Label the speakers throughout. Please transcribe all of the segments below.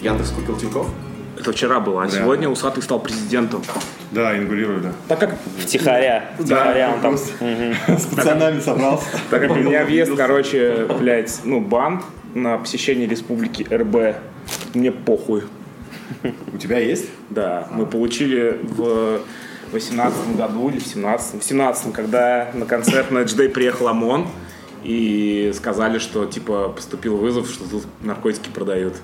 Speaker 1: Яндекс купил Тинькофф?
Speaker 2: Это вчера было, а сегодня усатый стал президентом.
Speaker 3: Да, ингулировали.
Speaker 4: Так как втихаря, втихаря он там...
Speaker 3: С пацанами собрался.
Speaker 2: Так как у меня въезд, короче, блядь, ну, бан на посещение республики РБ. Мне похуй.
Speaker 3: У тебя есть? А.
Speaker 2: Да, мы получили в 18 году или в 17 в 17 когда на концерт на Эдждей приехал ОМОН, и сказали, что, типа, поступил вызов, что тут наркотики продают.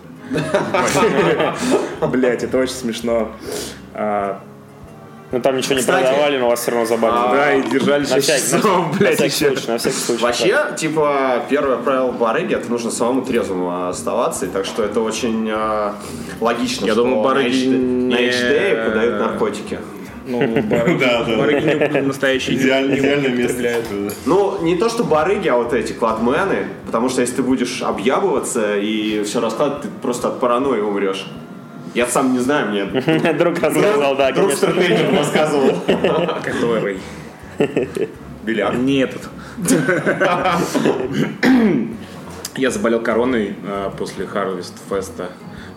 Speaker 2: Блять, это очень смешно. А,
Speaker 4: Ну там ничего не
Speaker 1: Кстати.
Speaker 4: продавали, но вас все равно забанили.
Speaker 2: Да, и держали
Speaker 4: На всякий,
Speaker 2: 6
Speaker 4: на
Speaker 2: а, часов, блядь,
Speaker 4: всякий
Speaker 2: еще.
Speaker 4: случай, на всякий случай.
Speaker 1: Вообще, типа, первое правило барыги, это нужно самому трезвому оставаться, и так что это очень э, логично,
Speaker 2: Я
Speaker 1: что
Speaker 2: думал, барыги
Speaker 1: на
Speaker 2: не-
Speaker 1: HD подают наркотики.
Speaker 2: Ну, барыги
Speaker 3: Да, да.
Speaker 2: барыги не- настоящие. не-
Speaker 3: Идеаль-
Speaker 2: не
Speaker 3: Идеальное место.
Speaker 2: употребляют.
Speaker 1: Ну, не то, что барыги, а вот эти кладмены, потому что если ты будешь объябываться и все раскладывать, ты просто от паранойи умрешь. Я сам не знаю, мне
Speaker 4: Друг рассказал, да,
Speaker 1: друг
Speaker 4: конечно.
Speaker 1: стратегию рассказывал.
Speaker 2: Который?
Speaker 1: Беляк.
Speaker 2: Не этот. Я заболел короной э, после Harvest Феста.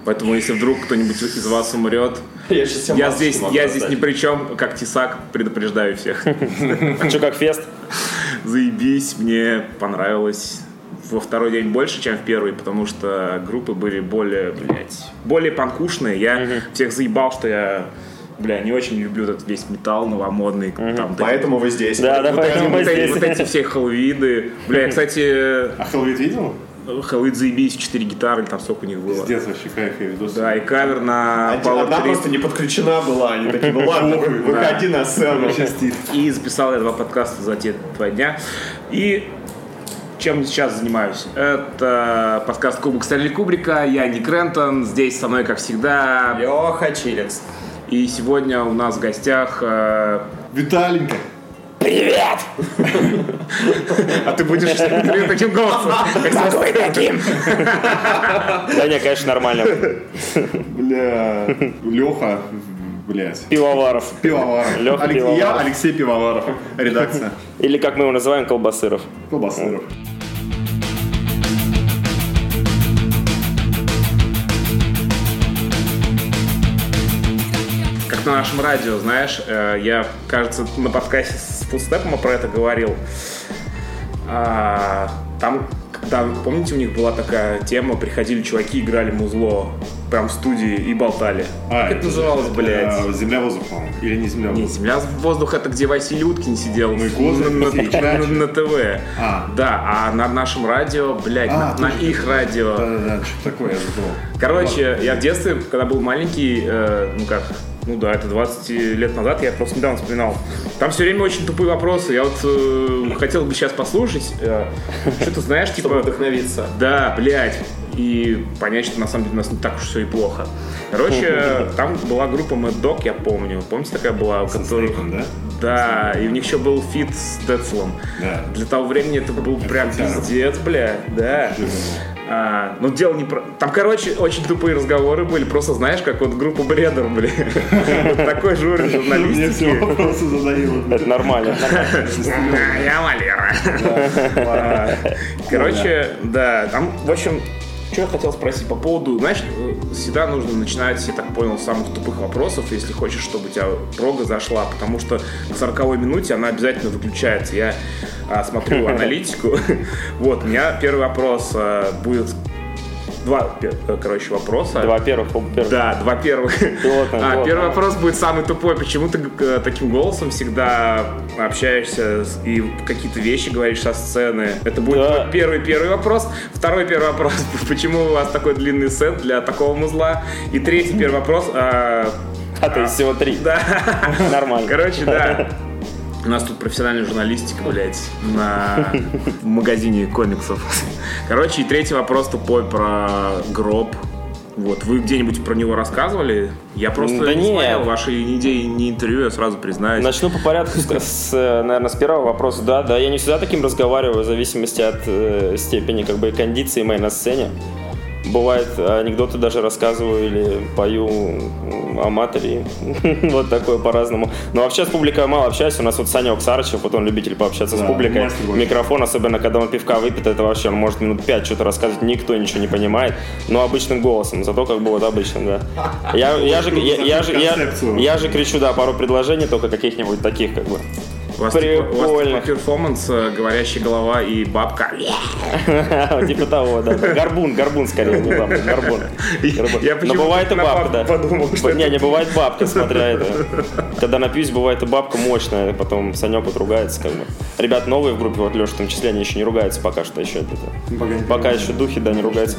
Speaker 2: Поэтому, если вдруг кто-нибудь из вас умрет,
Speaker 1: Я щас себе
Speaker 2: я
Speaker 1: маску
Speaker 2: здесь,
Speaker 1: могу
Speaker 2: я здесь ни
Speaker 1: раздать.
Speaker 2: при чем, как тесак, предупреждаю всех.
Speaker 4: Че, как фест?
Speaker 2: Заебись, мне понравилось во второй день больше, чем в первый, потому что группы были более, блядь, более панкушные. Я всех заебал, что я, бля, не очень люблю этот весь металл новомодный. там, такие-
Speaker 1: Поэтому вы здесь.
Speaker 4: Да, да,
Speaker 2: вот, эти-
Speaker 4: поэтому мы
Speaker 2: вот эти, вот
Speaker 4: здесь.
Speaker 2: эти все хеллвиды. Бля, я, кстати,
Speaker 3: А Хелвит видел?
Speaker 2: хеллвид заебись, 4 гитары, или там сколько у них было.
Speaker 3: Пиздец, вообще кайф, я видос.
Speaker 2: Да, и кавер на
Speaker 1: Одна
Speaker 2: Power
Speaker 1: одна
Speaker 2: Trip.
Speaker 1: А просто не подключена была, они такие, ну ладно, выходи на сцену.
Speaker 3: Частит.
Speaker 2: И записал я два подкаста за те два дня. И чем сейчас занимаюсь? Это подкаст Кубок Стэнли Кубрика, я Ник Рентон, здесь со мной, как всегда.
Speaker 1: Леха Чиликс.
Speaker 2: И сегодня у нас в гостях... э,
Speaker 3: Виталенька.
Speaker 4: Привет!
Speaker 2: А ты будешь таким голосом?
Speaker 4: Какой таким? Да не, конечно, нормально.
Speaker 3: Бля. Леха. Блять.
Speaker 4: Пивоваров.
Speaker 3: Пивоваров.
Speaker 4: Лёха
Speaker 3: Алекс-
Speaker 4: Пивоваров.
Speaker 3: Я Алексей Пивоваров. Редакция.
Speaker 4: Или как мы его называем, колбасыров.
Speaker 3: Колбасыров.
Speaker 2: Как на нашем радио, знаешь, э, я, кажется, на подкасте с Фудстепом про это говорил. А, Там, когда, помните, у них была такая тема, приходили чуваки, играли музло прям в студии и болтали.
Speaker 3: А,
Speaker 2: как это называлось, блядь?
Speaker 3: Э, Земля воздухом. Или не земля
Speaker 2: Не,
Speaker 3: воздухом.
Speaker 2: земля в воздух это где Василий Уткин сидел
Speaker 3: Ну и
Speaker 2: на,
Speaker 3: Козырь,
Speaker 2: на-
Speaker 3: и Чач.
Speaker 2: на- на ТВ.
Speaker 3: А.
Speaker 2: Да, а на нашем радио, блядь,
Speaker 3: А,
Speaker 2: на, на
Speaker 3: тоже.
Speaker 2: их радио.
Speaker 3: Да-да-да, что такое, я забыл.
Speaker 2: Короче, я в детстве, когда был маленький, э, ну как, ну да, это 20 лет назад, я просто недавно вспоминал. Там все время очень тупые вопросы. Я вот э, хотел бы сейчас послушать, э, что ты знаешь,
Speaker 1: Чтобы
Speaker 2: типа,
Speaker 1: вдохновиться.
Speaker 2: да, блядь, и понять, что на самом деле у нас не так уж все и плохо. Короче, там была группа Mad Dog, я помню. Помните, такая была? у которых-
Speaker 3: Снейком, да?
Speaker 2: Да, и у них еще был фит с Децлом.
Speaker 3: Да.
Speaker 2: Для того времени это был прям
Speaker 3: Фитяра.
Speaker 2: пиздец, бля, да. А, ну, дело не про... Там, короче, очень тупые разговоры были. Просто знаешь, как вот группа Бредер, бля. Вот Такой же уровень
Speaker 3: Мне все
Speaker 2: журналистики.
Speaker 3: вопросы задаю.
Speaker 4: Это нормально.
Speaker 2: Да, Я Валера. А, Короче, да, там, в общем, что я хотел спросить по поводу, знаешь, э, всегда нужно начинать, я так понял, с самых тупых вопросов, если хочешь, чтобы у тебя прога зашла, потому что к 40 минуте она обязательно выключается. Я а, смотрю аналитику. Вот, у меня первый вопрос э, будет два, пе- э, короче, вопроса.
Speaker 4: Два первых, по- первых.
Speaker 2: Да, два первых.
Speaker 4: Пилотная,
Speaker 2: А,
Speaker 4: пилотная.
Speaker 2: первый вопрос будет самый тупой. Почему ты э, таким голосом всегда общаешься с- и какие-то вещи говоришь со сцены? Это будет
Speaker 4: Да.
Speaker 2: твой первый первый вопрос. Второй первый вопрос. Почему у вас такой длинный сет для такого музла? И третий первый вопрос. а,
Speaker 4: А, то есть всего три.
Speaker 2: Да.
Speaker 4: Нормально.
Speaker 2: Короче, да. У нас тут профессиональная журналистика, блядь, на в магазине комиксов. Короче, и третий вопрос тупой про гроб. Вот, вы где-нибудь про него рассказывали? Я просто
Speaker 4: Да
Speaker 2: не
Speaker 4: нет.
Speaker 2: смотрел ваши идеи, не интервью, я сразу признаюсь.
Speaker 4: Начну по порядку, с- с, э, наверное, с первого вопроса. Да, да, я не всегда таким разговариваю, в зависимости от э, степени как бы кондиции моей на сцене. Бывает, анекдоты даже рассказываю или пою м, о матери. Вот такое по-разному. Но вообще с публикой мало общаюсь. У нас вот Саня Оксарычев, вот он любитель пообщаться с
Speaker 3: Да,
Speaker 4: публикой.
Speaker 3: мастер больше.
Speaker 4: Микрофон, особенно когда он пивка выпит, это вообще он может минут пять что-то рассказывать, никто ничего не понимает, но обычным голосом, зато как бы вот обычным, да. Я, я, же, я, я же, я-
Speaker 3: Концепцию.
Speaker 4: я же кричу, да, пару предложений, только каких-нибудь таких, как бы.
Speaker 2: У вас
Speaker 4: Прикольно.
Speaker 2: типа- у вас типа перформанс, э, говорящая голова и бабка.
Speaker 4: Типа того, да. Горбун, горбун скорее, не бабка, горбун. Горбун.
Speaker 2: Я
Speaker 4: Но
Speaker 2: почему-то
Speaker 4: бывает и
Speaker 2: на
Speaker 4: бабка,
Speaker 2: бабку
Speaker 4: да.
Speaker 2: подумал, что
Speaker 4: типа, Не, не бывает бабка, смотря это. Когда напьюсь, бывает и бабка мощная, а потом Санек вот ругается, как бы. Ребят новые в группе, вот Леша в том числе, они еще не ругаются пока что еще. это-
Speaker 3: Пока не
Speaker 4: Пока еще духи, да, не ругаются.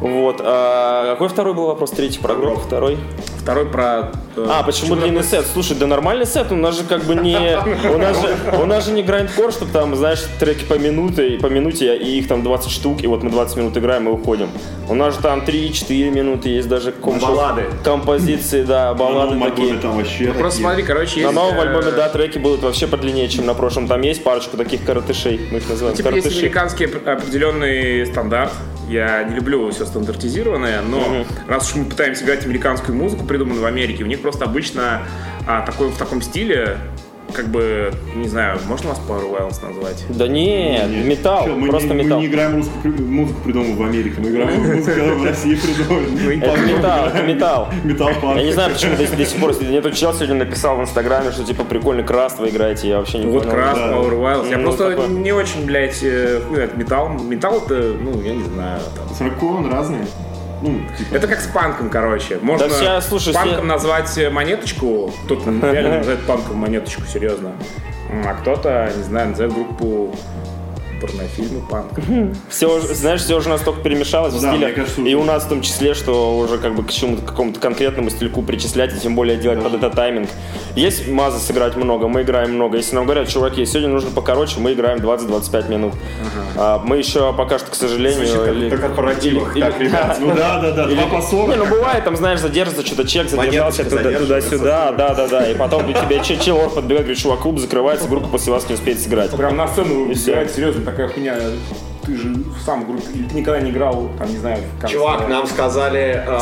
Speaker 4: Вот. а какой второй был вопрос? Третий про группу, второй.
Speaker 2: Второй про... э,
Speaker 4: А, почему длинный сет? Слушай, да нормальный сет, у нас же как бы не... У нас же, у нас же не грандкор, чтобы там, знаешь, треки по минуте, и по минуте, а и их там 20 штук, и вот мы 20 минут играем и уходим. У нас же там 3-4 минуты, есть даже компо-
Speaker 1: Баллады.
Speaker 4: композиции,
Speaker 3: Ну,
Speaker 4: да, баллады
Speaker 3: Новом
Speaker 4: такие.
Speaker 3: альбоме там вообще
Speaker 2: Ну, Просто
Speaker 3: такие.
Speaker 2: смотри, короче,
Speaker 4: На
Speaker 2: есть...
Speaker 4: новом
Speaker 2: э,
Speaker 4: альбоме, да, треки будут вообще подлиннее, чем на прошлом. Там есть парочку таких коротышей, мы их называем
Speaker 2: Типа есть
Speaker 4: коротыши.
Speaker 2: американский оп- определенный стандарт. Я не люблю все стандартизированное, но раз уж мы пытаемся играть американскую музыку, придуманную в Америке, у них просто обычно а, такой в таком стиле, как бы, не знаю, можно вас Power Violence назвать?
Speaker 4: Да не,
Speaker 3: Нет.
Speaker 4: металл,
Speaker 3: Чё, мы
Speaker 4: просто
Speaker 3: не,
Speaker 4: металл.
Speaker 3: Мы не играем русскую при- музыку, придумываем в Америке, мы играем музыку, которую в России придумываем.
Speaker 4: Это металл, это металл.
Speaker 3: Металл панк.
Speaker 4: Я не знаю, почему до, до сих пор мне тут чел сегодня написал в инстаграме, что типа прикольный крас вы играете, я вообще не
Speaker 2: Вот
Speaker 4: понял.
Speaker 2: Крас,
Speaker 3: да.
Speaker 2: Power Violence. Я
Speaker 4: Ну,
Speaker 2: просто
Speaker 4: такое.
Speaker 2: не очень, блядь, э, хуй знает, металл. Металл это, ну, я не знаю. там.
Speaker 3: Саркон разный. Ну, типа,
Speaker 2: Это как с панком, короче. Можно
Speaker 4: Да вся, слушай,
Speaker 2: панком
Speaker 4: все-
Speaker 2: назвать э, монеточку. Кто-то реально называет панком монеточку, серьезно. М, А кто-то, не знаю, называет группу порнофильмы панк.
Speaker 4: Все, уже- знаешь, все уже настолько перемешалось в
Speaker 3: Да,
Speaker 4: стиле,
Speaker 3: мне кажется,
Speaker 4: и
Speaker 3: уже.
Speaker 4: у нас в том числе, что уже как бы к чему-то к какому-то конкретному стильку причислять, и тем более делать под это тайминг. Есть мазы сыграть много, мы играем много. Если нам говорят, чуваки, сегодня нужно покороче, мы играем 20-25 минут. А мы еще пока что, к сожалению... или-
Speaker 1: На корпоративах,
Speaker 4: или-
Speaker 1: так, ребят.
Speaker 3: ну да, да, да, два по
Speaker 4: Не,
Speaker 3: 40.
Speaker 4: ну бывает, там, знаешь, задержится что-то, чек задержался
Speaker 1: Монеточка
Speaker 4: туда-
Speaker 1: задерживается.
Speaker 4: туда-сюда, да-да-да, и потом у тебя че- чел орф подбегает, говорит, чувак, клуб закрывается, группа после вас не успеет сыграть.
Speaker 2: Прям на сцену
Speaker 4: И всё.
Speaker 2: выбегает, серьезно, такая хуйня. Ты же сам в группе, или ты никогда не играл, там, не знаю, в конце.
Speaker 1: Чувак, нам сказали... э,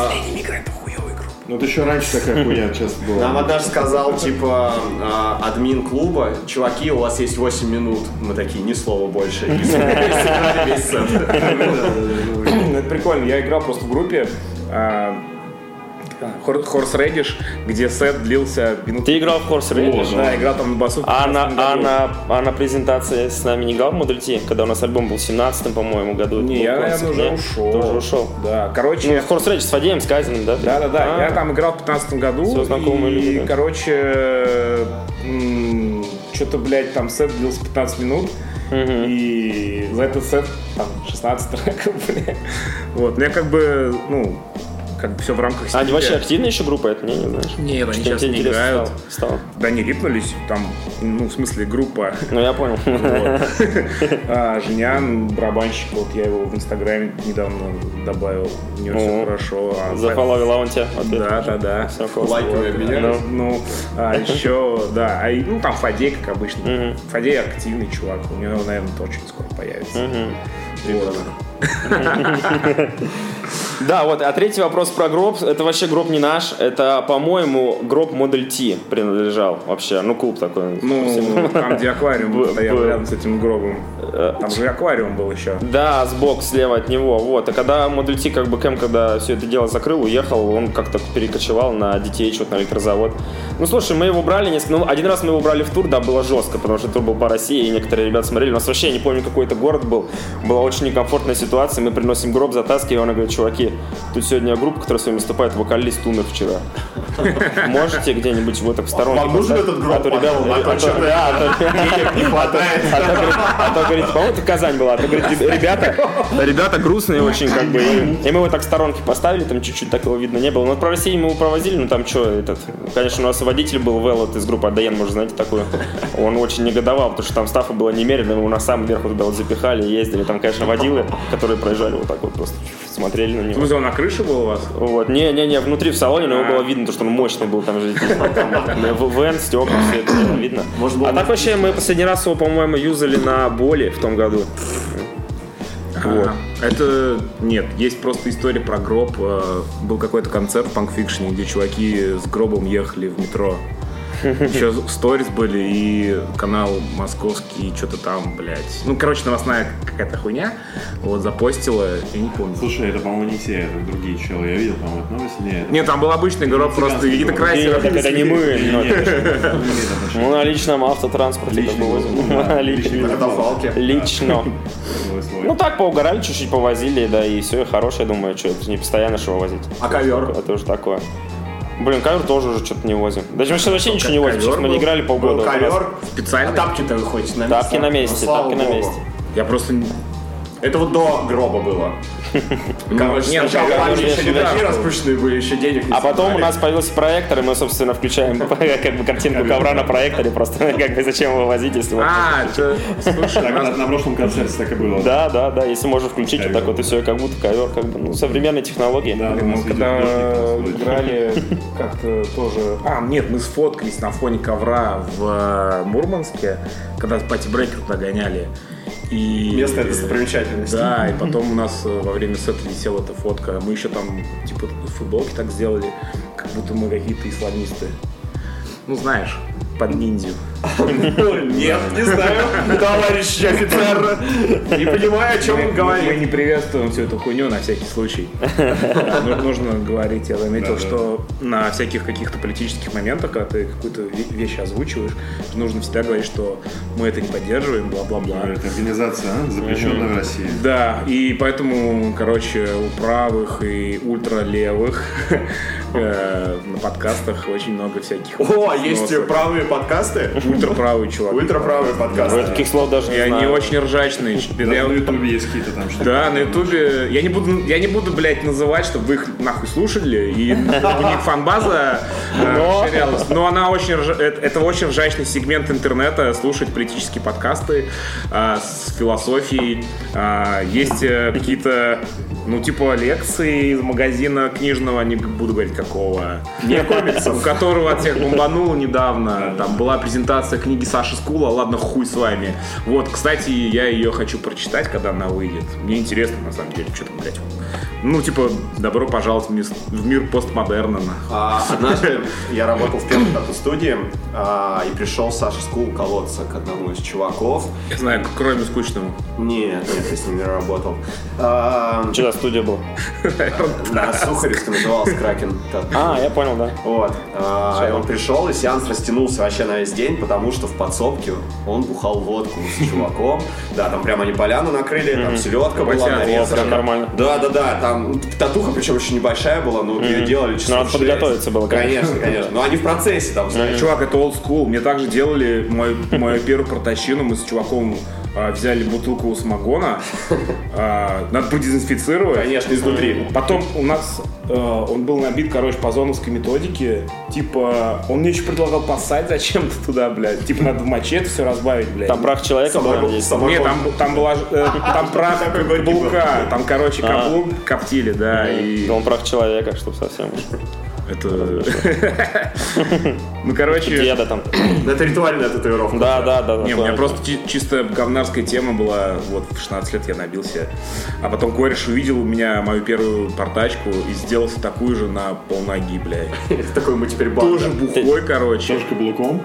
Speaker 3: Ну это еще раньше такая хуйня часто
Speaker 1: Нам
Speaker 3: была.
Speaker 1: однажды сказал, типа, а, админ клуба, чуваки, у вас есть 8 минут. Мы такие, ни слова больше. И сыграли весь сет.
Speaker 2: Ну, это прикольно. Я играл просто в группе а, Хор- Хорс Редиш, где сет длился минут...
Speaker 4: Ты играл в Хорс Рейдж?
Speaker 2: Да, играл там на басу. в
Speaker 4: А
Speaker 2: 15
Speaker 4: на, а,
Speaker 2: году.
Speaker 4: на, а на презентации с нами не играл Мудрити, когда у нас альбом был в 17 по-моему, году?
Speaker 2: Не,
Speaker 4: Это
Speaker 2: я,
Speaker 4: был
Speaker 2: наверное,
Speaker 4: концерт,
Speaker 2: уже
Speaker 4: не?
Speaker 2: ушел.
Speaker 4: Ты уже ушел.
Speaker 2: Да, короче...
Speaker 4: В Хорс Рейдж с Фадеем, с Казиным, да? ты?
Speaker 2: Да-да-да,
Speaker 4: А.
Speaker 2: я там играл в 15 году.
Speaker 4: Всё
Speaker 2: и,
Speaker 4: знакомые люди, да.
Speaker 2: короче, что-то, блядь, там сет длился 15 минут. И за этот сет там 16 треков, блядь. Вот, ну я как бы, ну, как бы все в рамках
Speaker 4: А они
Speaker 2: стиля.
Speaker 4: вообще активная еще группа, это не, не знаешь?
Speaker 2: Нет, они
Speaker 4: Что
Speaker 2: сейчас
Speaker 4: тебе
Speaker 2: не
Speaker 4: интересно
Speaker 2: играют.
Speaker 4: стало? стало?
Speaker 2: Да не рипнулись, там, ну, в смысле, группа.
Speaker 4: Ну, я понял.
Speaker 2: А, Женян, барабанщик, вот я его в Инстаграме недавно добавил. У него все
Speaker 4: О.
Speaker 2: хорошо. а
Speaker 4: Зафоловила он тебя. ответ.
Speaker 2: Да, да, да.
Speaker 4: Всё, классно.
Speaker 1: Лайками обменялись.
Speaker 2: Ну, ну, а еще, да, а, и, ну там Фадей, как обычно. Фадей активный чувак, у него, наверное, тоже очень скоро появится. Вот.
Speaker 4: Да, вот, а третий вопрос про гроб. Это вообще гроб не наш. Это, по-моему, гроб Модель T принадлежал вообще. Ну, клуб такой.
Speaker 2: Ну, там, где аквариум
Speaker 4: Б-
Speaker 2: стоял
Speaker 4: б- Э,
Speaker 2: рядом с этим гробом. Там же и аквариум был еще.
Speaker 4: Да, сбоку слева от него. Вот. А когда Модель Ти, как бы Кэм, когда все это дело закрыл, уехал, он как-то перекочевал на детей, что-то на электрозавод. Ну слушай, мы его брали несколько. Ну, один раз мы его брали в тур, да, было жестко, потому что тур был по России, и некоторые ребята смотрели. У нас вообще, я не помню, какой это город был. Была очень некомфортная ситуация. Мы приносим гроб, затаскиваем, и она говорит, чуваки, тут сегодня группа, которая с вами выступает, вокалист умер вчера. Можете где-нибудь вот так в сторонке.
Speaker 1: Вам нужен
Speaker 4: поставить?
Speaker 1: этот гроб
Speaker 4: А то ребята-
Speaker 1: потом? А то
Speaker 4: а то-
Speaker 1: чё-то-
Speaker 4: да, а то-
Speaker 1: Не хватает.
Speaker 4: а то, говорит, а то, говорит, по-моему, это Казань была. А то, говорит, ребята, ребята грустные очень, как бы. И, и мы его так в сторонке поставили, там чуть-чуть так его видно не было. Но про Россию мы его провозили, ну там что, этот... Конечно, у нас водитель был Велот из группы Адаен, может, знаете, такую. Он очень негодовал, потому что там стафа было немерено, его на самом верху туда вот запихали, ездили. Там, конечно, водилы, которые проезжали вот так вот просто, смотрели на
Speaker 2: В
Speaker 4: него.
Speaker 2: смысле, он на крыше был у вас?
Speaker 4: Вот, не-не-не, внутри в салоне, но его было видно, то, что он мощный был, там же ВВН, стекла, все это было видно.
Speaker 1: Может, было
Speaker 4: а так вообще мы последний раз его, по-моему, юзали на боли в том году. Вот.
Speaker 2: А, Это нет, есть просто история про гроб. Э, Был какой-то концерт в панкфикшне, где чуваки с гробом ехали в метро. Еще сторис были и канал московский, что-то там, блядь. Ну, короче, новостная какая-то хуйня. Вот, запостила, я не помню.
Speaker 3: Слушай, это, по-моему, не те, это другие челы. Я видел, ну, по-моему, эту новость. Нет.
Speaker 2: Нет, там был обычный гроб, просто
Speaker 3: Цыганский
Speaker 2: какие-то
Speaker 3: гроб.
Speaker 2: красили.
Speaker 4: Нет, это
Speaker 2: Ну,
Speaker 4: не мы. но-
Speaker 3: Нет,
Speaker 4: Ну, на личном автотранспорте это
Speaker 3: Личный
Speaker 4: было.
Speaker 3: лозунг, да.
Speaker 1: На
Speaker 4: Лично.
Speaker 3: Личный.
Speaker 1: катафалке.
Speaker 4: Лично. Ну
Speaker 3: Ну,
Speaker 4: так, поугорали, чуть-чуть повозили, да, и все, и хорошее, думаю, что это же не постоянно что возить.
Speaker 1: А ковер?
Speaker 4: Это уже такое. Блин, ковер тоже уже что-то не возим. Даже мы сейчас вообще ничего не возим,
Speaker 2: ковер
Speaker 4: сейчас мы не
Speaker 2: был?
Speaker 4: играли полгода.
Speaker 1: Был
Speaker 4: вот раз.
Speaker 1: ковер.
Speaker 2: Специально?
Speaker 1: А тапки-то вы хоть на месте?
Speaker 4: Тапки на
Speaker 1: Ну,
Speaker 4: месте,
Speaker 1: слава
Speaker 4: тапки на
Speaker 1: богу.
Speaker 4: месте.
Speaker 2: Я просто... не-
Speaker 1: Это вот до гроба было. Короче,
Speaker 2: нет,
Speaker 1: сначала
Speaker 2: ковер,
Speaker 1: там
Speaker 4: конечно,
Speaker 1: еще не такие
Speaker 4: да.
Speaker 1: распущенные были, еще денег не
Speaker 4: А потом у
Speaker 1: собрали.
Speaker 4: нас появился проектор, и мы, собственно, включаем как бы картинку ковра на проекторе, просто как бы зачем его возить, если вот-
Speaker 2: А, это... Слушай, у нас
Speaker 3: так, на прошлом концерте так и было.
Speaker 4: Да, да, да, если можно включить, вот
Speaker 3: Ковер.
Speaker 4: так вот и все, как будто ковер, как бы, ну, современные технологии.
Speaker 3: Да, у
Speaker 2: Блин,
Speaker 3: нас
Speaker 2: мы Ну, когда
Speaker 3: видео
Speaker 2: играли как-то тоже... А, нет, мы сфоткались на фоне ковра в э, Мурманске, когда пати брейкер нагоняли. И...
Speaker 1: Место достопримечательность.
Speaker 2: Да, и потом у нас э, во время сета висела эта фотка. Мы еще там, типа, футболки так сделали, как будто мы какие-то исламисты. Ну, знаешь, под ниндзю.
Speaker 1: Нет, не знаю, товарищ офицер. Не понимаю, о чем он
Speaker 2: Мы
Speaker 1: говорит.
Speaker 2: не приветствуем всю эту хуйню на всякий случай. Да, ну, Нужно говорить. Я заметил,
Speaker 3: Да-да.
Speaker 2: что на всяких каких-то политических моментах, когда ты какую-то ве- вещь озвучиваешь, нужно всегда говорить, что мы это не поддерживаем, бла-бла-бла.
Speaker 3: Это организация, а? запрещенная в России.
Speaker 2: Да, и поэтому, короче, у правых и ультралевых э, на подкастах очень много всяких.
Speaker 1: О, а есть
Speaker 2: сносок.
Speaker 1: правые подкасты?
Speaker 2: ультраправый чувак.
Speaker 1: Ультраправые
Speaker 4: Я
Speaker 1: подкасты.
Speaker 4: таких слов даже
Speaker 2: И
Speaker 4: не
Speaker 2: они
Speaker 4: знаю.
Speaker 2: очень ржачные.
Speaker 3: Даже
Speaker 2: Я-
Speaker 3: на Ютубе есть какие-то там штуки.
Speaker 2: Да, на Ютубе. Я не буду, я не буду, блядь, называть, чтобы вы их нахуй слушали. И у них фанбаза э,
Speaker 4: Но.
Speaker 2: расширялась. Но она очень рж- это, это очень ржачный сегмент интернета слушать политические подкасты э, с философией. Э, есть э, какие-то ну, типа лекции из магазина книжного, не буду говорить какого, у которого от всех бомбануло недавно. Там была презентация книги Саши Скула, ладно, хуй с вами. Вот, кстати, я ее хочу прочитать, когда она выйдет. Мне интересно, на самом деле, что там, блядь. Ну, типа, добро пожаловать в мис- в мир постмодерна. нахуй.
Speaker 1: А, Однажды я работал в первой тату-студии, а, и пришел Саша Скул колодца к одному из чуваков.
Speaker 2: Я знаю, кроме скучного.
Speaker 1: Нет, нет, я с ним не работал. А,
Speaker 4: Что за студия была?
Speaker 1: На Сухаревском назывался Кракен тату.
Speaker 4: А, я понял, да.
Speaker 1: Вот. А, и он пришел, и сеанс растянулся вообще на весь день, потому что в подсобке он бухал водку с чуваком. Да, там прямо они поляну накрыли, там селедка была
Speaker 2: Батя,
Speaker 1: нарезана.
Speaker 4: прям нормально.
Speaker 1: Да, да, да. Там татуха, причем еще небольшая была, но ее делали часов
Speaker 4: Ну, Надо
Speaker 1: шесть.
Speaker 4: подготовиться было, конечно.
Speaker 1: Конечно, конечно. Но они в процессе там, знаешь.
Speaker 2: Чувак, это old school. Мне также делали мою, мою первую протащину. Мы с чуваком а, взяли бутылку самогона. А, надо продезинфицировать.
Speaker 1: Конечно, изнутри.
Speaker 2: Потом у нас э, он был набит, короче, по зоновской методике. Типа, он мне еще предлагал посадить зачем-то туда, блядь. Типа, надо в мачете все разбавить, блядь.
Speaker 4: Там прах человека был,
Speaker 1: Собаку-
Speaker 4: надеюсь.
Speaker 1: собаку-
Speaker 2: Нет, там, там была ж- э, там прах
Speaker 1: Такой горький был.
Speaker 2: каблука, там, короче, каблук коптили, да, и
Speaker 4: А. Да, Он прах человека, чтобы совсем. уж.
Speaker 2: это... Ну, короче,
Speaker 4: Деда там.
Speaker 1: Ну, Это ритуальная татуировка.
Speaker 4: Да, да, да.
Speaker 2: не, у
Speaker 4: такое.
Speaker 2: меня просто чи- чисто говнарская тема была, вот в 16 лет я набился. А потом кореш увидел у меня мою первую портачку и сделал такую же на полноги, блядь.
Speaker 1: Такой мы теперь банда.
Speaker 2: Тоже бухой, короче.
Speaker 3: Тоже каблуком.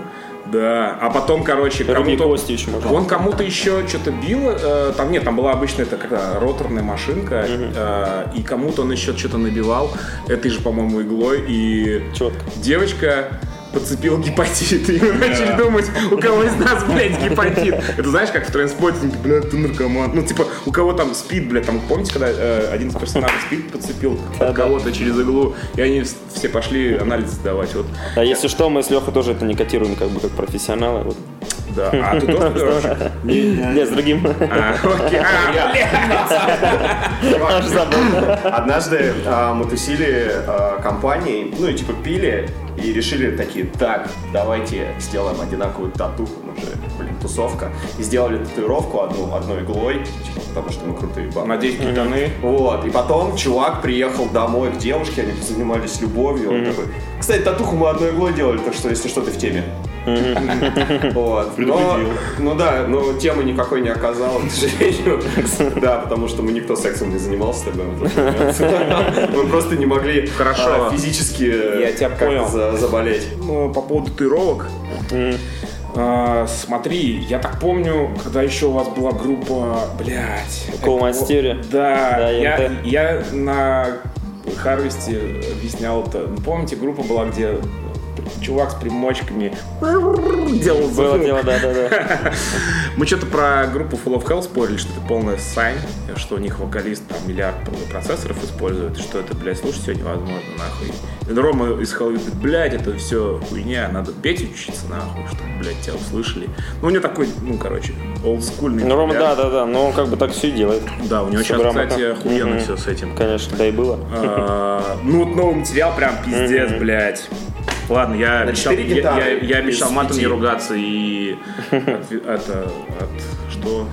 Speaker 2: Да, а потом, короче,
Speaker 4: Руки
Speaker 2: кому-то...
Speaker 4: кости еще можно.
Speaker 2: Он кому-то еще что-то бил, э, там нет, там была обычная это какая роторная машинка, э, и кому-то он еще что-то набивал этой же, по-моему, иглой, и
Speaker 4: Четко.
Speaker 2: девочка подцепила гепатит, и мы начали думать, у кого из нас, блядь, гепатит. Это знаешь, как в трансплотинге, блядь, ты наркоман. Ну, типа, у кого там спит, блядь, там, помните, когда э, один из персонажей спит подцепил
Speaker 4: Да-да.
Speaker 2: от кого-то через иглу, и они вс- все пошли анализ сдавать, вот.
Speaker 4: А если что, мы с Лехой тоже это не котируем, как бы как профессионалы. вот.
Speaker 2: Да, а ты тоже, Лёша?
Speaker 4: Не, с другим.
Speaker 2: А, окей. А,
Speaker 1: Чувак,
Speaker 4: Аж забыл.
Speaker 1: Однажды а, мы тусили а, компанией, ну и типа пили, и решили такие, так, давайте сделаем одинаковую татуху, мы же, блин, тусовка. И сделали татуировку одну, одной иглой, типа, потому что мы крутые бабы.
Speaker 2: Надеюсь, китаны.
Speaker 1: Вот, и потом чувак приехал домой к девушке, они занимались любовью, он такой, кстати, татуху мы одной иглой делали, так что, если что, ты в теме. Вот. Но,
Speaker 3: Предупредил.
Speaker 1: ну да, но темы никакой не оказал, к сожалению. Да, потому что мы никто сексом не занимался тогда. в тот момент. Мы просто не могли
Speaker 2: Хорошо.
Speaker 1: а, физически
Speaker 2: Я тебя
Speaker 1: как-то
Speaker 2: понял.
Speaker 1: за- заболеть.
Speaker 2: Ну, по поводу татуировок. А, смотри, я так помню, когда еще у вас была группа, блядь.
Speaker 4: Cool
Speaker 2: как-
Speaker 4: Mind Theory.
Speaker 2: Да,
Speaker 4: Да,
Speaker 2: я,
Speaker 4: ИНТ.
Speaker 2: я на Харвесте объяснял это. Ну, Помните, группа была, где чувак с примочками делал
Speaker 4: Было
Speaker 2: звук?
Speaker 4: дело, да, да, да.
Speaker 2: Мы что-то про группу Full of Hell спорили, что это полная сань, что у них вокалист там миллиард процессоров использует, и что это, блядь, слушать все невозможно, нахуй. И Рома из Hell говорит, блядь, это все хуйня, надо петь учиться, нахуй, чтобы, блядь, тебя услышали. Ну, у него такой, ну, короче, олдскульный.
Speaker 4: Ну, Рома, да,
Speaker 2: взгляд.
Speaker 4: да, да, но он как бы так все и делает.
Speaker 2: Да, у него
Speaker 4: Всё
Speaker 2: сейчас,
Speaker 4: грамотно.
Speaker 2: кстати, охуенно
Speaker 4: Мгм.
Speaker 2: все с этим.
Speaker 4: Конечно, да и было.
Speaker 2: А, Ну, вот новый материал прям пиздец, блядь. Ладно, я обещал,
Speaker 1: четыре
Speaker 2: я,
Speaker 1: гитары
Speaker 2: я- я обещал
Speaker 1: из
Speaker 2: матом не
Speaker 1: пяти.
Speaker 2: ругаться и от- это от что?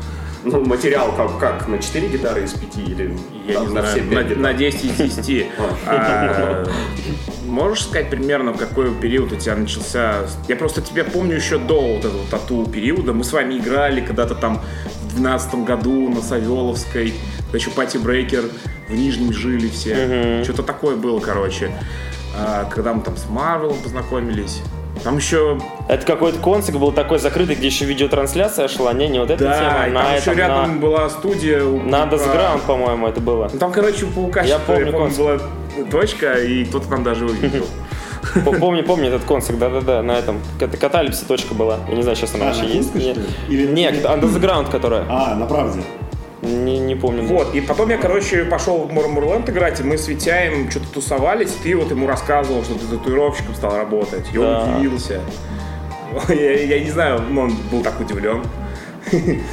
Speaker 1: Ну, материал как, как на 4 гитары из 5 или
Speaker 2: Я
Speaker 1: там
Speaker 2: не
Speaker 1: на
Speaker 2: знаю,
Speaker 1: все
Speaker 2: на,
Speaker 1: пять гитар?
Speaker 2: на 10 из 10. А, Можешь сказать примерно, в какой период у тебя начался... Я просто тебя помню еще до вот этого тату периода. Мы с вами играли когда-то там в 12 году на Савеловской. Когда еще Пати Брейкер в Нижнем жили все. Что-то такое было, короче. А, когда мы там с Марвелом познакомились. Там еще...
Speaker 4: Это какой-то концерт был такой закрытый, где еще видеотрансляция шла. Не, не вот эта
Speaker 2: Да,
Speaker 4: тема,
Speaker 2: и
Speaker 4: на
Speaker 2: там еще
Speaker 4: этом,
Speaker 2: рядом
Speaker 4: на-
Speaker 2: была студия. у
Speaker 4: на
Speaker 3: типа
Speaker 2: Паука.
Speaker 4: Underground, по-моему, это было.
Speaker 2: Ну, Там, короче, у паука
Speaker 4: Я
Speaker 2: что-то,
Speaker 4: помню концерт.
Speaker 2: была точка, и кто-то там даже выглядел.
Speaker 4: П- Помню, помню этот концерт, да-да-да, на этом. Это каталипси точка была. Я не знаю, сейчас она
Speaker 3: А,
Speaker 4: вообще
Speaker 3: на
Speaker 4: есть.
Speaker 3: Курской,
Speaker 4: Не-
Speaker 3: что ли? Или-
Speaker 4: Не, Underground, которая.
Speaker 3: А, на правде.
Speaker 4: Не не помню.
Speaker 2: Вот, и потом я, короче, пошел в Мурмурленд играть, и мы с Витяем что-то тусовались, и ты вот ему рассказывал, что ты татуировщиком стал работать, и он
Speaker 4: Да.
Speaker 2: удивился. Я, я не знаю, но он был так удивлен.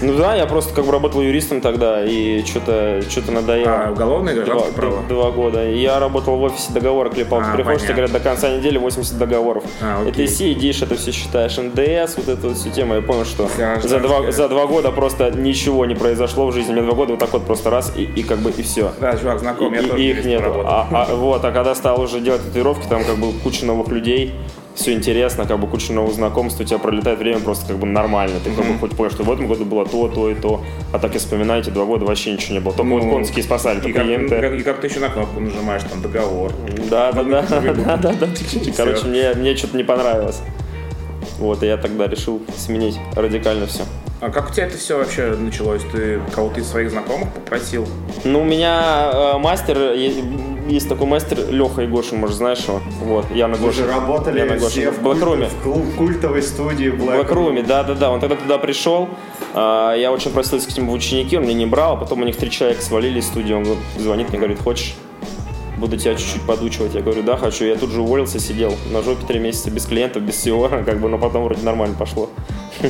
Speaker 4: Ну да, я просто как бы работал юристом тогда, и что-то что-то надоело.
Speaker 2: А уголовное
Speaker 4: Два,
Speaker 2: гражданское право?
Speaker 4: д- два года. И Я работал в офисе договора клепал.
Speaker 2: А,
Speaker 4: Ты приходишь, тебе
Speaker 2: понятно.
Speaker 4: говорят, до конца недели 80 договоров.
Speaker 2: А, окей.
Speaker 4: И ты сидишь, это все считаешь. НДС, вот эту вот всю тему. Я понял, что
Speaker 2: Гражданская.
Speaker 4: за два, за два года просто ничего не произошло в жизни. Мне два года вот так вот просто раз и, и как бы и все.
Speaker 2: Да, чувак,
Speaker 4: И,
Speaker 2: знаком, я
Speaker 4: и-
Speaker 2: тоже
Speaker 4: и их
Speaker 2: юристом
Speaker 4: нет.
Speaker 2: работал.
Speaker 4: вот, а когда стал уже делать татуировки, там как бы куча новых людей, все интересно, как бы куча новых знакомств, у тебя пролетает время просто как бы нормально. Ты как бы хоть понимаешь, что в этом году было то, то и то. А так и вспоминаете, два года вообще ничего не было. Только
Speaker 2: Ну,
Speaker 4: вот конские спасали,
Speaker 2: И
Speaker 4: только
Speaker 2: как,
Speaker 4: ЕМТ.
Speaker 2: как- и как ты еще на кнопку нажимаешь, там, договор.
Speaker 4: Да, да, да, да, да, да. Короче,
Speaker 2: Всё.
Speaker 4: мне, мне что-то не понравилось. Вот, и я тогда решил сменить радикально все.
Speaker 2: А как у тебя это все вообще началось? Ты кого-то из своих знакомых попросил?
Speaker 4: Ну, у меня э, мастер, е- есть такой мастер Леха Егоршин, может, знаешь его? Вот, Яна
Speaker 1: Мы же
Speaker 4: Гошин. Яна
Speaker 1: работали все
Speaker 4: Гошин.
Speaker 1: в,
Speaker 4: В Блэкруме.
Speaker 1: культ- в клуб- культовой студии
Speaker 4: В
Speaker 1: Black
Speaker 4: Блэкруме, да-да-да, он тогда туда пришел, а, я очень просился к нему в ученики, он меня не брал, а потом у них три человека свалили из студии, он звонит мне, говорит, хочешь? Буду тебя чуть-чуть подучивать. Я говорю, да, хочу. Я тут же уволился, сидел на жопе три месяца без клиентов, без всего, как бы, но потом вроде нормально пошло.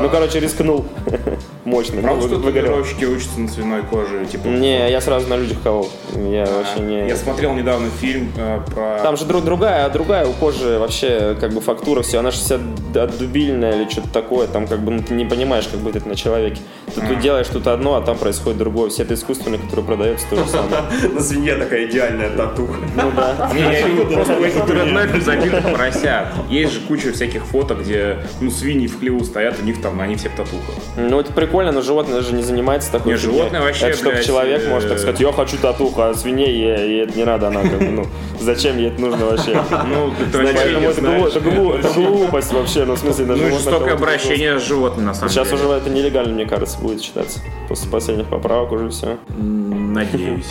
Speaker 4: Ну, короче, рискнул. Мощно.
Speaker 2: Правда,
Speaker 4: Ну,
Speaker 2: А что
Speaker 4: выгорел.
Speaker 2: татуировщики учатся на свиной коже? Типа,
Speaker 4: Не, я сразу на людях колол. Я вообще не...
Speaker 2: А, Я смотрел недавно фильм э, про...
Speaker 4: Там же друг другая, другая у кожи вообще как бы фактура все, она 60 д- дубильная или что-то такое, там как бы ну, ты не понимаешь, как будет это на человеке. Ты тут делаешь тут одно, а там происходит другое. Все это искусственное, которое продается, то же самое.
Speaker 1: На свинье такая идеальная татуха.
Speaker 4: Ну да.
Speaker 2: Не, я видел просто в этих дреднеках забитых поросят. Есть же куча всяких фото, где ну свиньи в хлеву стоят, у них там они все в татухах.
Speaker 4: Ну это прикольно, но животное же не занимается такой
Speaker 2: Не,
Speaker 4: фигней.
Speaker 2: животное вообще,
Speaker 4: Это чтобы
Speaker 2: блядь,
Speaker 4: человек
Speaker 2: э,
Speaker 4: может так сказать, я хочу татуху, а свиней ей, ей это не надо, она как бы, ну, зачем ей это нужно вообще?
Speaker 2: Ну, это вообще
Speaker 4: Поэтому
Speaker 2: не
Speaker 4: это, глу-
Speaker 2: знаешь.
Speaker 4: это глу- это глупость вообще, ну в смысле на
Speaker 2: Ну,
Speaker 4: животных
Speaker 2: жестокое
Speaker 4: кого-то
Speaker 2: обращение с животными, на самом
Speaker 4: Сейчас
Speaker 2: деле.
Speaker 4: уже это нелегально, мне кажется, будет считаться. После последних поправок уже все.
Speaker 2: М, Надеюсь.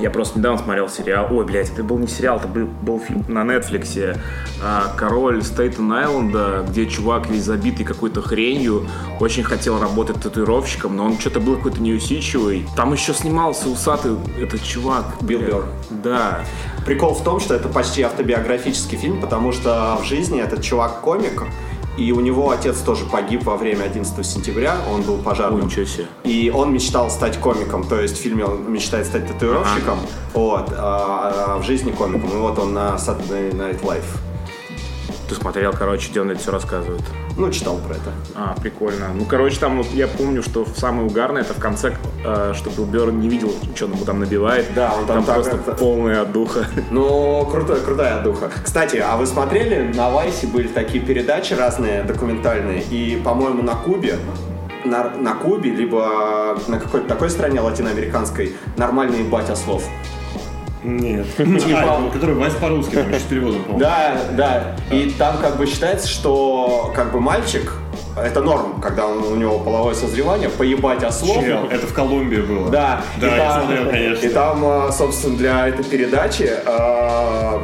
Speaker 2: Я просто недавно смотрел сериал. Ой, блядь, это был не сериал, это был, был фильм на Нетфликсе. А, Король Стейтен Айленда, где чувак весь забитый какой-то хренью, очень хотел работать татуировщиком, но он что-то был какой-то неусидчивый. Там еще снимался усатый этот чувак.
Speaker 1: Билл
Speaker 2: бля.
Speaker 1: Берр.
Speaker 2: Да.
Speaker 1: Прикол в том, что это почти автобиографический фильм, потому что в жизни этот чувак комик, и у него отец тоже погиб во время 11 сентября, он был
Speaker 2: Ой,
Speaker 1: пожарным.
Speaker 2: ничего себе.
Speaker 1: И он мечтал стать комиком, то есть в фильме он мечтает стать татуировщиком, вот, а, а в жизни комиком. И вот он на Saturday Night Live
Speaker 2: Ты смотрел, короче, где он это все рассказывает.
Speaker 1: Ну, читал про это.
Speaker 2: А, прикольно. Ну, короче, там вот я помню, что самое угарное, это в конце, э, что Билл Берн не видел, что он ему там набивает.
Speaker 1: Да, он там так
Speaker 2: просто
Speaker 1: это-
Speaker 2: полная отдуха.
Speaker 1: Ну, крутой, крутая духа. Кстати, а вы смотрели, на Вайсе были такие передачи разные, документальные, и, по-моему, на Кубе, на, на Кубе, либо на какой-то такой стране латиноамериканской, нормальные батя слов.
Speaker 3: Нет.
Speaker 1: Типа-
Speaker 3: А, ну, который Вась по-русски, там еще с переводом, по-моему.
Speaker 1: Да, да. И там как бы считается, что как бы мальчик, это норм, когда он, у него половое созревание, поебать о слов.
Speaker 3: Чел, это в Колумбии было.
Speaker 1: Да,
Speaker 3: Да, я смотрел, конечно.
Speaker 1: И там, а, собственно, для этой передачи а,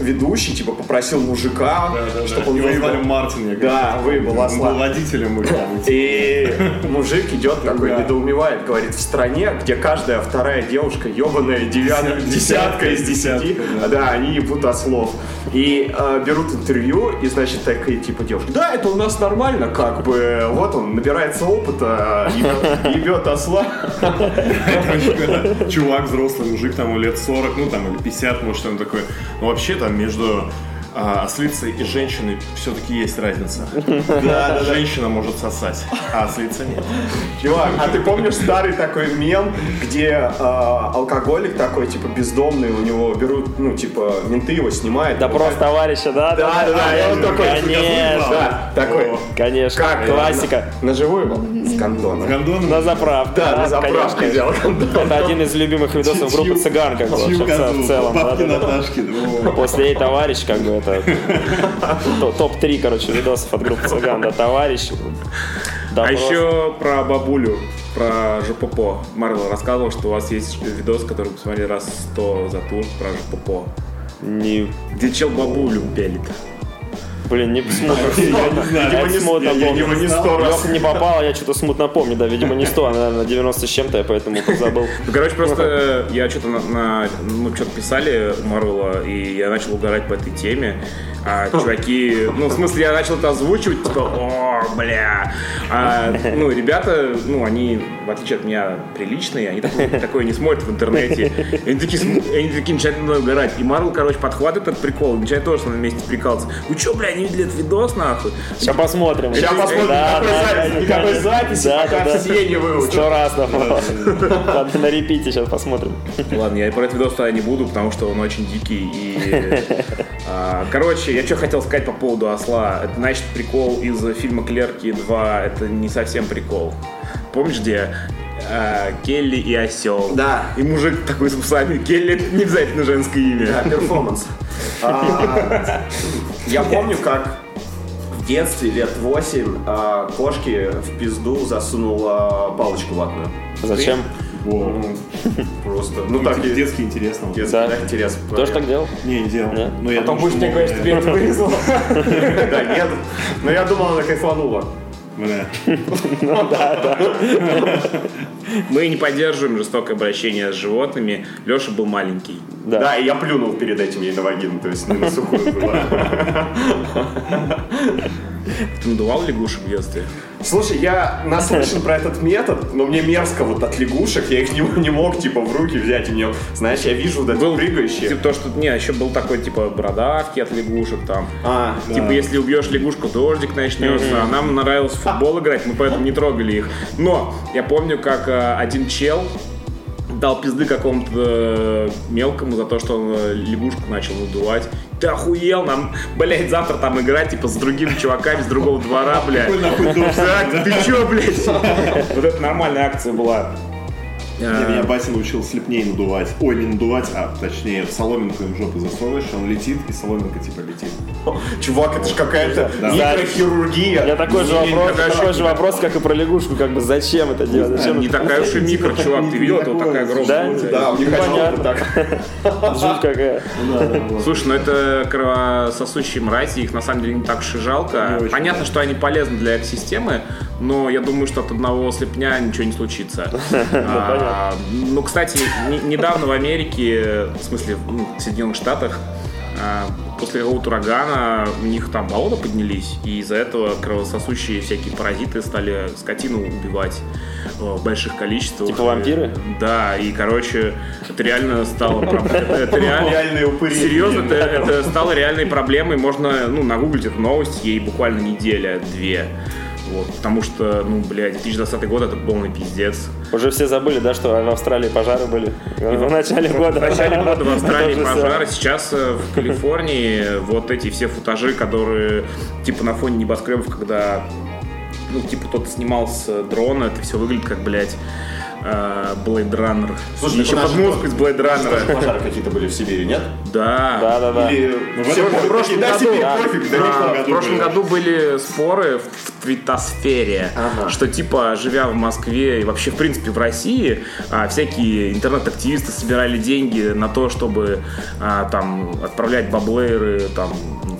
Speaker 1: ведущий типа попросил мужика, чтобы он
Speaker 3: Его
Speaker 1: выебал-
Speaker 3: звали Мартин, я
Speaker 1: Да, выебал
Speaker 3: Он был
Speaker 1: осла.
Speaker 3: водителем у него.
Speaker 1: И мужик идет такой,
Speaker 3: Да.
Speaker 1: недоумевает, говорит, в стране, где каждая вторая девушка ебаная девятка,
Speaker 3: Десятка,
Speaker 1: десятка из десяти,
Speaker 3: десятка, да.
Speaker 1: да, они ебут от слов. И э, берут интервью, и, значит, такие, типа, девушка, да, это у нас нормально, как бы, вот он, набирается опыта, ебет- ебет осла.
Speaker 3: Короче, Чувак, взрослый мужик, там ему лет 40, ну там или 50, может, там такой. Ну вообще там между а, ослицей и женщиной все-таки есть разница. Да, женщина может сосать, а ослица нет.
Speaker 1: Чувак, а ты помнишь старый такой мем, где э, алкоголик такой, типа, бездомный, у него берут, ну, типа, менты его снимают.
Speaker 4: Допрос
Speaker 1: его-
Speaker 4: товарища, да?
Speaker 1: Да, да, да, и он такой,
Speaker 4: Конечно,
Speaker 1: да, такой,
Speaker 4: конечно.
Speaker 1: Как
Speaker 4: классика.
Speaker 1: На живую его? С кондоном.
Speaker 3: Гондон
Speaker 4: На заправке.
Speaker 1: Да, на заправке
Speaker 4: конечно.
Speaker 1: взял кондон.
Speaker 4: Это один из любимых видосов группы «Цыган», как бы, вообще, в ц- в целом. да,
Speaker 3: Бабки
Speaker 4: да, да.
Speaker 3: Наташки. ну,
Speaker 4: После «Эй, товарищ», как бы, это то- топ-3, короче, видосов от группы «Цыган», да, «Товарищ».
Speaker 2: А
Speaker 4: Допрос.
Speaker 2: еще про бабулю, про ЖППО. Марвел рассказывал, что у вас есть видос, который вы посмотрели раз 100 за тур про ЖППО.
Speaker 4: Не,
Speaker 2: Где чел бабулю пелит.
Speaker 4: блин, не посмотрел.
Speaker 3: Я не знаю.
Speaker 4: Я это смутно
Speaker 1: видимо,
Speaker 4: помню.
Speaker 1: не сто раз.
Speaker 4: Леха не попал, я что-то смутно помню, да, видимо, не 100, а, наверное, 90 с чем-то, я поэтому забыл.
Speaker 2: Ну, короче, просто э, я что-то на, на- мы что-то писали у Марвела, и я начал угорать по этой теме. А чуваки, ну, в смысле, я начал это озвучивать, типа, о, бля. А, ну, ребята, ну, они, в отличие от меня, приличные, они такое, такое не смотрят в интернете. И Они такие, см- и они такие начинают надо мной угорать. И Марвел, короче, подхватывает этот прикол, и начинает тоже на месте прикалываться. Вы чё, бля, не видели этот видос, нахуй?
Speaker 4: Сейчас посмотрим.
Speaker 1: Сейчас посмотрим,
Speaker 4: Да,
Speaker 1: никакой
Speaker 4: да,
Speaker 1: записи, никакой
Speaker 4: да, конечно.
Speaker 1: записи,
Speaker 4: Да,
Speaker 1: пока
Speaker 4: да, да.
Speaker 1: все не выучат.
Speaker 4: Сто раз, да, Ладно, на репите сейчас посмотрим.
Speaker 2: Ладно, я и про этот видос тогда не буду, потому что он очень дикий. И, а, короче, я что хотел сказать по поводу осла. Это, значит, прикол из фильма «Клерки 2». Это не совсем прикол. Помнишь, где а, Келли и осел?
Speaker 1: Да.
Speaker 2: И мужик такой с усами. Келли — это не обязательно женское
Speaker 1: Да,
Speaker 2: имя.
Speaker 1: перформанс. А, Я помню, как в детстве, лет 8, а, кошки в пизду засунула палочку ватную.
Speaker 4: Зачем?
Speaker 3: Во.
Speaker 1: Просто, ну
Speaker 3: Ну,
Speaker 1: так,
Speaker 3: типа,
Speaker 1: и-
Speaker 3: детски интересно.
Speaker 1: детский,
Speaker 4: Да.
Speaker 1: да, интерес.
Speaker 4: Тоже так делал?
Speaker 3: Не, не делал.
Speaker 4: Нет.
Speaker 3: Ну, я
Speaker 1: Потом
Speaker 3: думаю,
Speaker 1: будешь
Speaker 3: что
Speaker 1: мне
Speaker 3: мог,
Speaker 1: говорить,
Speaker 3: да.
Speaker 1: теперь это вырезала. Да, нет. Но я думал, она кайфанула.
Speaker 3: Бля.
Speaker 2: Мы не поддерживаем жестокое обращение с животными. Леша был маленький.
Speaker 4: Да.
Speaker 1: Да, и я плюнул перед этим ей на вагину, то есть не на сухую была.
Speaker 2: Ты надувал лягушек в детстве?
Speaker 1: Слушай, я наслышан про этот метод, но мне мерзко вот от лягушек, я их не, не мог типа в руки взять, и мне, знаешь, я вижу вот это
Speaker 2: Был
Speaker 1: прыгающие.
Speaker 2: Типа то, что... Не, еще был такой, типа, бородавки от лягушек там.
Speaker 1: А,
Speaker 2: Типа, если убьешь лягушку, дождик начнется. А нам нравилось в футбол играть, мы поэтому не трогали их. Но я помню, как э, один чел дал пизды какому-то э, мелкому за то, что он э, лягушку начал надувать. Ты охуел, нам, блядь, завтра там играть, типа, с другими чуваками, с другого двора, блядь.
Speaker 3: Какой нахуй дом?
Speaker 2: Так, ты чё, блядь? Вот это нормальная акция была.
Speaker 3: Я
Speaker 2: Э,
Speaker 3: меня батя научил слепней надувать. Ой, не надувать, а точнее в соломинку в жопу засовываешь, он летит, и соломинка типа летит.
Speaker 1: чувак, это же какая-то
Speaker 3: Да.
Speaker 1: микрохирургия.
Speaker 4: Я такой же вопрос,
Speaker 2: такая
Speaker 4: такой же
Speaker 2: штука.
Speaker 4: вопрос, как и про лягушку, как бы зачем это делать? Зачем
Speaker 2: Не
Speaker 4: это?
Speaker 2: такая уж и микро, чувак, ты видел, это вот такая
Speaker 4: Да?
Speaker 2: огромная.
Speaker 1: Да, мне казалось,
Speaker 4: Непонятно.
Speaker 1: так.
Speaker 4: Жуть какая.
Speaker 2: Слушай, ну это кровососущие мрази, их на самом деле не так уж и жалко.
Speaker 3: Не очень,
Speaker 2: Понятно, что они полезны для экосистемы, но я думаю, что от одного слепня ничего не случится. А, Ну, кстати, не- недавно в Америке, в смысле, ну, в Соединенных Штатах, А, После какого-то урагана у них там болота поднялись, и из-за этого кровососущие всякие паразиты стали скотину убивать э, в больших количествах.
Speaker 4: Типа вампиры?
Speaker 2: И- Да, и, короче, это реально стало проблемой. Это реально...
Speaker 1: Реальные упыри.
Speaker 2: Серьезно, это, это стало реальной проблемой. Можно, ну, нагуглить эту новость, ей буквально неделя-две. Вот, потому что, ну, блядь, 2020 год это полный пиздец.
Speaker 4: Уже все забыли, да, что в Австралии пожары были в начале года.
Speaker 2: В начале года в Австралии
Speaker 4: Это же
Speaker 2: пожары, сейчас э, в Калифорнии вот эти все футажи, которые типа на фоне небоскребов, когда ну, типа кто-то снимал с дрона, это все выглядит как, блядь, э, Blade Runner.
Speaker 1: Слушай,
Speaker 2: еще
Speaker 1: так у нас
Speaker 2: под
Speaker 1: же
Speaker 2: музыку из Blade
Speaker 1: Тоже
Speaker 2: Runner.
Speaker 1: Пожары какие-то были в Сибири, нет?
Speaker 2: Да.
Speaker 4: Да, да, да.
Speaker 1: Или
Speaker 3: В этом- в прошлом
Speaker 1: да,
Speaker 4: году,
Speaker 1: Сибирь,
Speaker 4: да.
Speaker 1: пофиг, да,
Speaker 2: Да,
Speaker 1: не в том
Speaker 2: в прошлом
Speaker 1: были.
Speaker 2: году были споры в, в твитосфере,
Speaker 1: Ага.
Speaker 2: что типа, живя в Москве и вообще, в принципе, в России, а, всякие интернет-активисты собирали деньги на то, чтобы а, там отправлять баблеры там,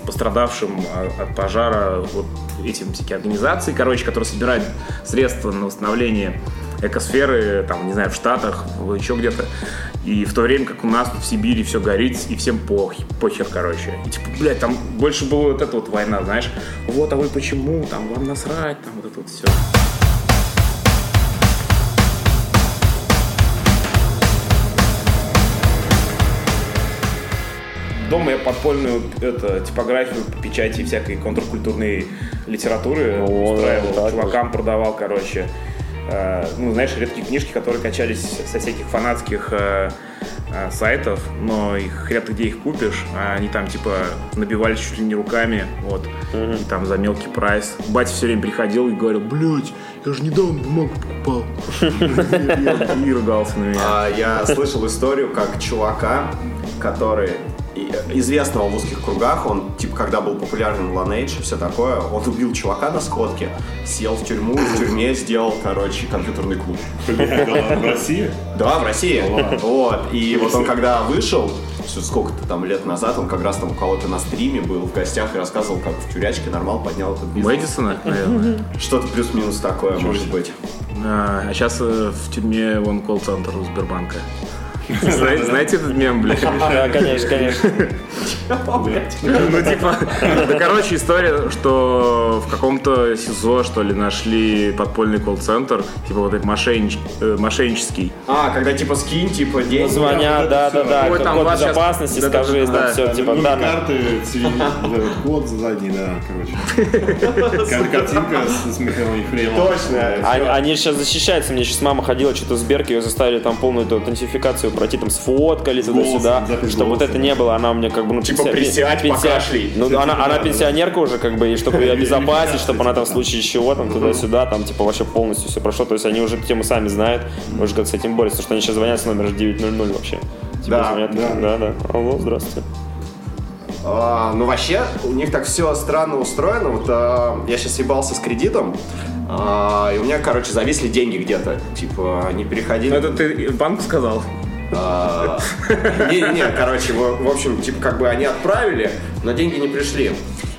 Speaker 2: пострадавшим а, от пожара вот этим всякие организации, короче, которые собирают средства на восстановление экосферы, там, не знаю, в Штатах, в- еще где-то. И в то время, как у нас тут в Сибири все горит, и всем пох, похер, короче. И типа, блядь, там больше была вот эта вот война, знаешь. Вот, а вы почему, там, вам насрать, там, вот это вот все. Дома я подпольную это, типографию, печати всякой контркультурной литературы
Speaker 4: О,
Speaker 2: устраивал.
Speaker 4: да,
Speaker 2: Чувакам продавал, короче. э, ну, знаешь, редкие книжки, которые качались со всяких фанатских э, э, сайтов, но их хрен ты где их купишь, а они там типа набивали чуть ли не руками, вот, и там за мелкий прайс. Батя все время приходил и говорил, блядь, я же недавно бумагу покупал. И ругался на меня.
Speaker 1: А, Я слышал историю, как чувака, который и- э, известного в узких кругах, он, типа, когда был популярен Lineage и все такое, он убил чувака на сходке, съел в тюрьму, и в тюрьме сделал, короче, компьютерный клуб.
Speaker 3: Бля, да ладно, в России?
Speaker 1: Да, в России. Вот. И вот он когда вышел, всё, сколько-то там лет назад, он как раз там у кого-то на стриме был в гостях и рассказывал, как в тюрячке нормал поднял этот бизнес.
Speaker 2: Мэдисона, наверное.
Speaker 1: Что-то плюс-минус такое, может быть.
Speaker 2: А, а сейчас в тюрьме вон колл-центр у Сбербанка. Знаете, знаете этот мем, блядь?
Speaker 4: Да, конечно, конечно.
Speaker 2: Ну, типа, да, короче, история, что в каком-то СИЗО, что ли, нашли подпольный колл-центр, типа вот этот мошеннич- э, мошеннический.
Speaker 1: А, когда типа скинь, типа деньги.
Speaker 4: Звоня, да, да, да.
Speaker 2: Ой, там
Speaker 4: Код
Speaker 2: вас щас-
Speaker 4: безопасности,
Speaker 2: да, да,
Speaker 4: скажи,
Speaker 2: да, да.
Speaker 4: там все, типа,
Speaker 3: Ну,
Speaker 4: да.
Speaker 3: карты, цивиль, код задний, да, короче. Кар- Картинка с с Михаилом Ефремовым.
Speaker 1: Точно.
Speaker 4: Они, сейчас защищаются. Мне сейчас мама ходила, что-то в Сберке ее заставили там полную эту аутентификацию пройти, там сфоткали туда-сюда,
Speaker 3: Голосом, запись
Speaker 4: чтобы вот
Speaker 3: голосом,
Speaker 4: это не было. Она у меня как бы, ну,
Speaker 1: Типа
Speaker 4: пенсия-
Speaker 1: присядь,
Speaker 4: пенсия-
Speaker 1: покашляй.
Speaker 4: Ну, она, она пенсионерка уже, как бы, и чтобы ее обезопасить, чтобы она там в случае чего, там, туда-сюда, там, типа, вообще полностью все прошло. То есть они уже тему сами знают, уже как с этим борются, что они сейчас звонят с номера 900 вообще. Типа,
Speaker 1: Да,
Speaker 4: звонят, такие, да, да. Алло, здравствуйте.
Speaker 1: А, ну вообще, у них так все странно устроено. Вот а, я сейчас ебался с кредитом, а, и у меня, короче, зависли деньги где-то. Типа, не переходили.
Speaker 2: Ну, Это ты банк сказал?
Speaker 1: А, Не-не, короче, в в общем, типа, как бы они отправили, но деньги не пришли.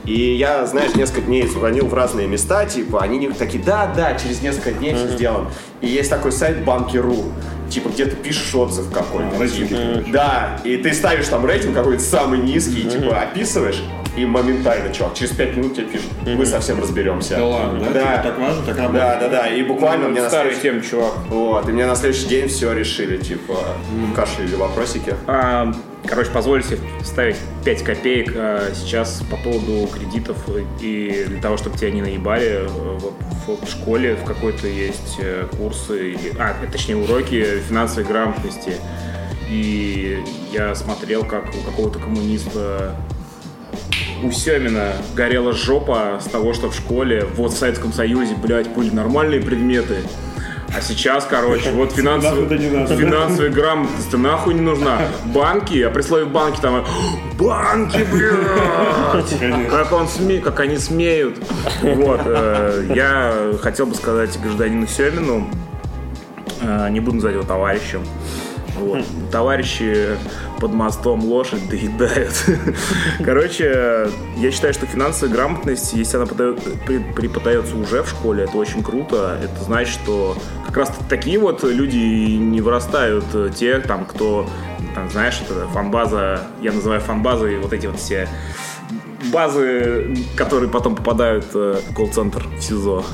Speaker 1: И я, знаешь, несколько дней звонил в разные места, типа, они не- такие, да-да, через несколько дней все сделаем. И есть такой сайт банки.ру, типа, где ты пишешь отзыв какой-то. типа.
Speaker 3: Рейтинги, короче.
Speaker 1: Да, и ты ставишь там рейтинг какой-то самый низкий, типа, описываешь, и моментально, чувак, через 5 минут тебе пишут, мы совсем разберемся.
Speaker 3: Да ладно, да?
Speaker 1: Да.
Speaker 3: Типа, Так важно, так работает.
Speaker 1: Да, да, да, и буквально мне на
Speaker 2: Старый
Speaker 1: следующий-
Speaker 2: тем, чувак.
Speaker 1: Вот, и мне на следующий день все решили, типа, кашляли вопросики.
Speaker 2: А, Короче, позвольте себе вставить 5 копеек а, сейчас по поводу кредитов и для того, чтобы тебя не наебали. э, Вот в школе в какой-то есть э, курсы, или- а, точнее уроки финансовой грамотности. И я смотрел, как у какого-то коммуниста у Семина горела жопа с того, что в школе, вот в Советском Союзе, блядь, были нормальные предметы. А сейчас, короче, вот финансовая,
Speaker 3: Нахуй это не надо.
Speaker 2: финансовая грамотность нахуй не нужна. Банки, а при слове банки там банки, блядь! Как, он сме... как они смеют. Вот, э, я хотел бы сказать гражданину Семину, э, не буду называть его товарищем. Вот. Товарищи, под мостом лошадь доедают. Короче, я считаю, что финансовая грамотность, если она подает- при- преподается уже в школе, это очень круто. Это значит, что как раз такие вот люди и не вырастают э, те, там, кто, там, знаешь, это фанбаза, я называю фанбазой вот эти вот все базы, которые потом попадают э, в колл-центр в СИЗО.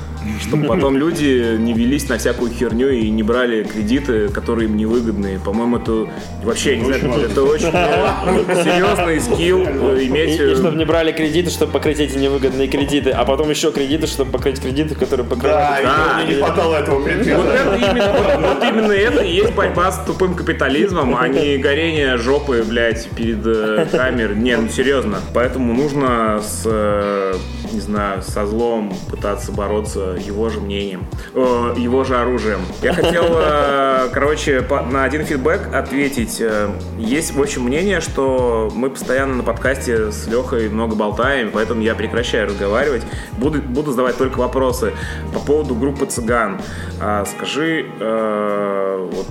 Speaker 2: Чтобы потом люди не велись на всякую херню и не брали кредиты, которые им невыгодны. По-моему, это вообще, не знаю, это очень э, серьезный скилл э,
Speaker 4: И,
Speaker 2: иметь... э,
Speaker 4: чтобы не брали кредиты, чтобы покрыть эти невыгодные кредиты, а потом еще кредиты, чтобы покрыть кредиты, которые
Speaker 1: Да,
Speaker 4: покрывают.
Speaker 1: видимо,
Speaker 2: э, Да,
Speaker 1: мне не хватало этого
Speaker 2: Вот
Speaker 1: предмета.
Speaker 2: это именно, вот- вот именно это и есть борьба с тупым капитализмом, а не горение жопы, блядь, перед э, камер. Не, ну серьезно. Поэтому нужно с, э, не знаю, со злом пытаться бороться его же мнением, э, его же оружием. Я хотел, э, короче, по- на один фидбэк ответить. Э, Есть, в общем, мнение, что мы постоянно на подкасте с Лехой много болтаем, поэтому я прекращаю разговаривать. Буду, буду задавать только вопросы по поводу группы «Цыган». А, Скажи, э, вот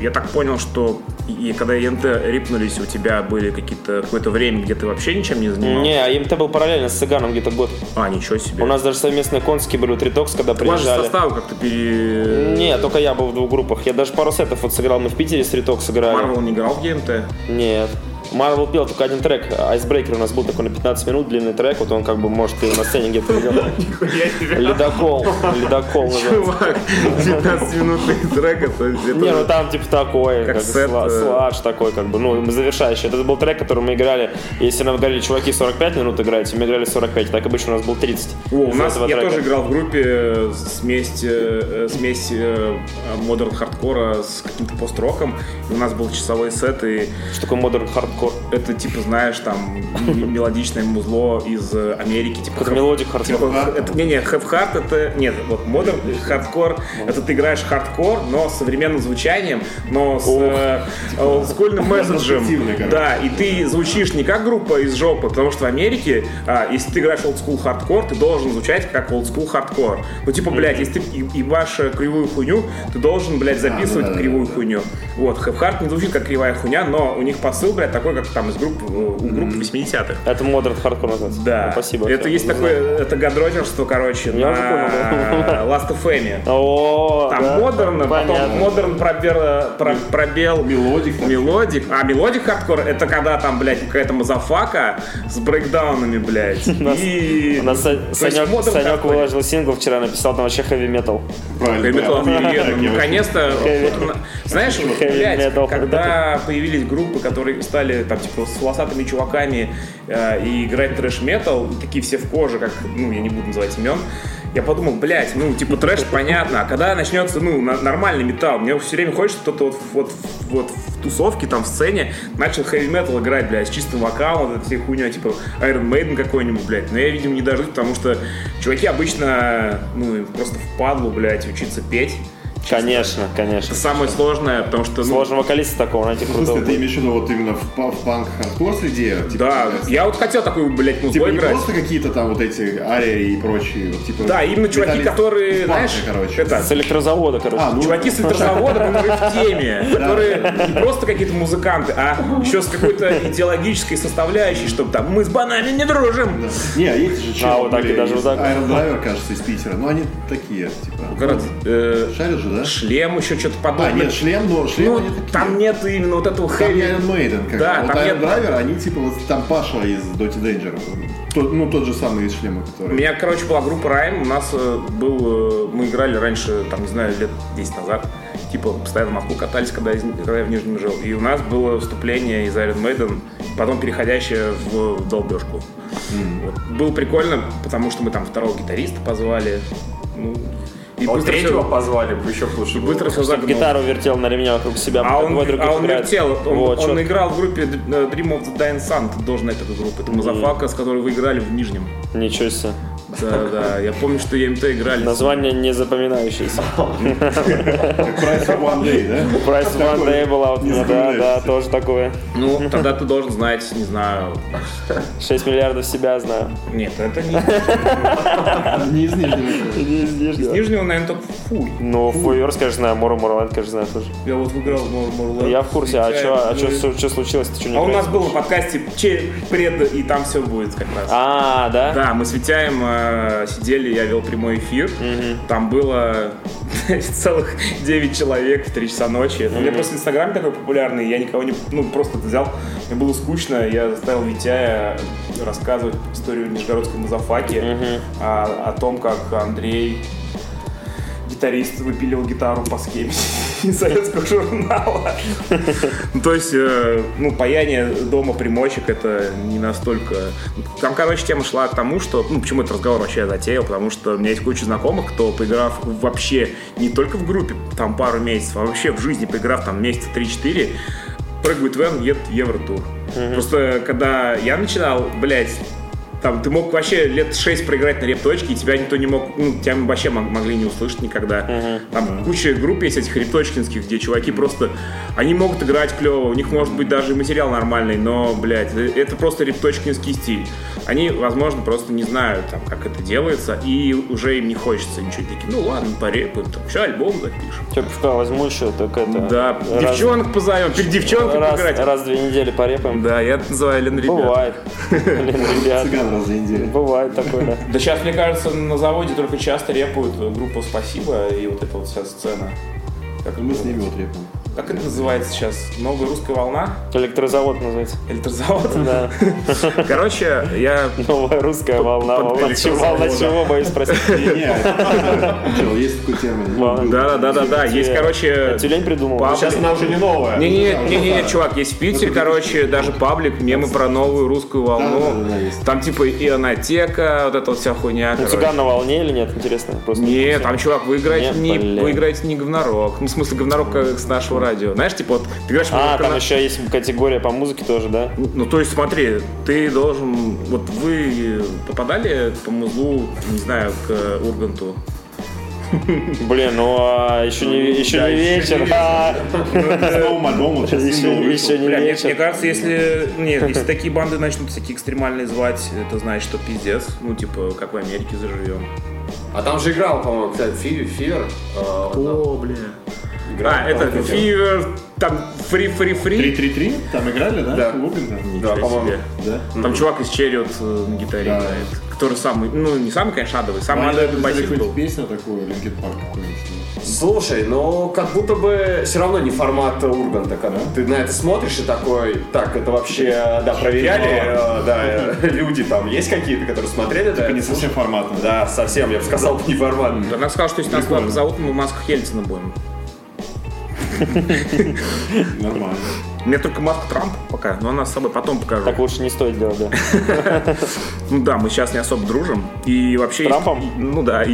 Speaker 2: я так понял, что и когда ЕНТ рипнулись, у тебя были какие-то какое-то время, где ты вообще ничем не занимался?
Speaker 4: Не, а МТ был параллельно с цыганом где-то год.
Speaker 2: А, ничего себе.
Speaker 4: У нас даже совместные конские были у Тритокс, когда
Speaker 2: У вас же
Speaker 4: приезжали.
Speaker 2: составы как-то пере...
Speaker 4: Не, только я был в двух группах. Я даже пару сетов вот сыграл. Мы в Питере с Тритокс сыграли.
Speaker 2: Марвел не играл в ЕНТ?
Speaker 4: Нет. Марвел пел только один трек. Айсбрейкер у нас был такой на 15 минут, длинный трек. Вот он как бы, может, ты на сцене где-то видел. Ледокол. Ледокол называется.
Speaker 2: Чувак, 19-минутный трек, это... это-
Speaker 4: Не, ну там типа такой,
Speaker 2: Как
Speaker 4: как,
Speaker 2: сет,
Speaker 4: сла-
Speaker 2: э.
Speaker 4: сладж такой, как бы, ну, завершающий. Это был трек, который мы играли, если нам говорили, чуваки, 45 минут играете, мы играли 45, так обычно у нас был 30.
Speaker 2: О, у
Speaker 4: из
Speaker 2: нас,
Speaker 4: этого
Speaker 2: я
Speaker 4: трека.
Speaker 2: тоже играл в группе смесь, э, э, смесь э, модерн хардкора с каким-то пост-роком. И у нас был часовой сет, и
Speaker 4: Что такое модерн хардкор?
Speaker 2: это типа, знаешь, там м- мелодичное музло из э, Америки, типа
Speaker 4: Какой-то мелодик хардкор.
Speaker 2: Типа, это, не, не, Have Heart это, нет, вот модерн хардкор, это ты играешь хардкор, но с современным звучанием, но с э, олдскульным месседжем.
Speaker 3: Конструктивный, типа, короче.
Speaker 2: Да, и ты звучишь не как группа из жопы, потому что в Америке, а, если ты играешь олдскул хардкор, ты должен звучать как олдскул хардкор. Ну, типа, блядь, если ты и- ебашь э, кривую хуйню, ты должен, блядь, записывать
Speaker 3: да, да,
Speaker 2: кривую хуйню. Вот, Have Heart не звучит как кривая хуйня, но у них посыл, блядь, такой, как там из групп, э, у группы 80-х.
Speaker 4: Это модерн хардкор называется.
Speaker 2: Да.
Speaker 4: Ну, спасибо.
Speaker 2: Это
Speaker 4: Я
Speaker 2: есть
Speaker 4: не
Speaker 2: такое, это гадротерство, короче,
Speaker 4: Я уже понял,
Speaker 2: на
Speaker 4: да.
Speaker 2: Last FM.
Speaker 4: О,
Speaker 2: Там
Speaker 4: да.
Speaker 2: модерн, а потом
Speaker 4: Понятно.
Speaker 2: модерн пробел, про- пробел
Speaker 3: Мелодик.
Speaker 2: мелодик. А мелодик хардкор это когда там, блядь, какая-то мазафака с брейкдаунами, блядь. И...
Speaker 4: У нас Са-
Speaker 2: То есть
Speaker 4: Санек,
Speaker 2: модерн
Speaker 4: Санек
Speaker 2: хардкор.
Speaker 4: выложил сингл вчера, написал там вообще хэви метал.
Speaker 3: Правильно.
Speaker 2: Хэви метал
Speaker 3: да.
Speaker 2: охуенно.
Speaker 3: Так я
Speaker 2: Ну, Наконец-то, вот на- знаешь, вот,
Speaker 4: Хэви
Speaker 2: блядь,
Speaker 4: метал.
Speaker 2: когда появились группы, которые стали там типа с волосатыми чуваками э, и играть трэш-метал, и такие все в коже, как, ну, я не буду называть имен, я подумал, блядь, ну, типа трэш, понятно, а когда начнется, ну, на- нормальный металл, мне все время хочется, чтобы кто-то вот, вот, вот в тусовке, там, в сцене начал хэви-метал играть, блядь, с чистым вокалом, вот этой всей хуйней, типа Iron Maiden какой-нибудь, блядь, но я, видимо, не дождусь, потому что чуваки обычно, ну, им просто впадлу, блядь, учиться петь,
Speaker 4: Конечно, конечно.
Speaker 2: это самое сложное, потому что, ну,
Speaker 4: Сложного количества такого найти
Speaker 3: В
Speaker 4: крутого.
Speaker 3: смысле, ты имеешь в виду вот именно в, па- в панк-хардкор среде? типа,
Speaker 2: да,
Speaker 3: э,
Speaker 2: я вот хотел такую, блядь, музло
Speaker 3: Типа не
Speaker 2: играть.
Speaker 3: просто какие-то там вот эти арии и прочие, вот, типа...
Speaker 2: Да, именно чуваки,
Speaker 3: металлист-
Speaker 2: которые,
Speaker 3: панки,
Speaker 2: знаешь,
Speaker 3: короче.
Speaker 2: это,
Speaker 4: С электрозавода, короче.
Speaker 3: А, ну,
Speaker 2: Чуваки с электровода, которые в теме, которые не просто какие-то музыканты, а еще с какой-то идеологической составляющей, чтобы там мы с банами не дружим.
Speaker 3: Не, а есть же чел,
Speaker 4: А, вот так и
Speaker 3: блин,
Speaker 4: даже
Speaker 3: из
Speaker 4: вот так.
Speaker 3: Iron Driver, кажется, из Питера. Ну, они такие, типа...
Speaker 2: Короче, э,
Speaker 3: Шарят же, да?
Speaker 2: Шлем еще что-то
Speaker 3: А,
Speaker 2: подобное.
Speaker 3: нет, шлем, но шлем
Speaker 2: Ну,
Speaker 3: они такие.
Speaker 2: там нет именно вот этого
Speaker 3: Там не
Speaker 2: хэви.
Speaker 3: Iron Maiden, как
Speaker 2: Да,
Speaker 3: бы. а вот
Speaker 2: там
Speaker 3: Iron
Speaker 2: нет-
Speaker 3: Driver, они типа вот там Паша из Dirty Danger. Тот- ну, тот же самый из шлема,
Speaker 2: У
Speaker 3: который...
Speaker 2: меня, короче, была группа Райм, у нас э, был, э, мы играли раньше, там, не знаю, лет 10 назад, типа, постоянно в Москву катались, когда, из- когда я в Нижнем жил, и у нас было вступление из Iron Maiden, потом переходящее в долбежку. Вот. Было прикольно, потому что мы там второго гитариста позвали, ну, и
Speaker 1: А Вот
Speaker 2: быстро
Speaker 1: третьего
Speaker 2: все,
Speaker 1: позвали, бы еще лучше. было.
Speaker 2: быстро все
Speaker 4: Чтоб гитару вертел на ремне вокруг себя.
Speaker 2: а он,
Speaker 4: двое других
Speaker 2: а он
Speaker 4: играют.
Speaker 2: вертел, он,
Speaker 4: Вот,
Speaker 2: он
Speaker 4: чётко.
Speaker 2: играл в группе э, Dream of the Dying Sun, ты должен эту группу, это мазафака, с которой вы играли в Нижнем.
Speaker 4: Ничего себе.
Speaker 2: Да, да. Я помню, что ЕМТ играли.
Speaker 4: Название не запоминающееся.
Speaker 3: Price of One Day, да?
Speaker 4: Price One Day была вот, ну, да, да, тоже такое.
Speaker 2: Ну, тогда ты должен знать, не знаю.
Speaker 4: 6 миллиардов себя знаю.
Speaker 2: Нет, это не
Speaker 3: Не из Нижнего.
Speaker 2: из Нижнего, наверное, только фуй.
Speaker 4: Ну, Фуйор, конечно, знаю, Мору Морланд, конечно, знаю тоже.
Speaker 2: Я вот выиграл Мор Морланд.
Speaker 4: Я в курсе, а
Speaker 2: Встречаем, говорит.
Speaker 4: что случилось? Ты что не
Speaker 2: А у
Speaker 4: играешь?
Speaker 2: нас был в подкасте «Че- пред, и там все будет как раз.
Speaker 4: А, да?
Speaker 2: Да, мы с Витяем э, сидели, я вел прямой эфир. Там было целых 9 человек в 3 часа ночи. Ну, У меня просто Инстаграм такой популярный, я никого не... Ну, просто взял, мне было скучно, я заставил Витяя рассказывать историю Нижегородской мазафаки, а, о том, как Андрей гитарист выпиливал гитару по схеме из советского журнала. Ну, То есть, э, ну, паяние дома примочек это не настолько... Там, короче, тема шла к тому, что... Ну, почему этот разговор вообще я затеял? Потому что у меня есть куча знакомых, кто, поиграв вообще не только в группе, там, пару месяцев, а вообще в жизни, поиграв там месяца 3-4, прыгают в N, едут в Евротур. Просто, когда я начинал, блядь, там, ты мог вообще лет 6 проиграть на репточке, и тебя никто не мог, ну, тебя вообще мог- могли не услышать никогда. Там куча групп есть этих репточкинских, где чуваки просто, они могут играть клево, у них может быть даже и материал нормальный, но, блядь, э, это просто репточкинский стиль. Они, возможно, просто не знают, там, как это делается, и уже им не хочется ничего. Такие, ну ладно, порепаем, там, сейчас альбом запишем.
Speaker 4: Че, пивка возьму еще, так это...
Speaker 2: Да,
Speaker 4: раз-
Speaker 2: девчонок позовем, перед девчонкой
Speaker 4: раз,
Speaker 2: играть.
Speaker 4: раз в две недели порепаем.
Speaker 2: Да, я это называю Лен Ребят.
Speaker 4: Бывает. Блин, ребят.
Speaker 3: Цыган раз за неделю.
Speaker 4: Бывает такое, да.
Speaker 2: Да сейчас, мне кажется, на заводе только часто репают группу «Спасибо» и вот эта вот вся сцена. Как,
Speaker 3: Мы с
Speaker 2: это-
Speaker 3: ними вот репаем.
Speaker 2: как это называется сейчас? Новая русская волна?
Speaker 4: Электрозавод называется.
Speaker 2: Электрозавод?
Speaker 4: Да.
Speaker 2: Короче, я...
Speaker 4: Новая русская волна.
Speaker 2: под
Speaker 4: Волна чего, волна
Speaker 2: электрозавода.
Speaker 4: чего, боюсь спросить.
Speaker 3: Не, чел, есть такой термин.
Speaker 4: Ладно.
Speaker 2: Да-да-да-да, есть,
Speaker 4: Тюлень.
Speaker 2: короче...
Speaker 4: Тюлень придумал.
Speaker 2: пап-
Speaker 1: Сейчас она уже не новая.
Speaker 2: Не-не-не, чувак, есть в Питере, короче, даже паблик, мемы про новую русскую волну.
Speaker 3: Да-да-да, есть.
Speaker 2: Там типа ионотека, вот эта вот вся хуйня.
Speaker 4: Ну,
Speaker 2: короче.
Speaker 4: Цыган на волне или нет, интересно? Просто
Speaker 2: Нет, там, чувак, вы играете,
Speaker 4: Нет,
Speaker 2: не,
Speaker 4: блин.
Speaker 2: вы играете не говнорок. Ну, в смысле, говнорок как с нашего радио. Знаешь, типа вот, ты играешь...
Speaker 4: А,
Speaker 2: музыка
Speaker 4: там
Speaker 2: на-
Speaker 4: еще есть категория по музыке тоже, да?
Speaker 2: Ну, то есть, смотри, ты должен... Вот вы попадали по музлу, не знаю, к э, Урганту?
Speaker 4: Блин, ну а еще не, еще
Speaker 2: да,
Speaker 4: не
Speaker 2: еще не
Speaker 4: вечер.
Speaker 2: вечер.
Speaker 4: А,
Speaker 3: С новым альбомом, сейчас
Speaker 4: Еще
Speaker 3: сингл вышел.
Speaker 4: еще не
Speaker 2: Бля, мне, мне
Speaker 4: вечер.
Speaker 2: кажется, если... Нет, если такие банды начнут всякие экстремальные звать, это значит, что пиздец. Ну, типа, как в Америке заживем.
Speaker 1: А там же играл, по-моему, кстати, Фи- Фивер. э, вот
Speaker 2: бля.
Speaker 1: там
Speaker 2: А,
Speaker 1: играл.
Speaker 2: это
Speaker 1: Там
Speaker 2: Fever, там фри-фри-фри.
Speaker 3: 3-3-3? Там играли, да?
Speaker 1: Да.
Speaker 3: Логин,
Speaker 1: Да, по-моему.
Speaker 3: Да.
Speaker 2: Там чувак из Черри вот, э, на гитаре
Speaker 3: Да.
Speaker 2: играет. Который самый, ну не самый, конечно, адовый, самый
Speaker 3: Надо
Speaker 2: адовый басист
Speaker 3: какую-нибудь
Speaker 2: был.
Speaker 3: песню такую, Линкин Парк какую-нибудь.
Speaker 1: Слушай, ну как будто бы все равно не формат Урганта, когда ты на это смотришь и такой, так, это вообще, да, проверяли, э, да, э, люди там есть какие-то, которые смотрели, да,
Speaker 3: Не совсем форматно.
Speaker 1: да, совсем, я бы сказал, не формат.
Speaker 2: Она сказала, что если нас туда позовут, мы в масках Ельцина будем.
Speaker 3: Нормально.
Speaker 2: У меня только маска Трамп пока, но она с собой потом покажу.
Speaker 4: Так лучше не стоит делать, да.
Speaker 2: Ну да, мы сейчас не особо дружим. И вообще... есть-
Speaker 4: Трампом?
Speaker 2: и- ну да, и,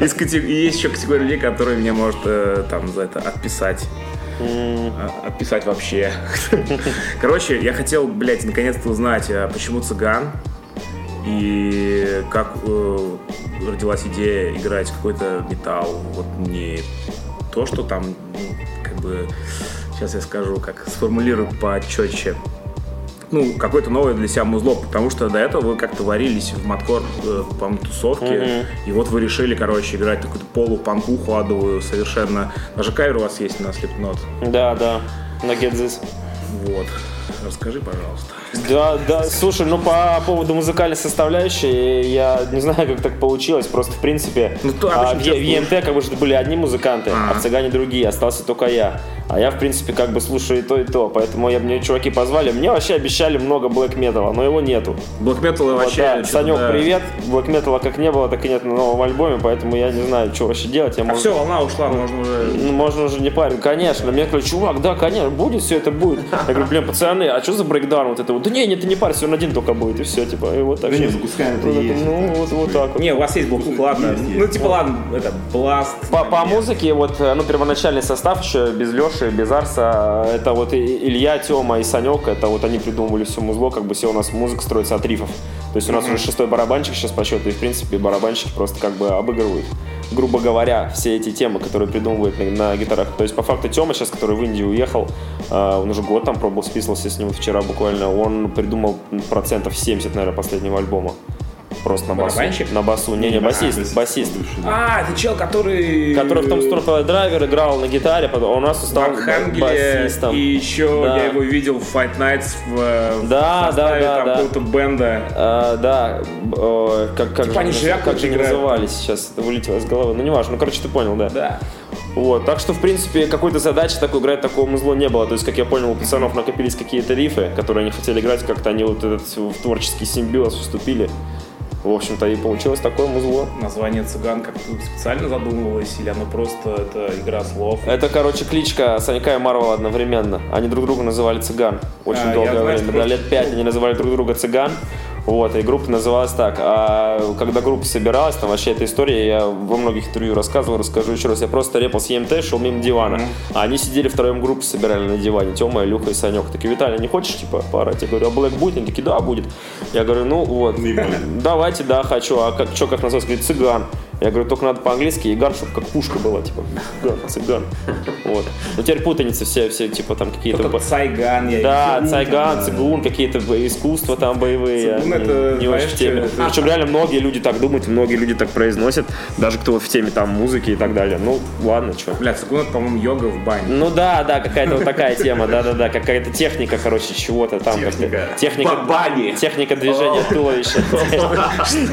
Speaker 2: из катего- и есть еще категория людей, которые меня может э, там за это отписать. А, Отписать вообще. Короче, я хотел, блядь, наконец-то узнать, а почему цыган и как э, родилась идея играть какой-то металл. Вот не то, что там, ну, как бы... Сейчас я скажу, как сформулирую почетче ну, какое-то новое для себя музло, потому что до этого вы как-то варились в маткор, э, по-моему, тусовке, и вот вы решили, короче, играть какую-то полупанкуху адовую совершенно. Даже кавер у вас есть на Slipknot.
Speaker 4: Да, да. На Get This.
Speaker 2: Вот. Расскажи, пожалуйста.
Speaker 4: Да, да, слушай, ну по поводу музыкальной составляющей, я не знаю, как так получилось, просто в принципе
Speaker 2: Ну, то
Speaker 4: а, в,
Speaker 2: обычно
Speaker 4: Е- в ЕМТ как бы же были одни музыканты, а,
Speaker 2: А.
Speaker 4: в Цыгане другие, остался только я. А я, в принципе, как бы слушаю и то, и то, поэтому я, мне чуваки позвали, мне вообще обещали много блэк металла, но его нету.
Speaker 2: Black Metal
Speaker 4: Вот,
Speaker 2: вообще...
Speaker 4: да,
Speaker 2: чё-то,
Speaker 4: Санек,
Speaker 2: да.
Speaker 4: привет, блэк металла как не было, так и нет на новом альбоме, поэтому я не знаю, что вообще делать. Я,
Speaker 2: А
Speaker 4: может,
Speaker 2: все, волна ушла, можно уже...
Speaker 4: ну, можно уже не парень, конечно. Мне говорят, чувак, да, конечно, будет, все это будет. Я говорю, блин, пацаны, а что за брейкдаун вот это вот? Да не, не, ты не парься, он один только будет, и все, типа, и вот так.
Speaker 3: Да
Speaker 4: всё.
Speaker 3: нет, запускаем это
Speaker 4: Ну,
Speaker 3: и есть.
Speaker 4: ну, вот, вот так вот.
Speaker 2: Не, у вас есть блокух, ладно.
Speaker 3: Есть, есть.
Speaker 2: Ну, типа, ладно, это, бласт.
Speaker 4: По, по
Speaker 2: там, нет.
Speaker 4: музыке, вот, э, ну, первоначальный состав еще без Леши, без Арса, э, это вот и- и Илья, Тема и Санек, это вот они придумывали все музло, как бы все у нас музыка строится от рифов. То есть у нас уже шестой барабанщик сейчас по счету, и в принципе барабанщики просто как бы обыгрывают, грубо говоря, все эти темы, которые придумывают на, на гитарах. То есть по факту Тёма сейчас, который в Индию уехал, э, он уже год там пробовал, списывался с ним вчера буквально, он придумал процентов 70, наверное, последнего альбома. Просто на басу.
Speaker 2: Барабанщик?
Speaker 4: На басу. Не-не, басист. Басист.
Speaker 2: А, это чел, который...
Speaker 4: Который в том Stormfly Драйвер играл на гитаре, потом а у нас он
Speaker 2: в
Speaker 4: стал
Speaker 2: Архангеле,
Speaker 4: басистом.
Speaker 2: и еще
Speaker 4: Да.
Speaker 2: я его видел в Fight Nights в, э, в
Speaker 4: Да, да,
Speaker 2: составе
Speaker 4: да,
Speaker 2: там
Speaker 4: да.
Speaker 2: какого-то бенда.
Speaker 4: А, да, б- э, как, как
Speaker 2: Типа
Speaker 4: же,
Speaker 2: они
Speaker 4: наз-
Speaker 2: шляпу
Speaker 4: как же они
Speaker 2: играют.
Speaker 4: назывались сейчас, это вылетело из головы, ну не важно, ну короче ты понял, да.
Speaker 2: Да.
Speaker 4: Вот, так что в принципе какой-то задачи такой играть такого музло не было, то есть как я понял у пацанов накопились какие-то рифы, которые они хотели играть, как-то они вот этот в творческий симбиоз вступили. В общем-то и получилось такое музло.
Speaker 2: Название «Цыган» как-то специально задумывалось, или оно просто это игра слов?
Speaker 4: Это, короче, кличка Санька и Марвел одновременно. Они друг друга называли цыган. Очень
Speaker 2: А, я
Speaker 4: долгое
Speaker 2: знаю,
Speaker 4: время.
Speaker 2: что
Speaker 4: Да,
Speaker 2: просто-
Speaker 4: лет пять они называли друг друга цыган. Вот, и группа называлась так. А когда группа собиралась, там вообще эта история, я во многих интервью рассказывал, расскажу еще раз. Я просто репал с ЕМТ, шел мимо дивана. А они сидели втроем группу собирали на диване. Тема, Илюха и Санек. Такие, Виталий, не хочешь, типа, пара? Я говорю, а Блэк будет? Они такие, да, будет. Я говорю, ну вот, давайте, да, хочу. А как, что, как назвать? Говорит, цыган. Я говорю, только надо по-английски, и ган, чтобы как пушка была, типа, цыган, цыган. Вот. Ну, теперь путаницы все, все, типа, там какие-то...
Speaker 2: Кто-то
Speaker 4: бо-
Speaker 2: «Цайган», я
Speaker 4: Да,
Speaker 2: видел.
Speaker 4: цайган, цигун, какие-то бо- искусства там боевые.
Speaker 2: Цигун
Speaker 4: они
Speaker 2: это,
Speaker 4: не очень
Speaker 2: знаешь,
Speaker 4: в теме.
Speaker 2: это-
Speaker 4: Причем реально многие люди так думают, многие люди так произносят, даже кто в теме там музыки и так далее. Ну, ладно, что.
Speaker 2: Бля, «Цыгун» это, по-моему, йога в бане.
Speaker 4: Ну да, да, какая-то вот такая тема, да-да-да, какая-то техника, короче, чего-то там. как-то-
Speaker 1: Техника.
Speaker 4: Техника,
Speaker 1: Бабани.
Speaker 4: техника движения туловища.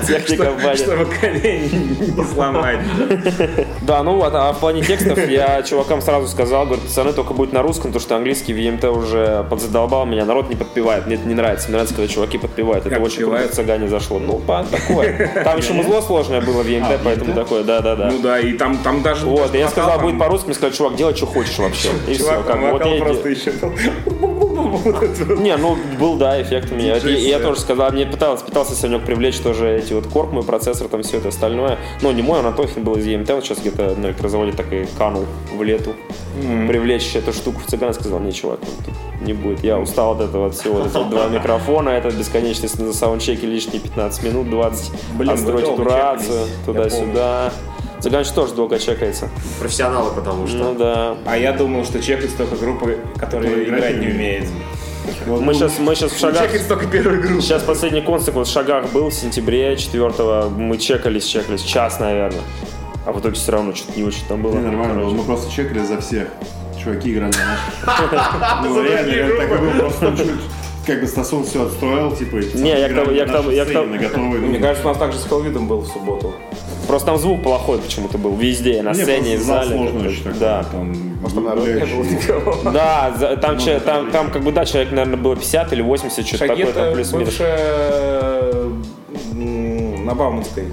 Speaker 4: Техника в бане.
Speaker 2: Чтобы колени не сломать.
Speaker 4: Да, ну вот, а в плане текстов я чувакам сразу сказал, говорю, пацаны, только будет на русском, потому что английский в ЕМТ уже подзадолбал меня, народ не подпевает, мне это не нравится, мне нравится, когда чуваки подпевают, это
Speaker 2: Как
Speaker 4: очень круто,
Speaker 2: подпевают?
Speaker 4: цыгане зашло, ну, па- такое, там еще музло сложное было в ЕМТ, поэтому такое, да-да-да.
Speaker 2: А, Ну да, и там, там даже...
Speaker 4: Вот,
Speaker 2: даже
Speaker 4: я сказал,
Speaker 2: вокал
Speaker 4: будет по-русски, мне сказали, чувак, делай, что хочешь вообще, и все,
Speaker 2: Чувак,
Speaker 4: как
Speaker 2: там
Speaker 4: бы, вот я
Speaker 2: вокал
Speaker 4: и
Speaker 2: просто
Speaker 4: де-
Speaker 2: еще там. Вот это вот.
Speaker 4: не, ну был, да, эффект у меня. И,
Speaker 2: Диджей
Speaker 4: и я
Speaker 2: сет.
Speaker 4: тоже сказал, мне пытался, пытался Санек привлечь тоже эти вот корк, мой процессор, там все это остальное. Но не мой, он Антохин был из ЕМТ, он сейчас где-то на электрозаводе так и канул в лету. Привлечь эту штуку в цыган, сказал, не, чувак, ну, тут не будет. Я устал от этого от всего, вот эти вот два микрофона, это бесконечность на саундчеке лишние 15 минут, 20,
Speaker 2: Блин, вы
Speaker 4: отстроить
Speaker 2: долго
Speaker 4: дурацию,
Speaker 2: чекались, я
Speaker 4: туда-сюда. Цыган же тоже долго чекается.
Speaker 1: Профессионалы, потому что.
Speaker 4: Ну да.
Speaker 2: А я думал, что чекать только группы, которые играть не умеют.
Speaker 4: Мы сейчас, мы сейчас в шагах...
Speaker 2: Чекать только первую группу.
Speaker 4: Сейчас последний концерт вот в шагах был в сентябре 4 мы чекались, чекались, час, наверное. А в итоге все равно что-то не очень там было.
Speaker 3: Не, нормально,
Speaker 4: Короче.
Speaker 3: мы просто чекали за всех. Чуваки играли на наших. Ну, реально, я так и был, просто чуть- как бы Стасун все отстроил, типа, и
Speaker 4: Не, я к тому-
Speaker 3: играли
Speaker 4: я
Speaker 3: на
Speaker 4: к тому-
Speaker 3: нашей
Speaker 4: я к
Speaker 3: сцене
Speaker 4: тому-
Speaker 3: на готовой, ну,
Speaker 2: Мне кажется, у нас также с Хелвидом был в субботу.
Speaker 4: Просто там звук плохой почему-то был везде, и на
Speaker 3: не,
Speaker 4: сцене, и в
Speaker 3: просто зал
Speaker 4: зале.
Speaker 3: сложный
Speaker 4: как-то.
Speaker 3: очень такой,
Speaker 4: да.
Speaker 3: там, Типа,
Speaker 1: там народа не
Speaker 3: гуляющий.
Speaker 4: Да, за- там, че- там, там как бы, да, человек, наверное, было 50 или 80, что-то такое,
Speaker 2: Шагета
Speaker 4: там плюс-минус.
Speaker 2: бывшая м, на Бауманской.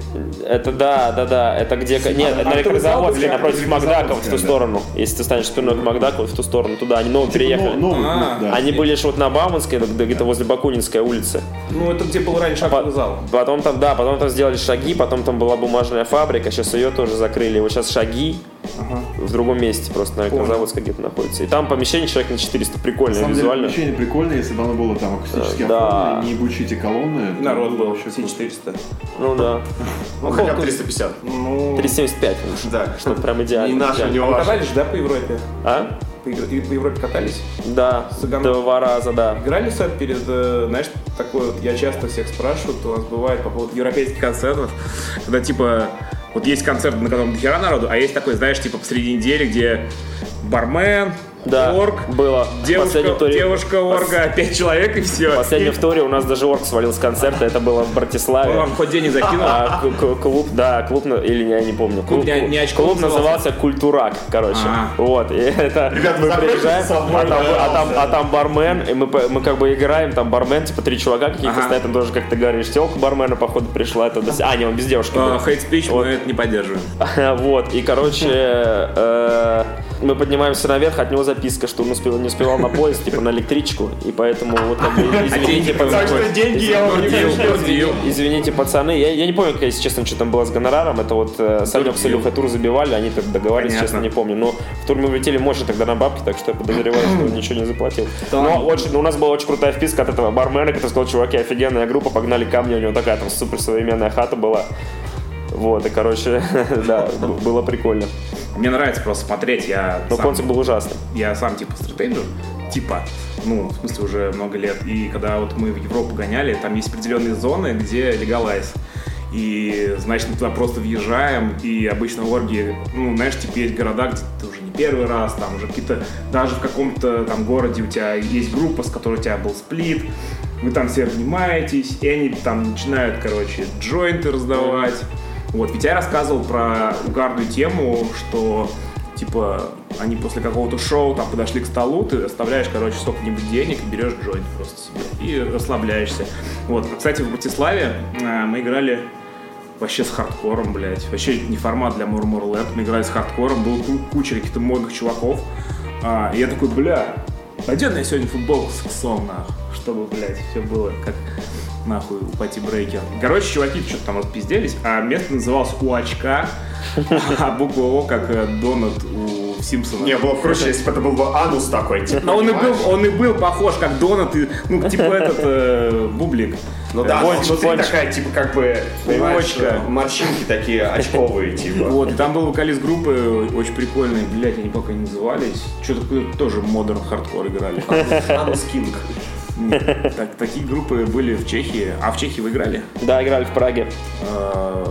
Speaker 4: Это да, да, да. Это где. Нет,
Speaker 3: а
Speaker 4: на
Speaker 3: кто
Speaker 4: Электрозаводске,
Speaker 3: зал?
Speaker 4: напротив Макдака в ту
Speaker 3: Да.
Speaker 4: сторону. Если ты станешь спиной к Макдаку, в ту сторону туда. Они новые
Speaker 3: Ну,
Speaker 4: переехали.
Speaker 3: Новый
Speaker 2: А,
Speaker 3: клуб, да.
Speaker 4: Они были же вот на Бауманской, это где- где-то возле Бакунинской улицы.
Speaker 2: Ну, это где был раньше актовый зал.
Speaker 4: Потом там, да, потом там сделали шаги, потом там была бумажная фабрика, сейчас ее тоже закрыли. Вот сейчас шаги в другом месте просто, наверное, заводской где-то находится. И там помещение человек на 400,
Speaker 3: На
Speaker 4: прикольное
Speaker 3: самом деле,
Speaker 4: визуально.
Speaker 3: помещение прикольное, если бы оно было там акустически
Speaker 4: Э, да.
Speaker 3: оформлено, не ебучие эти колонны. то
Speaker 2: Народ был,
Speaker 3: вообще
Speaker 2: все 400.
Speaker 4: Ну да.
Speaker 1: Ну, хотя бы 350.
Speaker 2: Ну,
Speaker 4: 375 лучше.
Speaker 1: Да.
Speaker 4: Что прям идеально. А
Speaker 1: Не наше,
Speaker 4: идеально.
Speaker 1: не
Speaker 2: вы
Speaker 1: ваше.
Speaker 2: катались же, да, по Европе?
Speaker 4: А?
Speaker 2: По, игр- и по Европе катались?
Speaker 4: Да,
Speaker 2: Цыганов.
Speaker 4: два раза, да.
Speaker 2: Играли сет перед, э, знаешь, такое вот, я часто всех спрашиваю, у нас бывает по поводу европейских концертов, когда типа вот есть концерт, на котором дохера народу, а есть такой, знаешь, типа посреди недели, где бармен,
Speaker 4: Да,
Speaker 2: орг,
Speaker 4: было. Последний
Speaker 2: девушка,
Speaker 4: туре-
Speaker 2: девушка орга, пять человек и все.
Speaker 4: Последний в туре у нас даже орк свалил с концерта, это было в Братиславе.
Speaker 2: вам хоть денег закинул.
Speaker 4: А, к- к- клуб, да, клуб, на- или я не помню. Клуб,
Speaker 2: не- не очко
Speaker 4: клуб назывался Культурак, короче.
Speaker 2: А.
Speaker 4: Вот, и это
Speaker 1: Ребята,
Speaker 4: мы
Speaker 1: закончите
Speaker 4: приезжаем,
Speaker 1: со мной,
Speaker 4: а там,
Speaker 1: пожалуйста.
Speaker 4: а там- а там бармен, и мы, по- мы как бы играем, там бармен, типа три чувака каких-то
Speaker 2: Ага.
Speaker 4: стоят, там тоже, как ты говоришь, телка бармена, походу, пришла. Это, до с- а, не, он без девушки был.
Speaker 2: Хейт спич мы это не поддерживаем.
Speaker 4: Вот, и, короче, э, мы э, поднимаемся наверх, от него записка, что он успел, не успевал на поезд, типа на электричку, и поэтому вот как бы, извините, типа,
Speaker 1: Так
Speaker 4: пацаны.
Speaker 1: что деньги я вам не
Speaker 2: Дил,
Speaker 1: пришлю.
Speaker 2: дил.
Speaker 4: Извините, пацаны, я, я не помню, как, если честно, что там было с гонораром. Это вот э, Санек с Илюхой тур забивали, они так договаривались,
Speaker 2: Понятно.
Speaker 4: честно, не помню. Но в тур мы улетели мощно тогда на бабки, так что я подозреваю, что он ничего не заплатил. Но очень, ну, у нас была очень крутая вписка от этого бармена, который сказал, чуваки, офигенная группа, погнали ко мне, у него такая там супер современная хата была. Вот, и, короче, да, б- было прикольно.
Speaker 2: Мне нравится просто смотреть, я
Speaker 4: Но
Speaker 2: сам-
Speaker 4: концерт был ужасный.
Speaker 2: я сам типа стратегер, типа, ну, в смысле, уже много лет. И когда вот мы в Европу гоняли, там есть определенные зоны, где легалайз. И, значит, мы туда просто въезжаем, и обычно орги, ну, знаешь, типа есть города, где ты уже не первый раз, там уже какие-то, даже в каком-то там городе у тебя есть группа, с которой у тебя был сплит, вы там все обнимаетесь, и они там начинают, короче, джойнты раздавать. Вот, ведь я рассказывал про угарную тему, что типа они после какого-то шоу там подошли к столу, ты оставляешь, короче, сколько-нибудь денег и берешь джойнт просто себе и расслабляешься. Вот, а, кстати, в Братиславе э, мы играли вообще с хардкором, блядь. Вообще не формат для Мурмур Мы играли с хардкором, было ку- куча каких-то модных чуваков. А, и я такой, бля, пойдет на сегодня футболку с иксом, нахуй, чтобы, блядь, все было как нахуй у Пати Брейкер. Короче, чуваки что-то там отпизделись, а место называлось у очка, а буква О как э, донат у Симпсона.
Speaker 1: Не, было бы круче, если бы это был бы анус такой. типа,
Speaker 2: Но он и, был,
Speaker 1: понимаешь?
Speaker 2: он и был похож как донат, и, ну, типа этот э, бублик.
Speaker 1: Ну да,
Speaker 4: Пончик,
Speaker 1: но внутри
Speaker 4: пончик.
Speaker 1: такая, типа, как бы, понимаешь, э,
Speaker 2: Почка.
Speaker 1: морщинки такие очковые, типа.
Speaker 2: Вот, и там был вокалист группы, э, очень прикольный, блядь, они пока не назывались. Что-то какой-то тоже модерн хардкор играли.
Speaker 1: Анус Кинг.
Speaker 2: Нет, так- Такие группы были в Чехии. А в Чехии вы играли?
Speaker 4: Да, играли в Праге.
Speaker 2: Э,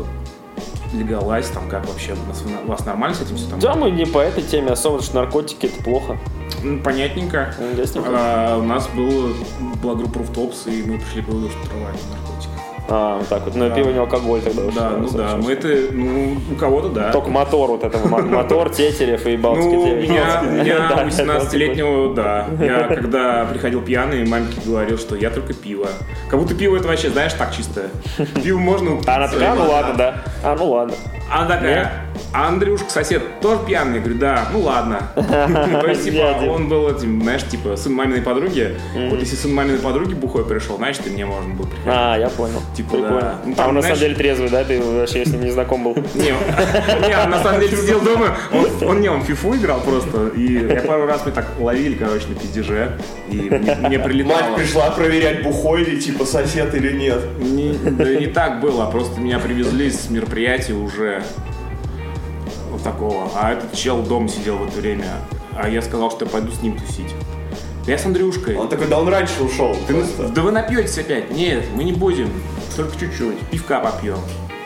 Speaker 2: Легалайз, там как вообще? У нас- У вас нормально с этим все там?
Speaker 4: Да, мы не по этой теме особо, потому что наркотики это плохо.
Speaker 2: Ну, Понятненько.
Speaker 4: Ну, ясненько.
Speaker 2: А, У нас был, была группа Руфтопс, и мы пришли по штурмовать наркотики.
Speaker 4: А, вот так вот. Ну, пиво не алкоголь тогда уж.
Speaker 2: Да, ну да,
Speaker 4: собственно.
Speaker 2: мы это, ну, у кого-то да.
Speaker 4: Только мотор вот этого, мо- мотор, Тетерев и Балтский
Speaker 2: Ну,
Speaker 4: Тетерев.
Speaker 2: меня, меня
Speaker 4: Да,
Speaker 2: 18-летнего, да. Я когда приходил пьяный, мамке говорил, что я только пиво. Как будто пиво это вообще, знаешь, так чисто. Пиво можно упиться.
Speaker 4: А Она такая, «А, ну ладно, да. А ну ладно.
Speaker 2: Она
Speaker 4: Нет?
Speaker 2: такая, «А Андрюшка, сосед, тоже пьяный? Я говорю, да, ну ладно. То есть, типа,
Speaker 4: Дядя.
Speaker 2: он был этим, знаешь, типа, сын маминой подруги. Вот если сын маминой подруги бухой пришел, значит, и мне можно было приходить.
Speaker 4: А, я понял.
Speaker 2: Типа, да.
Speaker 4: Прикольно.
Speaker 2: Ну, там,
Speaker 4: А он на
Speaker 2: знаешь-
Speaker 4: самом деле трезвый, да? Ты вообще с ним не знаком был.
Speaker 2: Не, он- не, он на самом деле сидел дома, он, он не, он в фифу играл просто, и я пару раз мы так ловили, короче, на пиздеже, и мне, мне
Speaker 1: Мать
Speaker 2: прилетало.
Speaker 1: пришла проверять, бухой ли, типа, сосед или нет.
Speaker 2: Не, да не так было, а просто меня привезли с мероприятия уже вот такого, а этот чел дома сидел в это время, а я сказал, что я пойду с ним тусить. Я с Андрюшкой.
Speaker 1: Он такой, да он раньше ушел. ну
Speaker 2: Ты на-
Speaker 1: просто.
Speaker 2: да вы напьетесь опять. Нет, мы не будем. Только чуть-чуть. Пивка попьем.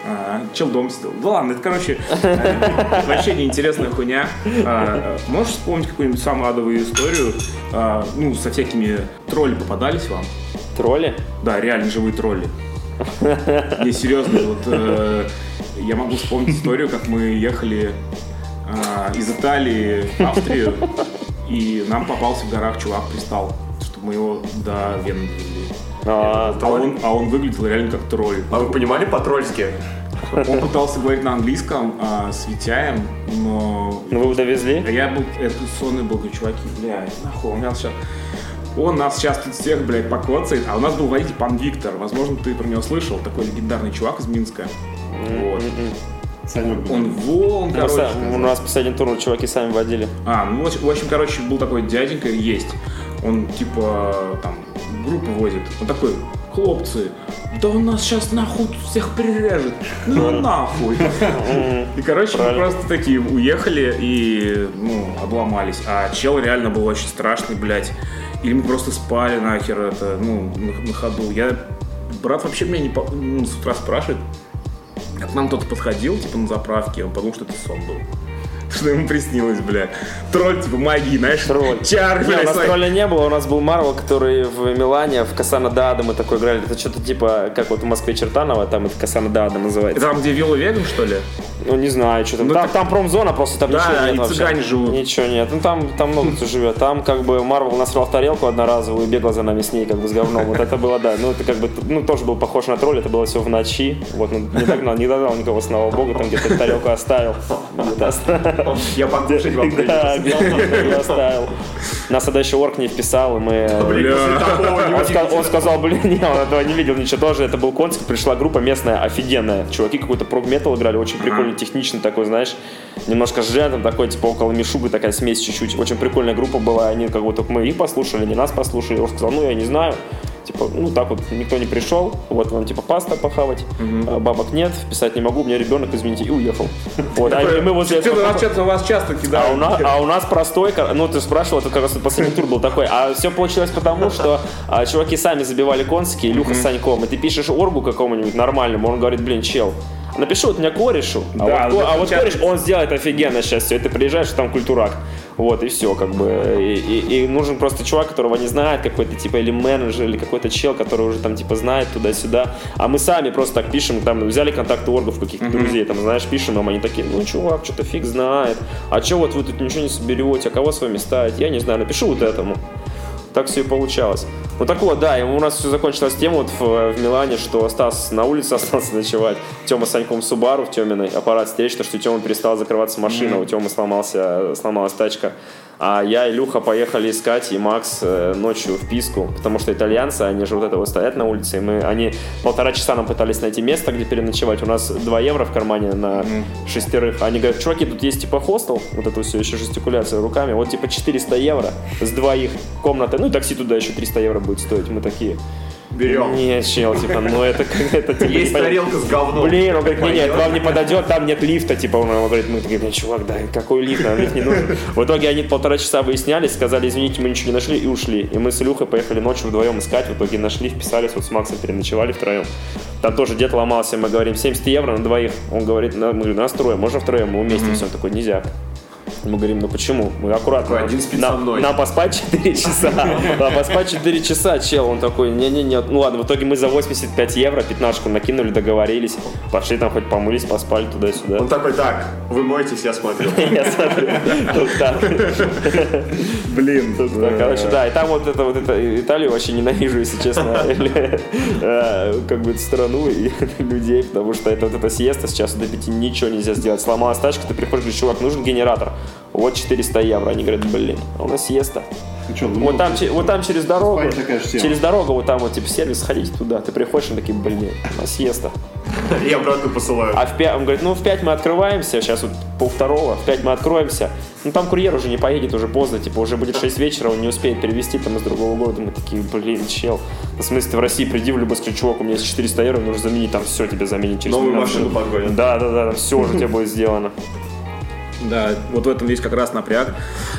Speaker 2: Ага, чел дом сидел. Да ладно, это, короче, э, вообще неинтересная хуйня. А, э, Можешь вспомнить какую-нибудь самую адовую историю? А, Ну, со всякими тролли попадались вам?
Speaker 4: Тролли?
Speaker 2: Да, реально живые тролли. Не, серьезно, вот э, я могу вспомнить историю, как мы ехали э, из Италии в Австрию, и нам попался в горах чувак, пристал, чтобы мы его до Вены довели.
Speaker 4: А,
Speaker 2: А он, а он выглядел реально как тролль.
Speaker 1: А вы понимали по-трольски?
Speaker 2: Он пытался говорить на английском а, с Витяем, но
Speaker 4: Ну вы его довезли?
Speaker 2: а я был, это сонный был, говорю, чуваки, бля, нахуй, у нас сейчас... Он нас сейчас тут всех, блядь, покоцает, а у нас был водитель пан Виктор, возможно, ты про него слышал, такой легендарный чувак из Минска. Вот.
Speaker 3: Санек ну был.
Speaker 2: Он вон,
Speaker 4: Мы
Speaker 2: М-м-м. короче.
Speaker 4: сам- Ну, У нас последний тур чуваки сами водили.
Speaker 2: А, ну, в общем- в общем, короче, был такой дяденька, есть. Он, типа, там, группу возит. Он такой, хлопцы, да он нас сейчас нахуй тут всех прирежет. Ну его нахуй. И, короче, мы
Speaker 4: Правильно.
Speaker 2: просто такие уехали и, ну, обломались. А чел реально был очень страшный, блядь. Или мы просто спали нахер это, ну, на на ходу. Я... Брат вообще меня не по- ну, с утра спрашивает, а к нам кто-то подходил, типа, на заправке, он подумал, что это сон был. Что ему приснилось, бля. Тролль, типа, магии, знаешь?
Speaker 4: Тролль.
Speaker 2: Чар,
Speaker 4: Не,
Speaker 2: бля,
Speaker 4: у нас
Speaker 2: свои.
Speaker 4: тролля не было, у нас был Марвел, который в Милане, в Касана Дада мы такой играли. Это что-то типа, как вот в Москве Чертанова, там это Касана Дада называется.
Speaker 2: Это там, где Вилла Веган, что ли?
Speaker 4: Ну, не знаю, что там.
Speaker 2: Ну,
Speaker 4: там,
Speaker 2: так-
Speaker 4: там промзона просто, там
Speaker 2: Да,
Speaker 4: ничего нет
Speaker 2: и
Speaker 4: вообще.
Speaker 2: цыгане живут.
Speaker 4: Ничего нет. Ну, там, там много кто живет. Там, как бы, Марвел насрал в тарелку одноразовую и бегал за нами с ней, как бы, с говном. Вот это было, да. Ну, это как бы, ну, тоже был похож на тролль. Это было все в ночи. Вот, ну, не догнал, не догнал никого, слава богу. Там где-то тарелку оставил. Да, оставил.
Speaker 1: Я покушать вам
Speaker 4: Да, я оставил. Нас тогда еще орк не вписал, и мы...
Speaker 1: Блин, после такого не
Speaker 4: Он, ска- он
Speaker 1: удивительно.
Speaker 4: сказал, блин, не, он этого не видел ничего тоже. Это был Конск, пришла группа местная, офигенная. Чуваки какой-то прог-метал играли, очень прикольно, технично такой, знаешь, немножко с джетом такой, типа около Мишуга такая смесь чуть-чуть. Очень прикольная группа была, они как будто мы их послушали, не нас послушали. Он сказал, ну я не знаю. Типа, ну так вот, никто не пришел, вот вам типа паста похавать, а бабок нет, писать не могу, у меня ребенок, извините, и уехал. Вот, а и мы возле
Speaker 2: Что-то
Speaker 4: этого-
Speaker 2: вас, часто- вас часто кидают.
Speaker 4: а у, нас, а у нас простой, кор- ну ты спрашивал, это как раз последний тур был такой, а все получилось потому, что а, чуваки сами забивали конские, Илюха с Саньком, и ты пишешь оргу какому-нибудь нормальному, он говорит, блин, чел, напиши вот мне корешу, а,
Speaker 2: Да,
Speaker 4: вот, ко-
Speaker 2: вот это
Speaker 4: а вот
Speaker 2: часто-
Speaker 4: кореш, он сделает офигенно сейчас все, и ты приезжаешь, и там культурак. Вот, и все, как бы. И, и- и нужен просто чувак, которого не знает, какой-то типа или менеджер, или какой-то чел, который уже там типа знает туда-сюда. А мы сами просто так пишем, там взяли контакты оргов каких-то друзей, там, знаешь, пишем им, они такие, ну, чувак, что-то фиг знает. А че вот вы тут ничего не соберете, а кого с вами ставить? Я не знаю, напишу вот этому. Так все и получалось. Ну так вот, да, и у нас все закончилось тем вот в, в Милане, что Стас на улице остался ночевать, Тема с Саньком Субару в Теминой аппарат встреч, то что у Темы перестала закрываться машина, у Темы сломался, сломалась тачка. А я и Люха поехали искать, и Макс э, ночью в Писку, потому что итальянцы, они же вот это вот стоят на улице, и мы, они полтора часа нам пытались найти место, где переночевать. У нас 2 евро в кармане на шестерых. Они говорят, чуваки, тут есть типа хостел, вот это все еще жестикуляция руками, вот типа 400 евро с двоих комната, ну и такси туда еще 300 евро будет стоить. Мы такие,
Speaker 1: Берем.
Speaker 4: не, чел, типа, ну это как это типа,
Speaker 1: Есть
Speaker 4: не понятно».
Speaker 1: тарелка с говном.
Speaker 4: Блин, он говорит, не, нет,
Speaker 1: Пойдём.
Speaker 4: вам не подойдет, там нет лифта, типа, он, он говорит, мы такие, блин, чувак, да, какой лифт, нам лифт не нужен. В итоге они полтора часа выяснялись, сказали, извините, мы ничего не нашли и ушли. И мы с Илюхой поехали ночью вдвоем искать, в итоге нашли, вписались, вот с Максом переночевали втроем. Там тоже дед ломался, мы говорим, 70 евро на двоих. Он говорит, на- мы говорим, нас трое, можно втроем, мы уместимся. Он такой, нельзя. Мы говорим, ну почему? Мы аккуратно.
Speaker 1: Такой, один спит
Speaker 4: на,
Speaker 1: со мной.
Speaker 4: на поспать 4 часа. На поспать 4 часа, чел. Он такой, не-не-не. Ну ладно, в итоге мы за 85 евро пятнашку накинули, договорились. Пошли там хоть помылись, поспали туда-сюда.
Speaker 1: Он такой, так, вы моетесь, я смотрю.
Speaker 4: Я смотрю, тут так,
Speaker 2: Блин.
Speaker 4: тут так. Короче, да, и там вот это вот это Италию вообще ненавижу, если честно, Или, э, как бы эту страну и людей, потому что это вот эта съезда с часу до пяти ничего нельзя сделать. Сломалась тачка, ты приходишь, говоришь, чувак, нужен генератор. Вот 400 евро. Они говорят, блин, а у нас съезда.
Speaker 3: Ну чё, думал,
Speaker 4: Вот там, че- вот там через дорогу,
Speaker 3: Спать такая же тема.
Speaker 4: через дорогу, вот там вот типа сервис, ходить туда, ты приходишь, они такие, блин, а съезда.
Speaker 1: Я обратно посылаю.
Speaker 4: А в пя- он говорит, ну в 5 мы открываемся, сейчас вот пол второго, в 5 мы откроемся, ну там курьер уже не поедет, уже поздно, типа уже будет 6 вечера, он не успеет перевести там из другого города, мы такие, блин, чел, в смысле ты в России приди в любой скажи, чувак, у меня есть 400 евро, нужно заменить, там все тебе заменить через
Speaker 1: Новую
Speaker 4: 15
Speaker 1: машину
Speaker 4: минут».
Speaker 1: подгонят.
Speaker 4: Да, да, да, все уже тебе будет сделано.
Speaker 2: Да, вот в этом есть как раз напряг.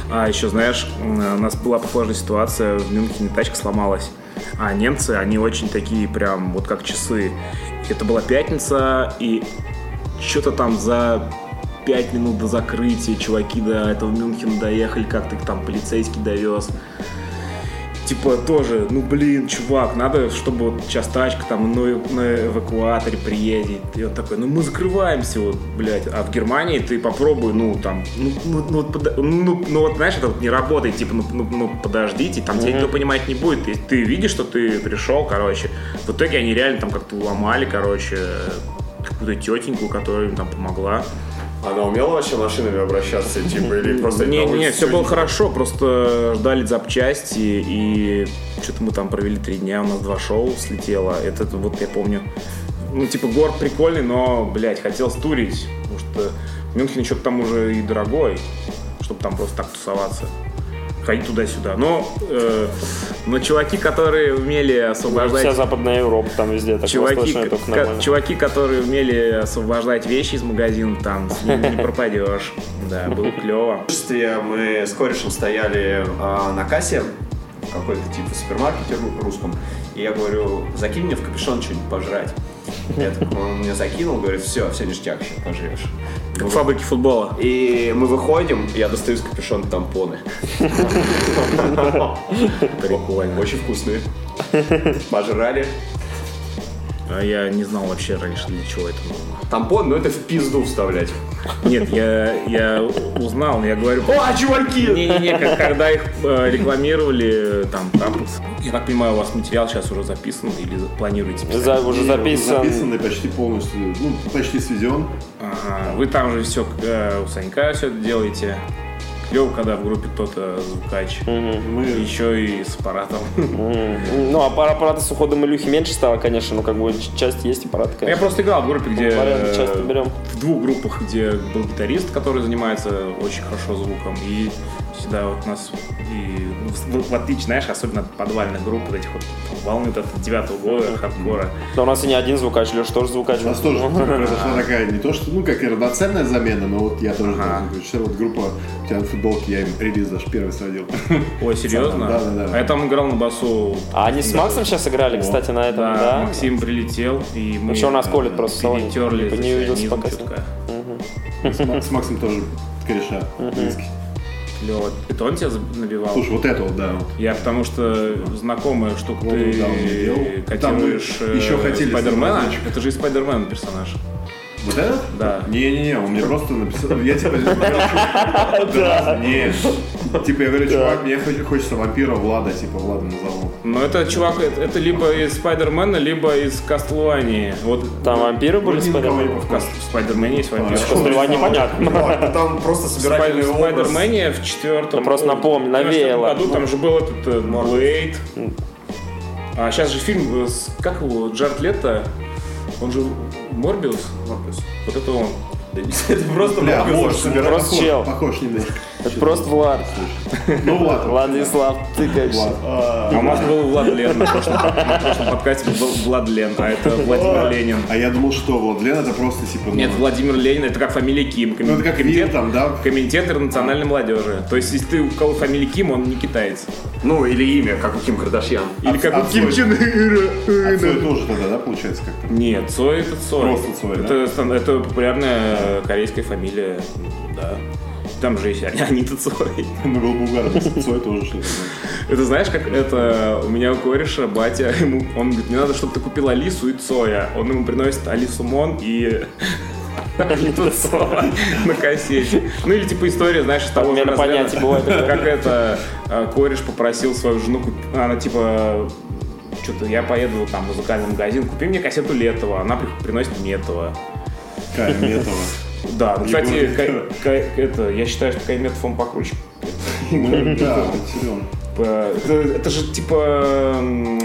Speaker 2: А еще, знаешь, м, у нас была похожая ситуация, в Мюнхене тачка сломалась. А немцы, они очень такие прям, вот как часы. Это была пятница, и что-то там за пять минут до закрытия чуваки до этого Мюнхена доехали, как-то их там полицейский довез. Типа тоже, ну блин, чувак, надо, чтобы вот сейчас тачка там на, на эвакуаторе приедет. И он такой, ну мы закрываемся, вот, блядь. А в Германии ты попробуй, ну там, ну, ну, ну, вот подо- ну, ну, вот знаешь, это вот не работает, типа, ну, ну, ну, подождите, там тебя никто понимать не будет. И ты видишь, что ты пришел, короче. В итоге они реально там как-то уломали, короче, какую-то тетеньку, которая им там помогла.
Speaker 1: Она умела вообще машинами обращаться, типа, или просто...
Speaker 2: Не,
Speaker 1: на
Speaker 2: не,
Speaker 1: улице
Speaker 2: все было
Speaker 1: сидит?
Speaker 2: хорошо, просто ждали запчасти, и что-то мы там провели три дня, у нас два шоу слетело. Это вот я помню. Ну, типа, город прикольный, но, блядь, хотел стурить, потому что Мюнхен еще к тому же и дорогой, чтобы там просто так тусоваться. Ходить туда-сюда. Но, э, но чуваки, которые умели освобождать...
Speaker 4: Вся Западная Европа, там везде, так
Speaker 2: А Чуваки,
Speaker 4: восточная только
Speaker 2: ко-
Speaker 4: нормально.
Speaker 2: чуваки, которые умели освобождать вещи из магазина, там с ними не пропадешь. Да, было клево.
Speaker 1: В детстве мы с корешем стояли а, на кассе в какой-то типа супермаркете ру- русском, и я говорю, закинь мне в капюшон что-нибудь пожрать. Я такой, он мне закинул, говорит, все, все ништяк, сейчас пожрешь.
Speaker 2: Как фабрики футбола.
Speaker 1: И мы выходим, и я достаю из капюшона тампоны.
Speaker 2: Прикольно.
Speaker 1: Очень вкусные. Пожрали.
Speaker 2: А я не знал вообще раньше, для чего это нужно.
Speaker 1: Тампон, ну это в пизду вставлять.
Speaker 2: Нет, я, я узнал, но я говорю...
Speaker 1: О, чуваки!
Speaker 2: Не-не-не, как- когда их э, рекламировали, там, там, я так понимаю, у вас материал сейчас уже записан или за- планируете писать?
Speaker 4: За- уже записан.
Speaker 3: Записан и почти полностью, ну, почти сведен.
Speaker 2: Ага, вы там же все у Санька все это делаете. Клево, когда в группе кто-то звукач.
Speaker 3: Мы
Speaker 2: Еще и с аппаратом.
Speaker 4: Мгм. Ну, а пара аппарата с уходом Илюхи меньше стало, конечно, но как бы ч- часть есть аппарата,
Speaker 2: Я
Speaker 4: конечно.
Speaker 2: просто играл в группе, где...
Speaker 4: Порядок часто
Speaker 2: э,
Speaker 4: берем.
Speaker 2: В двух группах, где был гитарист, который занимается очень хорошо звуком, и всегда вот нас... И, ну, в- в отличие, знаешь, особенно от подвальных групп, вот этих вот волны вот от девятого года, хардкора.
Speaker 4: Но у нас и не один звукач, Леш тоже звукач.
Speaker 3: У нас тоже произошла такая, не то что, ну, как и равноценная замена, но вот я тоже
Speaker 2: Ага.
Speaker 3: так заключил. вот группа у тебя на футболке, я им релиз даже первый сводил.
Speaker 2: Ой, серьезно?
Speaker 3: Да-да-да.
Speaker 2: А я там играл на басу.
Speaker 4: А они с Максом сейчас играли, кстати, на этом,
Speaker 2: Да,
Speaker 4: да?
Speaker 2: Максим прилетел, и мы...
Speaker 4: Еще нас
Speaker 2: э,
Speaker 4: колет просто в салоне.
Speaker 2: перетерли
Speaker 4: Не
Speaker 2: за
Speaker 4: увиделся
Speaker 2: сионизм
Speaker 4: пока с ним.
Speaker 2: чутка.
Speaker 3: С Ма- с Максом тоже кореша близкий.
Speaker 2: Клево. Это он тебя заб- набивал?
Speaker 3: Слушай, вот это вот, да. вот.
Speaker 2: Я потому что знакомая штука,
Speaker 3: Вот он, да, он
Speaker 2: ты
Speaker 3: делал. Там мы
Speaker 2: котируешь э,
Speaker 3: еще хотели
Speaker 2: Спайдермена.
Speaker 3: разработчик.
Speaker 2: Это же и Спайдермен персонаж.
Speaker 3: Вот это?
Speaker 2: Да.
Speaker 3: Не-не-не, он мне просто написал, я типа... Да. Не, типа я говорю, чувак, мне хоч- хочется вампира Влада, типа Влада назову.
Speaker 2: Но это чувак, это, это либо из Спайдермена, либо из Кастлвании. Вот
Speaker 4: Там вампиры были
Speaker 3: Вроде
Speaker 4: с
Speaker 3: никого не
Speaker 4: Пэдом?
Speaker 2: в Каст- в Спайдермене есть вампир.
Speaker 4: Что, сперва непонятно.
Speaker 1: ну Там просто
Speaker 2: В
Speaker 1: собирательный
Speaker 2: Спайдер- в
Speaker 1: образ.
Speaker 2: Спайдермене в четвертом.
Speaker 4: Ну, просто напомню, навеяло.
Speaker 2: году там же был этот э, Блейд. А сейчас же фильм, э, с- как его, Джард Лето, он же Морбиус. Вот это он.
Speaker 1: Это просто
Speaker 3: Бля,
Speaker 1: много
Speaker 3: может,
Speaker 1: собирать.
Speaker 4: Просто
Speaker 3: похож,
Speaker 4: чел.
Speaker 3: Похож немножко.
Speaker 4: Это просто Влад.
Speaker 3: Ну, Влад.
Speaker 4: Владислав, ты как
Speaker 3: Влад.
Speaker 2: А у нас был Влад Лен на прошлом, на прошлом подкасте был Влад Лен, а это Владимир Ленин.
Speaker 3: А я думал, что Владлен это просто типа... ну,
Speaker 2: Нет, Владимир Ленин это как фамилия Ким.
Speaker 3: Ну, это как Вин там, да?
Speaker 2: Комитет интернациональной молодежи. То есть, если ты у кого фамилия Ким, он не китаец.
Speaker 1: Ну, или имя, как у Ким Кардашьян.
Speaker 2: Или как у Ким
Speaker 3: отстой.
Speaker 2: Чен
Speaker 3: А Цой
Speaker 2: Ына.
Speaker 3: тоже тогда, да, получается как-то?
Speaker 2: Нет, Цой это Цой.
Speaker 3: Просто Цой, да?
Speaker 2: это, стан- это популярная э, корейская фамилия. Да. Там же есть Анита Цой.
Speaker 3: Ну, был Булгар, Цой тоже что-то.
Speaker 2: Это знаешь, как это у меня у кореша батя, ему, он говорит, мне надо, чтобы ты купил Алису и Цоя. Он ему приносит Алису Мон и Алису Цоя на кассете. Ну или типа история, знаешь, из того же
Speaker 4: Обмена
Speaker 2: разряда,
Speaker 4: понятий бывает.
Speaker 2: Как это э, кореш попросил свою жену, куп- она типа что-то я поеду там в музыкальный магазин, купи мне кассету Летова, она при- приносит мне этого.
Speaker 3: Кая Метова.
Speaker 2: Да, ну, кстати,
Speaker 3: Егор
Speaker 2: Кай-
Speaker 3: Летов.
Speaker 2: Кай- это, я считаю, что Кайметов он покруче.
Speaker 3: Ну, да, вот Серёга.
Speaker 2: Э, Это, это же типа... м,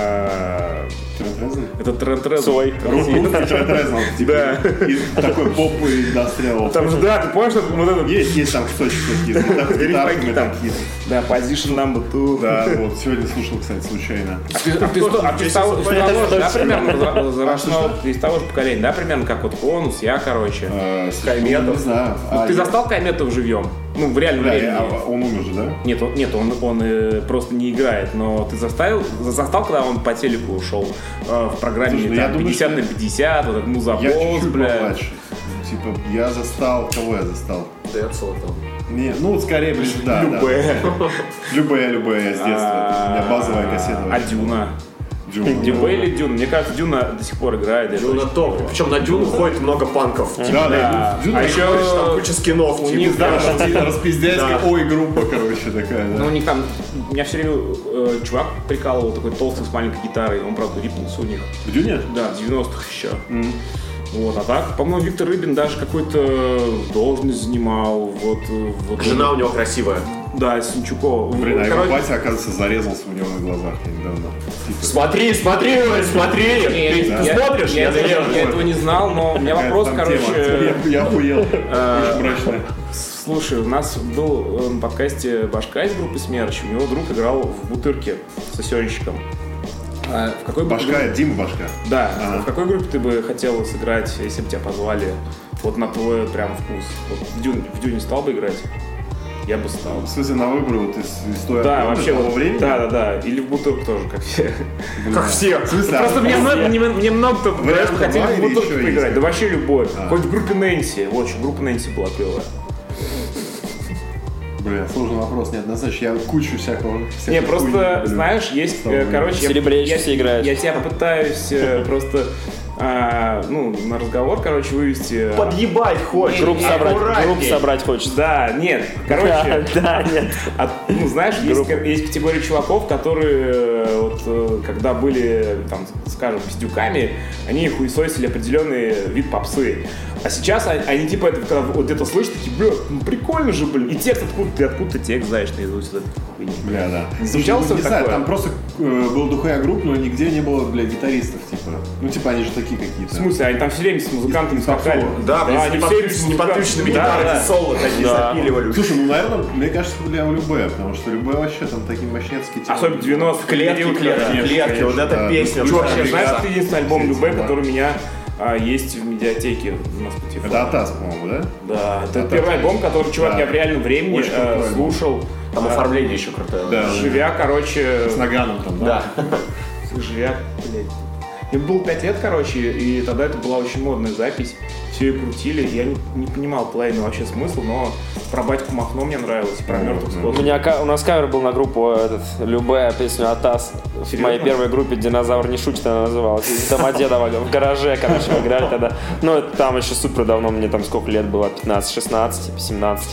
Speaker 2: э,
Speaker 3: Трендрезнер?
Speaker 2: Это тренд тренд.
Speaker 4: Цой.
Speaker 3: Русский Трендрезнер, типа,
Speaker 2: Да.
Speaker 3: из такой поп и индастриал.
Speaker 2: Там же, да, ты помнишь, это вот этот...
Speaker 3: Есть, есть там кусочек такие, с гитар- с гитарками
Speaker 2: Перепаки там.
Speaker 3: такие.
Speaker 2: Да, position number two.
Speaker 3: Да, вот, сегодня слушал, кстати, случайно.
Speaker 2: А ты, а ты с то- а ты с того, с того же, да, примерно, возра- возрастного- ты из того же поколения, да, примерно, как вот он, я, короче.
Speaker 3: Э,
Speaker 1: Кайметов.
Speaker 3: Не знаю. А,
Speaker 2: Ну, Ты
Speaker 3: я-
Speaker 2: застал Кайметова живьем? Ну, в реальном
Speaker 3: Бля,
Speaker 2: времени.
Speaker 3: я- а он умер же, да?
Speaker 2: Нет, он, нет, он, он э, просто не играет, но ты заставил, за- застал, когда он по телеку ушел э, в программе
Speaker 3: Слушай, ну, я
Speaker 2: там,
Speaker 3: думаю,
Speaker 2: 50
Speaker 3: что-
Speaker 2: на 50, вот этот
Speaker 3: Я
Speaker 2: музаполз,
Speaker 3: чуть-чуть
Speaker 2: А бля.
Speaker 3: помладше. Типа, я застал, кого я застал?
Speaker 1: Да, я целый там.
Speaker 3: Не, ну, вот скорее, блин, да, да.
Speaker 2: Б.
Speaker 3: Любая, любая с детства. У меня базовая кассета.
Speaker 2: А Дюна?
Speaker 3: Дюна.
Speaker 2: Дюна или Дюна? Мне кажется, Дюна до сих пор играет. это
Speaker 1: Дюна
Speaker 2: очень
Speaker 1: топ.
Speaker 2: здорово.
Speaker 1: Причем Ну, на Дюну ходит много панков. Типа,
Speaker 2: Да.
Speaker 3: Да, да. Дюна.
Speaker 2: А
Speaker 3: Дюна.
Speaker 2: еще
Speaker 1: Короче, там куча скинов.
Speaker 2: у
Speaker 1: типа.
Speaker 2: них, да,
Speaker 3: Там типа Распиздяйская, ой, группа, короче, такая,
Speaker 2: Ну, у
Speaker 3: да.
Speaker 2: них там, меня все время э, чувак прикалывал, такой толстый с маленькой гитарой, он, правда, рипнулся у них.
Speaker 3: В Дюне?
Speaker 2: Да, в 90-х еще. Вот, а так, по-моему, Виктор Рыбин даже какую-то должность занимал, вот... э, вот
Speaker 1: Жена у него красивая.
Speaker 2: Да, Синчукова.
Speaker 3: Блин, а его
Speaker 2: Короче,
Speaker 3: батя, оказывается, зарезался у него на глазах я недавно. Типа,
Speaker 1: Смотри, смотри, Оля, смотри! Ты
Speaker 2: я-
Speaker 1: ты
Speaker 2: я-
Speaker 1: смотришь?
Speaker 2: Я, я-
Speaker 1: зарежу.
Speaker 2: я этого не знал, но у меня
Speaker 3: какая
Speaker 2: вопрос,
Speaker 3: там тема.
Speaker 2: короче... э,
Speaker 3: Я- Я охуел. Очень мрачная.
Speaker 2: Слушай, у нас был э, на подкасте Башка из группы Смерч, у него друг играл в бутырке сосенщиком. А в какой бы ты
Speaker 3: Башка, Дима Башка.
Speaker 2: Да. А
Speaker 3: Ага.
Speaker 2: В какой группе ты бы хотел сыграть, если бы тебя позвали? Вот на твой прям вкус. Вот в, Дюн- в Дюне стал бы играть? Я бы стал.
Speaker 3: В смысле, на выбор вот из из той
Speaker 2: Да,
Speaker 3: охоты
Speaker 2: вообще.
Speaker 3: того
Speaker 2: вот-
Speaker 3: времени?
Speaker 2: Да, да, да. Или в бутырку тоже, как все.
Speaker 1: Как все.
Speaker 3: В смысле, а
Speaker 2: Просто мне
Speaker 3: он-
Speaker 2: много, мне, мне много кто говорят, что хотели в
Speaker 3: Хабаре
Speaker 2: бутырку
Speaker 3: еще
Speaker 2: поиграть.
Speaker 3: есть.
Speaker 2: Да вообще любой.
Speaker 3: А.
Speaker 2: Хоть в группе Нэнси. Вот, еще группа Нэнси была клевая.
Speaker 3: Бля, сложный вопрос, нет, назначь, я кучу всякого...
Speaker 2: Не,
Speaker 3: всякой хуйни
Speaker 2: просто,
Speaker 3: люблю.
Speaker 2: знаешь, есть, э, короче... я-
Speaker 4: Серебряич
Speaker 2: я-
Speaker 4: все играют.
Speaker 2: Я тебя пытаюсь э, просто, а, ну, на разговор, короче, вывести.
Speaker 1: Подъебать хочешь.
Speaker 4: Групп собрать,
Speaker 1: аккуратней.
Speaker 4: групп собрать хочется.
Speaker 2: Да, нет, короче,
Speaker 4: Да, нет.
Speaker 2: От- ну, знаешь, есть, ка- есть категория чуваков, которые, э, вот, э, когда были, там, скажем, пиздюками, они хуесосили определенный вид попсы. А сейчас они, они, типа, это, когда вот где-то слышат, такие, бля, ну прикольно же, блин. И текст откуда ты, откуда ты текст знаешь наизусть. вот это хуйня.
Speaker 3: Бля, да.
Speaker 2: Замечал
Speaker 3: Слушай,
Speaker 2: что-то
Speaker 3: ну, не знаю,
Speaker 2: такое?
Speaker 3: там просто э, был духая групп, но нигде не было, бля, гитаристов, типа. Ну, типа, они же такие какие-то.
Speaker 2: В смысле, они там все время с музыкантами
Speaker 3: Из попсового.
Speaker 2: скакали.
Speaker 1: Да, блин,
Speaker 2: они
Speaker 1: с
Speaker 2: все
Speaker 1: неподключ-
Speaker 2: время
Speaker 1: с
Speaker 2: музыкантами.
Speaker 1: неподключенными
Speaker 2: Да,
Speaker 1: гитарами
Speaker 2: да.
Speaker 1: соло такие
Speaker 4: Да.
Speaker 1: запиливали.
Speaker 3: Слушай, ну, наверное, мне кажется, бля, у Любе, потому что Любе вообще там такие мощнецкие. типа.
Speaker 2: Особенно 90
Speaker 1: Клетки, клетки, клетки, вот эта
Speaker 3: да.
Speaker 1: песня.
Speaker 2: Чувак,
Speaker 1: вообще,
Speaker 2: я знаю,
Speaker 1: знаешь,
Speaker 2: это единственный альбом Любэ, который у меня а, есть в медиатеке на Spotify.
Speaker 3: Это Атас, по-моему, да?
Speaker 2: Да, это
Speaker 3: Да,
Speaker 2: первый альбом, который, чувак,
Speaker 3: Да.
Speaker 2: я в реальном времени
Speaker 3: Очень
Speaker 2: э,
Speaker 3: крутой альбом.
Speaker 2: слушал.
Speaker 1: Там оформление еще крутое.
Speaker 2: Живя, короче,
Speaker 3: С Наганом там, да?
Speaker 1: Да.
Speaker 2: живя, блядь. Мне было 5 лет, короче, и тогда это была очень модная запись. Все ее крутили. Я не, не понимал половину вообще смысл, но про батьку Махно мне нравилось, и про мертвых
Speaker 4: У,
Speaker 3: Ну,
Speaker 4: меня, ка- у нас кавер был на группу э, этот, любая песню Атас. В
Speaker 2: Серьезно?
Speaker 4: моей первой группе «Динозавр не шутит» она называлась. Из Домодедова в гараже, короче, мы играли тогда. Ну, это там еще супер давно, мне там сколько лет было, 15, 16, 17,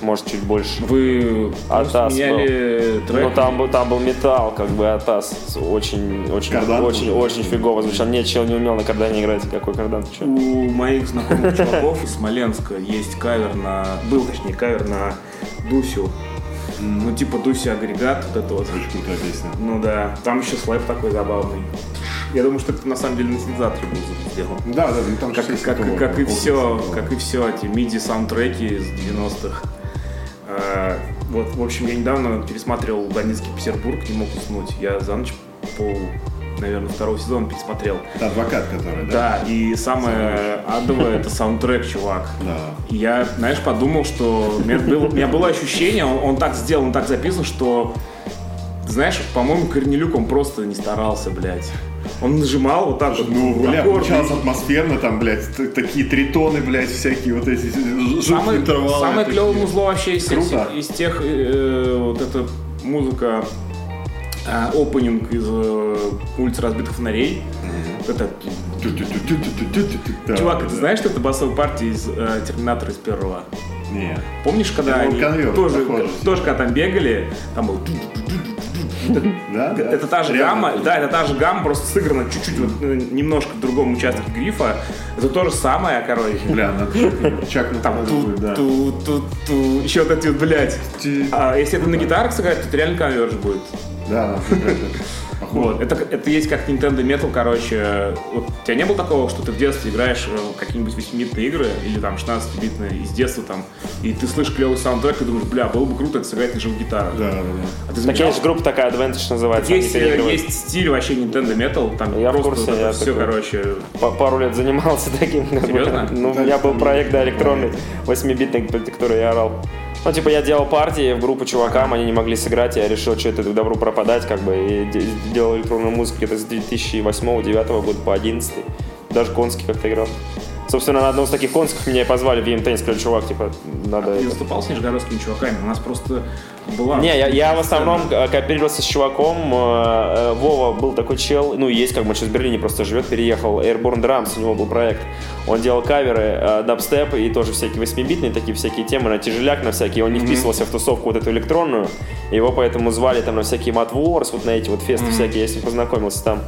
Speaker 4: может, чуть больше.
Speaker 2: Вы
Speaker 4: Атас
Speaker 2: меняли трек?
Speaker 4: А, Ну там был, там был металл, как бы атас. Очень, очень,
Speaker 3: Кардан был?
Speaker 4: очень, очень фигово звучал. Нет, чел не умел на кардане играть. Какой кардан? Ты чё?
Speaker 2: У моих знакомых чуваков из Смоленска есть кавер на... Был, точнее, кавер на Дусю. Ну, типа Дуси агрегат, вот это вот.
Speaker 3: Очень крутая песня.
Speaker 2: Ну да, там еще слайп такой забавный. Я думаю, что это на самом деле на синтезаторе был звук сделан.
Speaker 3: Да, да, ну, там
Speaker 2: Как,
Speaker 3: же все
Speaker 2: как,
Speaker 3: синтовые,
Speaker 2: как и
Speaker 3: полный
Speaker 2: все,
Speaker 3: синтовый.
Speaker 2: как и все эти миди саундтреки из 90-х. А, вот, в общем, я недавно пересматривал Бандитский Петербург, не мог уснуть. Я за ночь пол, наверное, второго сезона пересмотрел.
Speaker 3: Это адвокат, который, да?
Speaker 2: Да, и самое адовое это саундтрек, чувак.
Speaker 3: Да.
Speaker 2: И Я, знаешь, подумал, что у меня было, у меня было ощущение, он, он так сделан, он так записан, что, знаешь, по-моему, Корнелюк, он просто не старался, блядь. Он нажимал вот так вот.
Speaker 3: Ну, бля,
Speaker 2: аккорды.
Speaker 3: получалось атмосферно, там, блядь, т- такие тритоны, блядь, всякие вот эти ж-
Speaker 2: Самое,
Speaker 3: интервалы
Speaker 2: самое
Speaker 3: такие.
Speaker 2: клевое музло вообще из, тех-
Speaker 3: Круто.
Speaker 2: из тех, э, вот эта музыка, э, опенинг из э, улиц разбитых фонарей. Это,
Speaker 3: Тю-тю-тю-тю-тю-тю-тю-тю. Да,
Speaker 2: чувак,
Speaker 3: да.
Speaker 2: ты знаешь, что это басовая партия из э, Терминатора из первого?
Speaker 3: Не.
Speaker 2: Помнишь, когда
Speaker 3: Это был
Speaker 2: они
Speaker 3: конвейер,
Speaker 2: тоже,
Speaker 3: похоже.
Speaker 2: тоже когда там бегали, там был
Speaker 3: Да? да.
Speaker 2: это та же
Speaker 3: Реально
Speaker 2: гамма,
Speaker 3: круто.
Speaker 2: да, это та же гамма, просто сыграна чуть-чуть вот, э, немножко в другом участке грифа. Это то же самое, короче.
Speaker 3: Бля, надо чак на
Speaker 2: Там
Speaker 3: надо будет, да.
Speaker 2: ту-ту-ту, еще вот эти вот, блядь. А если это на гитарах сыграть, то это реально конверж будет.
Speaker 3: Да,
Speaker 2: Вот. Это, это есть как Nintendo Metal, короче. Вот у тебя не было такого, что ты в детстве играешь э, в какие-нибудь 8-битные игры или там 16-битные из детства там, и ты слышишь клевый саундтрек и думаешь, бля, было бы круто это сыграть на живых гитарах.
Speaker 3: Да, да, да.
Speaker 2: А ты
Speaker 4: Так
Speaker 2: замечал,
Speaker 4: есть группа такая, Advantage называется. они
Speaker 2: Есть, э,
Speaker 4: переигрывают.
Speaker 2: есть стиль вообще Nintendo Metal, там
Speaker 4: Я в
Speaker 2: просто
Speaker 4: курсе,
Speaker 2: вот это
Speaker 4: я
Speaker 2: все,
Speaker 4: такой.
Speaker 2: короче.
Speaker 4: Па- Пару лет занимался таким. как бы.
Speaker 2: Серьезно?
Speaker 4: Ну, у меня был проект, да, электронный, 8-битный, под который я орал. Ну, типа, я делал партии в группу чувакам, они не могли сыграть, я решил, что это добру пропадать, как бы, и де- делал электронную музыку где-то с 2008-2009 года по 11 даже конский как-то играл. Собственно, на одном из таких конских меня и позвали в ЕМТ, сказали, чувак, типа, надо...
Speaker 2: Ты
Speaker 4: это».
Speaker 2: выступал с нижегородскими чуваками, у нас просто была...
Speaker 4: Не, я, я в основном э, кооперировался с чуваком. э, э, Вова был такой чел, ну, есть, как бы, он сейчас в Берлине просто живет, переехал. Airborne Drums, у него был проект. Он делал каверы, э, дабстеп и тоже всякие восьмибитные, такие всякие темы, на тяжеляк, на всякие. Он не вписывался в тусовку вот эту электронную. Его поэтому звали там на всякие Mad Wars, вот на эти вот фесты всякие, я с ним познакомился там.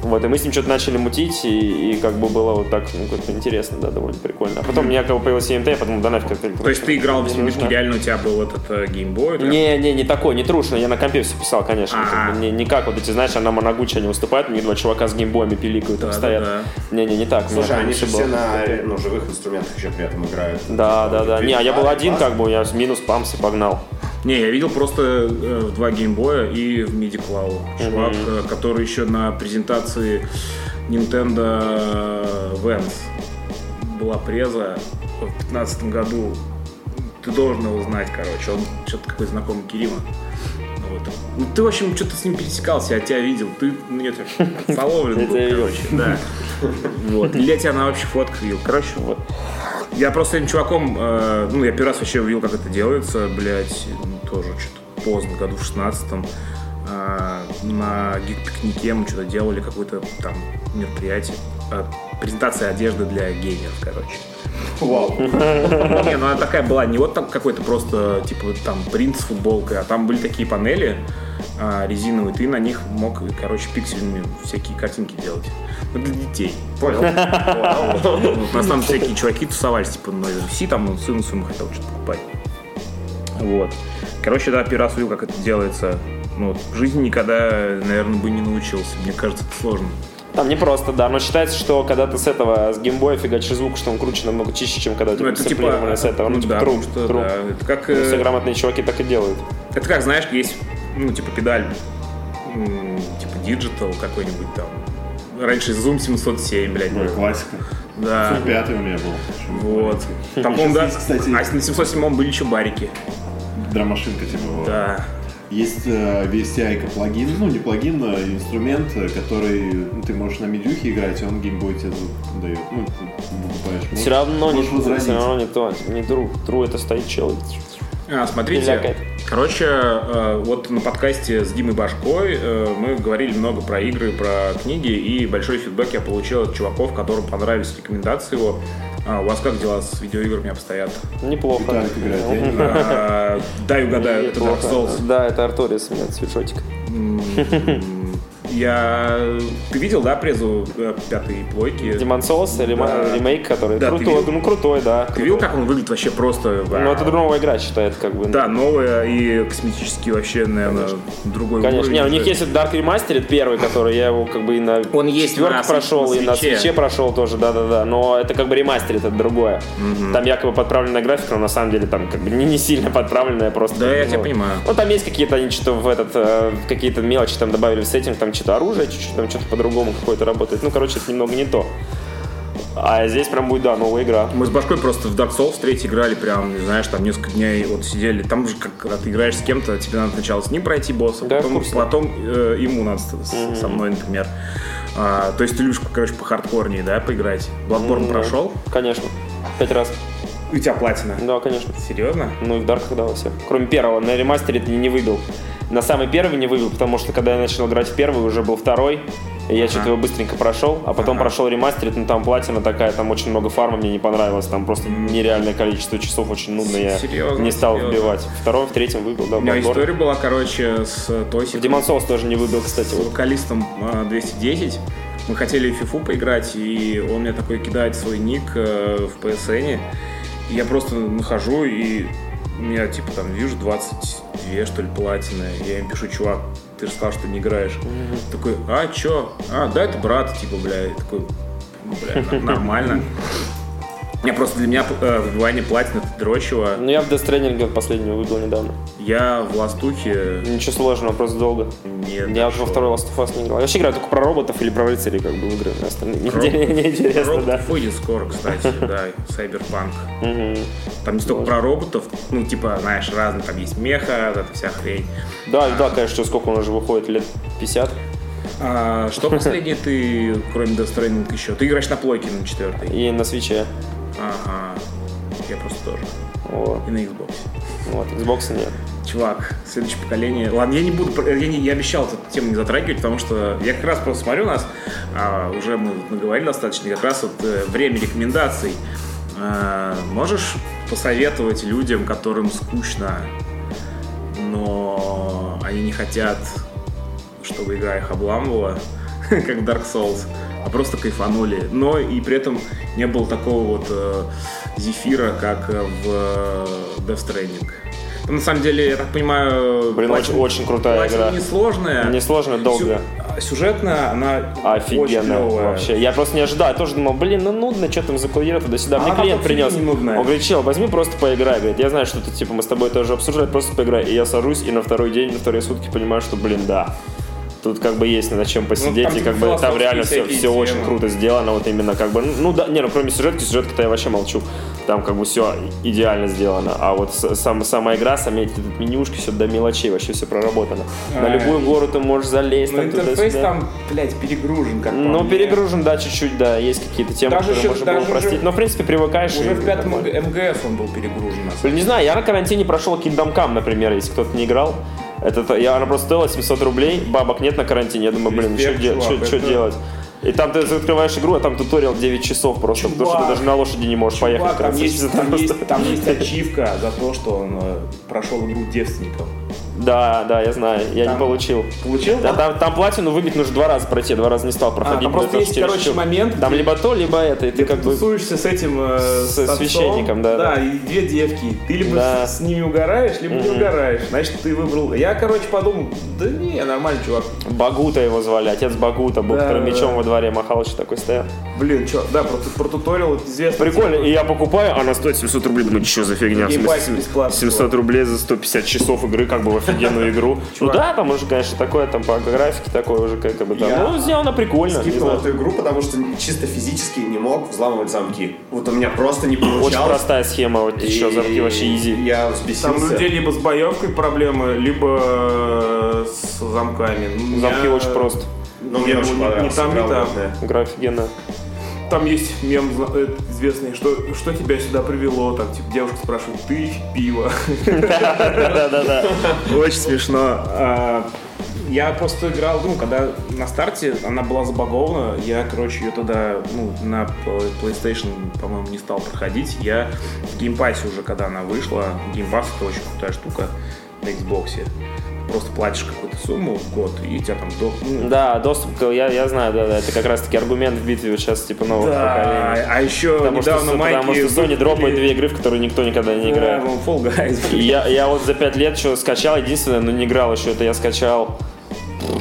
Speaker 4: Вот, и мы с ним что-то начали мутить, и, и как бы было вот так, ну, как-то интересно, да, довольно прикольно. А потом у меня как бы появился EMT, я подумал, да нафиг это.
Speaker 2: То есть ты играл в
Speaker 4: не
Speaker 2: 8-битке,
Speaker 4: нужно.
Speaker 2: реально у тебя был этот э, геймбой? да?
Speaker 4: Ну Не, не, не такой, не трушный. Я на компе все писал, конечно.
Speaker 2: Ага.
Speaker 4: Как бы не, не как вот эти, знаешь, она Моногуча не выступает, мне два чувака с геймбоями пиликают, там
Speaker 2: Да, да,
Speaker 4: стоят.
Speaker 2: да.
Speaker 4: Не, не, не так. у меня
Speaker 1: Слушай, они же
Speaker 4: лучше было.
Speaker 1: все на ну, живых инструментах еще при этом играют.
Speaker 4: Да, да, да. Не, а я был
Speaker 1: Гитары,
Speaker 4: один,
Speaker 1: бас.
Speaker 4: как бы, я с минус памс и погнал.
Speaker 2: Не, я видел просто э, в два геймбоя и в миди клау. Чувак, э, который еще на презентации Nintendo э, Vans была преза в 15 году. Ты должен его знать, короче. Он что-то какой знакомый Кирима. Вот. Ну, ты, в общем, что-то с ним пересекался, я тебя видел. Ты, ну, я тебя
Speaker 4: Я
Speaker 2: соловлен был,
Speaker 4: тебя видел.
Speaker 2: короче. Да. Вот. Или я тебя на общих фотках видел. Короче, вот. Я просто этим чуваком, э, ну, я первый раз вообще увидел, как это делается, блядь, ну, тоже что-то поздно, году в 16-м. э, на гик-пикнике мы что-то делали, какое-то там мероприятие. э, презентация одежды для геймеров, короче.
Speaker 1: Вау.
Speaker 2: Не, ну она такая была, не вот так какой-то просто, типа, там, принт с футболкой, а там были такие панели а, резиновые, ты на них мог, короче, пиксельными всякие картинки делать. Ну, для детей.
Speaker 1: Понял. Вау.
Speaker 2: Вот У нас там всякие чуваки тусовались, типа, на UFC, там, он сыну своему хотел что-то покупать. Вот. Короче, да, первый раз увидел, как это делается. Ну, вот, в жизни никогда, наверное, бы не научился. Мне кажется, это сложно.
Speaker 4: Там не просто, да, но считается, что когда ты с этого, с геймбоя фигачишь звук, что он круче намного чище, чем когда у тебя дисциплинированно с этого. Ну, типа,
Speaker 2: да,
Speaker 4: тру,
Speaker 2: потому что,
Speaker 4: тру.
Speaker 2: да, это как...
Speaker 4: Все
Speaker 2: э,
Speaker 4: грамотные чуваки так и делают.
Speaker 2: Это как, знаешь, есть, ну, типа, педаль, м, типа, диджитал какой-нибудь там. Раньше Zoom 707, блядь.
Speaker 3: Ой,
Speaker 2: был.
Speaker 3: классика.
Speaker 2: Да.
Speaker 3: Пятый у меня был.
Speaker 2: Вот. Там, по-моему, да,
Speaker 3: Сейчас есть, кстати.
Speaker 2: а с- на 707 были еще барики.
Speaker 3: Драмашинка типа. была.
Speaker 2: Да.
Speaker 3: Есть э, VSTI плагин, ну не плагин, а инструмент, э, который ну, ты можешь на медюхе играть, и он геймбой тебе звук дает. Ну, ты покупаешь. Можешь-
Speaker 4: Все равно, не,
Speaker 3: можешь Ну, возразить.
Speaker 4: все равно не то, не тру. Тру это стоит чел.
Speaker 2: А, смотрите,
Speaker 4: Пиздякает.
Speaker 2: короче, э, вот на подкасте с Димой Башкой э, мы говорили много про игры, про книги, и большой фидбэк я получил от чуваков, которым понравились рекомендации его. А, у вас как дела с видеоиграми обстоят?
Speaker 4: Неплохо.
Speaker 3: Виталик играет, я не знаю.
Speaker 2: А, Дай угадаю, это Dark
Speaker 4: Неплохо.
Speaker 2: Souls.
Speaker 4: Да, это Арторис у меня цветочек.
Speaker 2: Я... Ты видел, да, презу э, пятой плойки?
Speaker 4: Демон Souls или
Speaker 2: Да.
Speaker 4: ремейк, который
Speaker 2: Да, ты
Speaker 4: крутой,
Speaker 2: видел?
Speaker 4: ну крутой, да.
Speaker 2: Ты видел, как он выглядит вообще просто?
Speaker 4: Ну это новая игра считается как бы.
Speaker 2: Да, новая и косметически вообще, наверное, другой
Speaker 4: Конечно,
Speaker 2: уровень
Speaker 4: не, у
Speaker 2: уже.
Speaker 4: них есть этот Dark Remastered первый, который я его как бы и на
Speaker 2: Он есть
Speaker 4: четверке
Speaker 2: на сви-
Speaker 4: прошел,
Speaker 2: на
Speaker 4: и на
Speaker 2: свече.
Speaker 4: свече прошел тоже, да-да-да. Но это как бы ремастер, это другое. Там якобы подправленная графика, но на самом деле там как бы не, не сильно подправленная, просто.
Speaker 2: Да, я тебя
Speaker 4: ну,
Speaker 2: понимаю.
Speaker 4: Ну, там есть какие-то они что-то в этот, э, какие-то мелочи там добавили в сеттинг, там что-то оружие, чуть-чуть там что-то по-другому какое-то работает. Ну, короче, это немного не то. А здесь прям будет, да, новая игра.
Speaker 2: Мы с башкой просто в Dark Souls 3 играли прям, не знаешь, там несколько дней вот сидели. Там же, как, когда ты играешь с кем-то, тебе надо сначала с ним пройти босса,
Speaker 4: Да, я в
Speaker 2: потом,
Speaker 4: курсе.
Speaker 2: потом э, ему надо с- с- со мной, например. А, то есть ты любишь, короче, по хардкорнее, да, поиграть. Bloodborne
Speaker 4: Ну,
Speaker 2: прошел,
Speaker 4: Конечно. Пять раз.
Speaker 2: и у тебя платина.
Speaker 4: Да, конечно.
Speaker 2: Серьезно?
Speaker 4: Ну и в дарках да, во всех. Кроме первого, на ремастере это не выбил. На самый первый не выбил, потому что когда я начал играть в первый, уже был второй. И я что-то его быстренько прошел, а потом
Speaker 2: Ага.
Speaker 4: прошел ремастер, ну там платина такая, там очень много фарма, мне не понравилось, там просто нереальное количество часов, очень нудно, я
Speaker 2: Серьезно,
Speaker 4: не стал
Speaker 2: серьезно.
Speaker 4: вбивать. Второй, в третьем выбил, да,
Speaker 2: У меня
Speaker 4: Bloodborne.
Speaker 2: история была, короче, с Тойсиком.
Speaker 4: Demon's Souls тоже не выбил, кстати.
Speaker 2: с
Speaker 4: Вот.
Speaker 2: вокалистом а, 210. Мы хотели в фифу поиграть, и он мне такой кидает свой ник э, в PSN. И я просто нахожу, и у меня, типа, там, вижу 22, что ли, платины. Я им пишу, чувак, ты же сказал, что не играешь. Такой, а, чё? А, да, это брат, типа, бля. Я такой, «Ну, бля, н- нормально. Я просто для меня э, выбивание платины это дрочево.
Speaker 4: Ну я в Death Stranding вот последнего выбил недавно.
Speaker 2: Я в ластухе
Speaker 4: Ничего сложного, просто долго.
Speaker 2: не
Speaker 4: Я вот
Speaker 2: дошёл.
Speaker 4: во второй Last of Us не играл. Я вообще играю только про роботов или про рыцарей, как бы, в игры. Остальные
Speaker 2: Про-
Speaker 4: неинтересно,
Speaker 2: Робот
Speaker 4: да.
Speaker 2: выйдет скоро, кстати, да, Cyberpunk.
Speaker 4: Мгм.
Speaker 2: Там не столько про роботов, ну, типа, знаешь, разные, там есть меха, вот эта вся хрень.
Speaker 4: Да, да, конечно, сколько он уже выходит, лет 50.
Speaker 2: А что последнее ты, кроме Death Stranding, еще? Ты играешь на плойке на четвертой?
Speaker 4: И на свече.
Speaker 2: Ага. Я просто тоже.
Speaker 4: Вот.
Speaker 2: И на Xbox.
Speaker 4: Вот, Xbox нет.
Speaker 2: Чувак, следующее поколение. Ладно, я не буду, про- я, не, я обещал эту тему не затрагивать, потому что я как раз просто смотрю нас, а, уже мы наговорили достаточно, и как раз вот э, время рекомендаций. Э, можешь посоветовать людям, которым скучно, но они не хотят, чтобы игра их обламывала, как в Dark Souls, а просто кайфанули. Но и при этом не было такого вот э, зефира, как э, в э, Death Stranding. Ну, на самом деле, я так понимаю,
Speaker 4: Блин, очень, очень крутая игра.
Speaker 2: не сложная.
Speaker 4: Несложная, долгая.
Speaker 2: Сюжетно а, она очень
Speaker 4: Офигенно
Speaker 2: клёвая.
Speaker 4: вообще. Я просто не ожидал. Я тоже думал, блин, ну нудно, что там запланировано туда сюда. Мне
Speaker 2: А,
Speaker 4: клиент
Speaker 2: там
Speaker 4: принес.
Speaker 2: фигня нудная.
Speaker 4: Он говорит, чел, возьми просто поиграй. Говорит, я знаю, что ты типа мы с тобой тоже обсуждали, просто поиграй. И я сажусь, и на второй день, на вторые сутки понимаю, что, блин, да. Тут как бы есть над чем посидеть,
Speaker 2: там,
Speaker 4: и
Speaker 2: типа,
Speaker 4: как бы там
Speaker 2: философские
Speaker 4: реально все,
Speaker 2: всякие
Speaker 4: все очень
Speaker 2: темы.
Speaker 4: круто сделано, вот именно как бы, ну да, не, ну кроме сюжетки, сюжетка-то я вообще молчу, там как бы все идеально сделано, а вот с- сам, сама игра, сами эти тут менюшки, все до мелочей, вообще все проработано. На
Speaker 2: А,
Speaker 4: любую гору ты можешь залезть,
Speaker 2: Но
Speaker 4: там
Speaker 2: Ну, интерфейс
Speaker 4: туда-сюда.
Speaker 2: там, блядь, перегружен как по
Speaker 4: Ну,
Speaker 2: мне.
Speaker 4: перегружен, да, чуть-чуть, да, есть какие-то темы,
Speaker 2: Даже
Speaker 4: которые
Speaker 2: еще-
Speaker 4: можно было
Speaker 2: даже
Speaker 4: простить,
Speaker 2: уже-
Speaker 4: но в принципе привыкаешь.
Speaker 2: Уже
Speaker 4: и
Speaker 2: в пятом
Speaker 4: нормально.
Speaker 2: МГС он был перегружен. на самом
Speaker 4: Блин, не знаю, я на карантине прошел Kingdom Come, например, если кто-то не играл. Это, то- я, она просто стоила 700 рублей, бабок нет на карантине. Я думаю, блин, что
Speaker 2: Респект, чувак, это-
Speaker 4: делать? И там ты открываешь игру, а там туториал 9 часов просто, потому что ты
Speaker 2: Чувак.
Speaker 4: даже на лошади не можешь поехать.
Speaker 2: Чувак, там
Speaker 4: кататься.
Speaker 2: есть, там,
Speaker 4: Просто-
Speaker 2: есть, там есть ачивка за то, что он э, прошел игру девственников.
Speaker 4: Да, да, я знаю, я не
Speaker 2: Там-
Speaker 4: получил.
Speaker 2: Получил?
Speaker 4: Да, там, там платину выбить нужно два раза пройти, я два раза не стал проходить.
Speaker 2: А, там просто
Speaker 4: потому
Speaker 2: есть,
Speaker 4: что через
Speaker 2: короче,
Speaker 4: щуп.
Speaker 2: момент,
Speaker 4: Там либо то, либо это, и ты
Speaker 2: Ты
Speaker 4: как бы...
Speaker 2: тусуешься с этим... э,
Speaker 4: С- с
Speaker 2: отцом.
Speaker 4: священником, да, да.
Speaker 2: Да, и две девки. Ты либо
Speaker 4: Да.
Speaker 2: с, с ними угораешь, либо не угораешь. Значит, ты выбрал... Я, короче, подумал, да не, нормальный чувак.
Speaker 4: Багута его звали, отец Багута был,
Speaker 2: Да,
Speaker 4: который
Speaker 2: да,
Speaker 4: мечом
Speaker 2: да.
Speaker 4: во дворе махал, еще такой стоял.
Speaker 2: Блин, чё, да, про, ту- про туториал это известно.
Speaker 4: Прикольно, и я покупаю, она стоит 700 рублей, думаю, что за фигня, в
Speaker 2: Ебать,
Speaker 4: смысле,
Speaker 2: бесплатно.
Speaker 4: 700 рублей за 150 часов игры, как бы в офигенную игру. Ну
Speaker 2: Чувак.
Speaker 4: да, там уже, конечно, такое, там по графике такое уже, как бы,
Speaker 1: Я
Speaker 4: там, ну, сделано прикольно, не
Speaker 1: скипнул
Speaker 4: знаю.
Speaker 1: эту игру, потому что чисто физически не мог взламывать замки. Вот у меня просто не
Speaker 4: Очень
Speaker 1: получалось.
Speaker 4: простая схема, вот еще
Speaker 1: И
Speaker 4: замки вообще изи.
Speaker 1: Я
Speaker 2: Там у
Speaker 1: взбесился.
Speaker 2: людей либо с боевкой проблемы, либо э, с замками. Ну,
Speaker 4: Замки
Speaker 2: я- ну,
Speaker 4: очень просто,
Speaker 1: Но мне
Speaker 2: Я
Speaker 1: очень
Speaker 2: не- не
Speaker 1: понравилось.
Speaker 2: там, не
Speaker 1: Игра
Speaker 2: там.
Speaker 1: уютная.
Speaker 4: игра офигенная.
Speaker 2: Там есть мем зна- э, известный, что, что тебя сюда привело, там, типа, девушка спрашивает, ты пиво.
Speaker 4: Да-да-да.
Speaker 2: Очень смешно. А, Я просто играл, ну, когда на старте она была забагована, я, короче, ее тогда, ну, на Pl- PlayStation, по-моему, не стал проходить. Я в геймпассе уже, когда она вышла, геймпасс это очень крутая штука на Xbox. Просто платишь какую-то сумму в год, и тебя там до... ну,
Speaker 4: Да, доступ, к- я, я знаю, да-да, это как раз-таки аргумент в битве вот сейчас, типа, нового
Speaker 2: да,
Speaker 4: поколения.
Speaker 2: а еще
Speaker 4: Потому что,
Speaker 2: недавно
Speaker 4: с- потому что
Speaker 2: майки...
Speaker 4: Sony дропает
Speaker 2: выкупили-
Speaker 4: две игры, в которые никто никогда не играет.
Speaker 2: Да, вон, Fall Guys.
Speaker 4: И Я, я вот за пять лет что скачал, единственное, но не играл еще, это я скачал.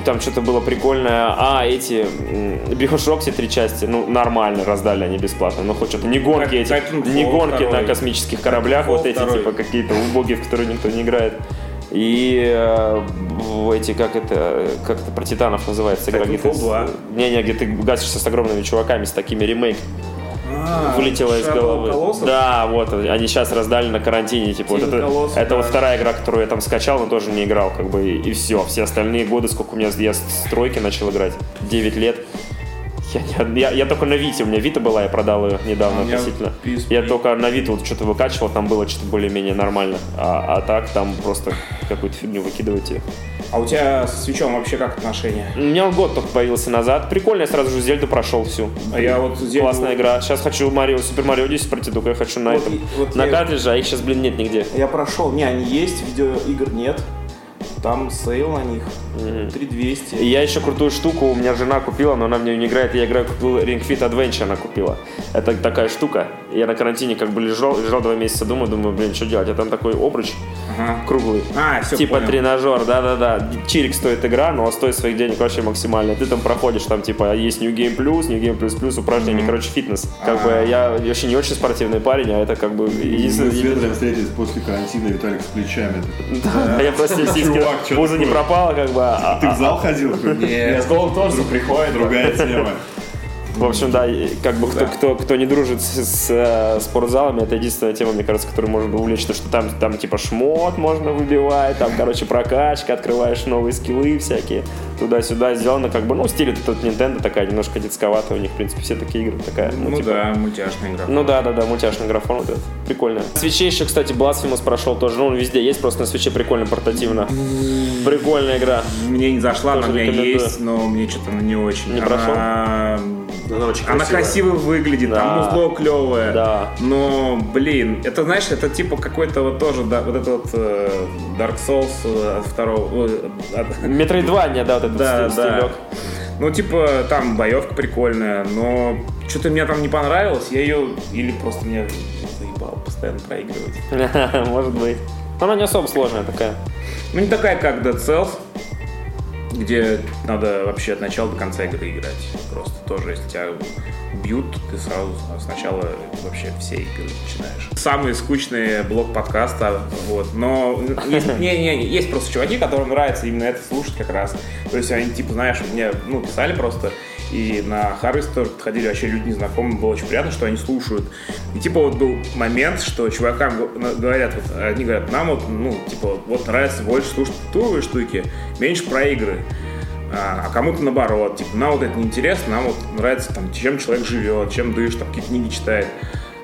Speaker 4: Там что-то было прикольное. А, эти м, Bioshock все три части, ну, нормально раздали они бесплатно. Но хоть что-то не гонки эти,
Speaker 2: Titanfall
Speaker 4: не гонки на
Speaker 2: второй.
Speaker 4: космических кораблях, вот эти,
Speaker 2: второй.
Speaker 4: типа, какие-то убогие, в которые никто не играет. И э, в эти, как это, как это про титанов называется? игра, где ты
Speaker 2: Titanfall
Speaker 4: с-
Speaker 2: 2.
Speaker 4: Не-не, где ты гасишься с огромными чуваками, с такими ремейк
Speaker 2: А,
Speaker 4: вылетело из
Speaker 2: Shadow
Speaker 4: головы.
Speaker 2: Colossus?
Speaker 4: Да, вот они сейчас раздали на карантине, типа вот
Speaker 2: Тень
Speaker 4: это,
Speaker 2: Колосса,
Speaker 4: это вот
Speaker 2: да.
Speaker 4: вторая игра, которую я там скачал, но тоже не играл, как бы и, все. Все остальные годы, сколько у меня я с тройки начал играть, 9 лет. Я, не- я- я только на Вите, у меня Вита была, я продал ее
Speaker 2: А
Speaker 4: недавно
Speaker 2: у меня
Speaker 4: относительно.
Speaker 2: PSP.
Speaker 4: Я только на Виту вот что-то выкачивал, там было что-то более-менее нормально. А, а так там просто какую-то фигню выкидываете.
Speaker 2: А у тебя со свечом вообще как отношения?
Speaker 4: У меня он год только появился назад. Прикольно, я сразу же Зельду прошел всю.
Speaker 2: А я вот Зельду-
Speaker 4: Классная игра. Сейчас хочу Марио, Супер Марио 10 пройти, только я хочу на
Speaker 2: Вот
Speaker 4: этом.
Speaker 2: и- вот
Speaker 4: на
Speaker 2: я-
Speaker 4: картридже, а их сейчас, блин, нет нигде.
Speaker 2: Я прошел, не, они есть, видеоигр нет. Там сейл на них 3200.
Speaker 4: И я еще крутую штуку, у меня жена купила, но она в нее не играет. Я играю, купил Ring Fit Adventure, она купила. Это такая штука. Я на карантине как бы лежал, лежал два месяца, думаю, думаю, блин, что делать? А там такой обруч круглый.
Speaker 2: А, все,
Speaker 4: типа
Speaker 2: понял.
Speaker 4: тренажер, да-да-да. Чирик стоит игра, но стоит своих денег вообще максимально. Ты там проходишь, там типа есть New Game Plus, New Game Plus Plus, упражнения, короче, фитнес. Как
Speaker 2: А.
Speaker 4: бы я вообще не очень спортивный парень, а это как бы
Speaker 3: Мы с
Speaker 4: единственное...
Speaker 3: Ветром встретились после карантина, Виталик с плечами. Ну,
Speaker 4: Да, А Я просто сиськи,
Speaker 3: Чувак, чё
Speaker 4: пузо не
Speaker 3: такое?
Speaker 4: пропало, как бы. а-
Speaker 3: Ты в зал ходил? Нет.
Speaker 1: Я с голым тоже приходит.
Speaker 3: Другая тема.
Speaker 4: В общем, да, и как бы кто, кто, кто не дружит с, с, э, спортзалами, это единственная тема, мне кажется, которую можно увлечь, то, что там, там типа шмот можно выбивать, там, короче, прокачка, открываешь новые скиллы всякие, туда-сюда сделано, как бы, ну, в стиле тут Nintendo такая, немножко детсковатая у них, в принципе, все такие игры такая.
Speaker 2: Ну,
Speaker 4: типа,
Speaker 2: да, мультяшная игра.
Speaker 4: Ну да, да, да, мультяшный графон вот этот. Прикольно. На свече еще, кстати, Blasphemous прошел тоже. Ну, он везде есть, просто на свече прикольно, портативно. Прикольная игра.
Speaker 2: Мне не зашла, она у
Speaker 4: Тоже
Speaker 2: меня
Speaker 4: рекомендую.
Speaker 2: есть, но мне что-то не очень.
Speaker 4: Не
Speaker 2: Она...
Speaker 1: Она очень
Speaker 2: Она красиво выглядит,
Speaker 4: Да.
Speaker 2: там узло клевое.
Speaker 4: Да.
Speaker 2: Но, блин, это, знаешь, это типа какой-то вот тоже, да, вот этот вот э, Dark Souls э, от второго... э, от-
Speaker 4: Метроидвания, да, вот этот
Speaker 2: Да,
Speaker 4: стиль-
Speaker 2: да.
Speaker 4: стилек.
Speaker 2: Ну, типа, там боевка прикольная, но что-то мне там не понравилось, я ее или просто меня заебал постоянно проигрывать.
Speaker 4: Может быть. Но она не особо сложная такая.
Speaker 2: Ну, не такая, как Dead Cells. где надо вообще от начала до конца игры играть. Просто тоже, если тебя бьют, ты сразу сначала вообще все игры начинаешь. Самый скучный блок подкаста, вот, но есть, не, не, не, есть просто чуваки, которым нравится именно это слушать как раз. То есть они, типа, знаешь, мне, ну, писали просто, и на Harvester подходили вообще люди незнакомые, было очень приятно, что они слушают. И типа вот был момент, что чувакам г- говорят, вот, одни говорят, нам вот, ну, типа, вот нравится больше слушать туловые штуки, меньше про игры. А, а кому-то наоборот, типа, нам вот это неинтересно, нам вот нравится, там, чем человек живет, чем дышит, там, какие книги читает.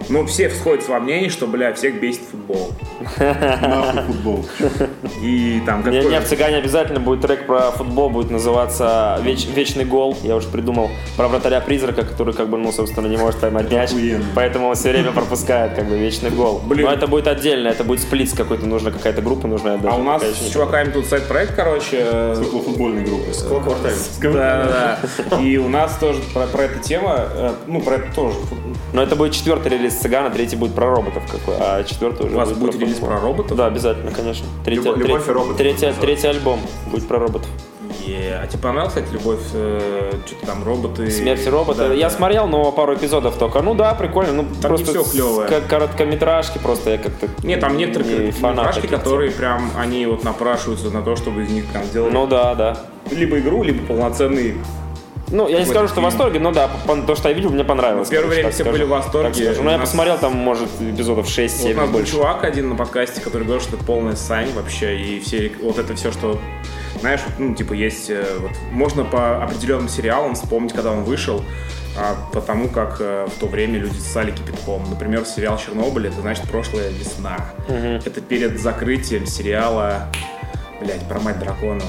Speaker 2: Но все сходятся во мнении, что, бля, всех бесит футбол.
Speaker 3: Нахуй футбол.
Speaker 2: И там
Speaker 4: Не,
Speaker 2: какой
Speaker 4: не, в «Цыгане» обязательно будет трек про футбол, будет называться «Веч- «Вечный гол». Я уже придумал про вратаря-призрака, который, как бы, ну, собственно, не может поймать мяч.
Speaker 3: Охуенно.
Speaker 4: Поэтому он все время пропускает, как бы, «Вечный гол».
Speaker 2: Блин.
Speaker 4: Но это будет отдельно, это будет сплит какой-то, нужна какая-то группа нужна.
Speaker 2: А у нас с чуваками тут сайт-проект, короче, э,
Speaker 3: Около футбольной группы.
Speaker 1: Clockwork Orange.
Speaker 4: А
Speaker 2: Да, да, да. И у нас тоже про, про эту тему, э, ну, про это тоже.
Speaker 4: Но это будет четвертый релиз «Цыгана», третий будет про роботов какой, а четвертый уже
Speaker 2: У вас будет релиз
Speaker 4: футбол.
Speaker 2: про роботов?
Speaker 4: Да, обязательно, конечно. Третий,
Speaker 1: Любовь- «Любовь и роботы»
Speaker 4: третий,
Speaker 1: называется.
Speaker 4: третий альбом будет про роботов.
Speaker 2: Е, А тебе понравилась, кстати, любовь, э, что-то там роботы?
Speaker 4: Смерть робота.
Speaker 2: Да, да.
Speaker 4: я смотрел, но пару эпизодов только. Ну да, прикольно. Ну
Speaker 2: Там не
Speaker 4: просто
Speaker 2: всё
Speaker 4: с-
Speaker 2: клёвое.
Speaker 4: Как короткометражки просто я как-то.
Speaker 2: Нет, там некоторые
Speaker 4: не фанат
Speaker 2: фанатки,
Speaker 4: таких тем.
Speaker 2: которые прям, они вот напрашиваются на то, чтобы из них прям сделали
Speaker 4: Ну да, да.
Speaker 2: либо игру, либо полноценный.
Speaker 4: Ну, я не скажу, что в
Speaker 2: фильм.
Speaker 4: восторге, но да, по- то, что я видел, мне понравилось.
Speaker 2: Ну, первое
Speaker 4: короче,
Speaker 2: время
Speaker 4: так
Speaker 2: все
Speaker 4: скажу.
Speaker 2: были в восторге.
Speaker 4: Так скажу. Ну, я
Speaker 2: У нас-
Speaker 4: посмотрел там, может, эпизодов
Speaker 2: Вот у
Speaker 4: 6-7
Speaker 2: нас был
Speaker 4: больше.
Speaker 2: чувак один на подкасте, который говорил, что это полная сань вообще, и все, рек- вот это все, что знаешь, вот, ну, типа, есть, э, вот, можно по определенным сериалам вспомнить, когда он вышел, а, потому как э, в то время люди ссали кипятком. Например, сериал «Чернобыль» — это, значит, прошлая весна. Это перед закрытием сериала, блядь, про мать драконов,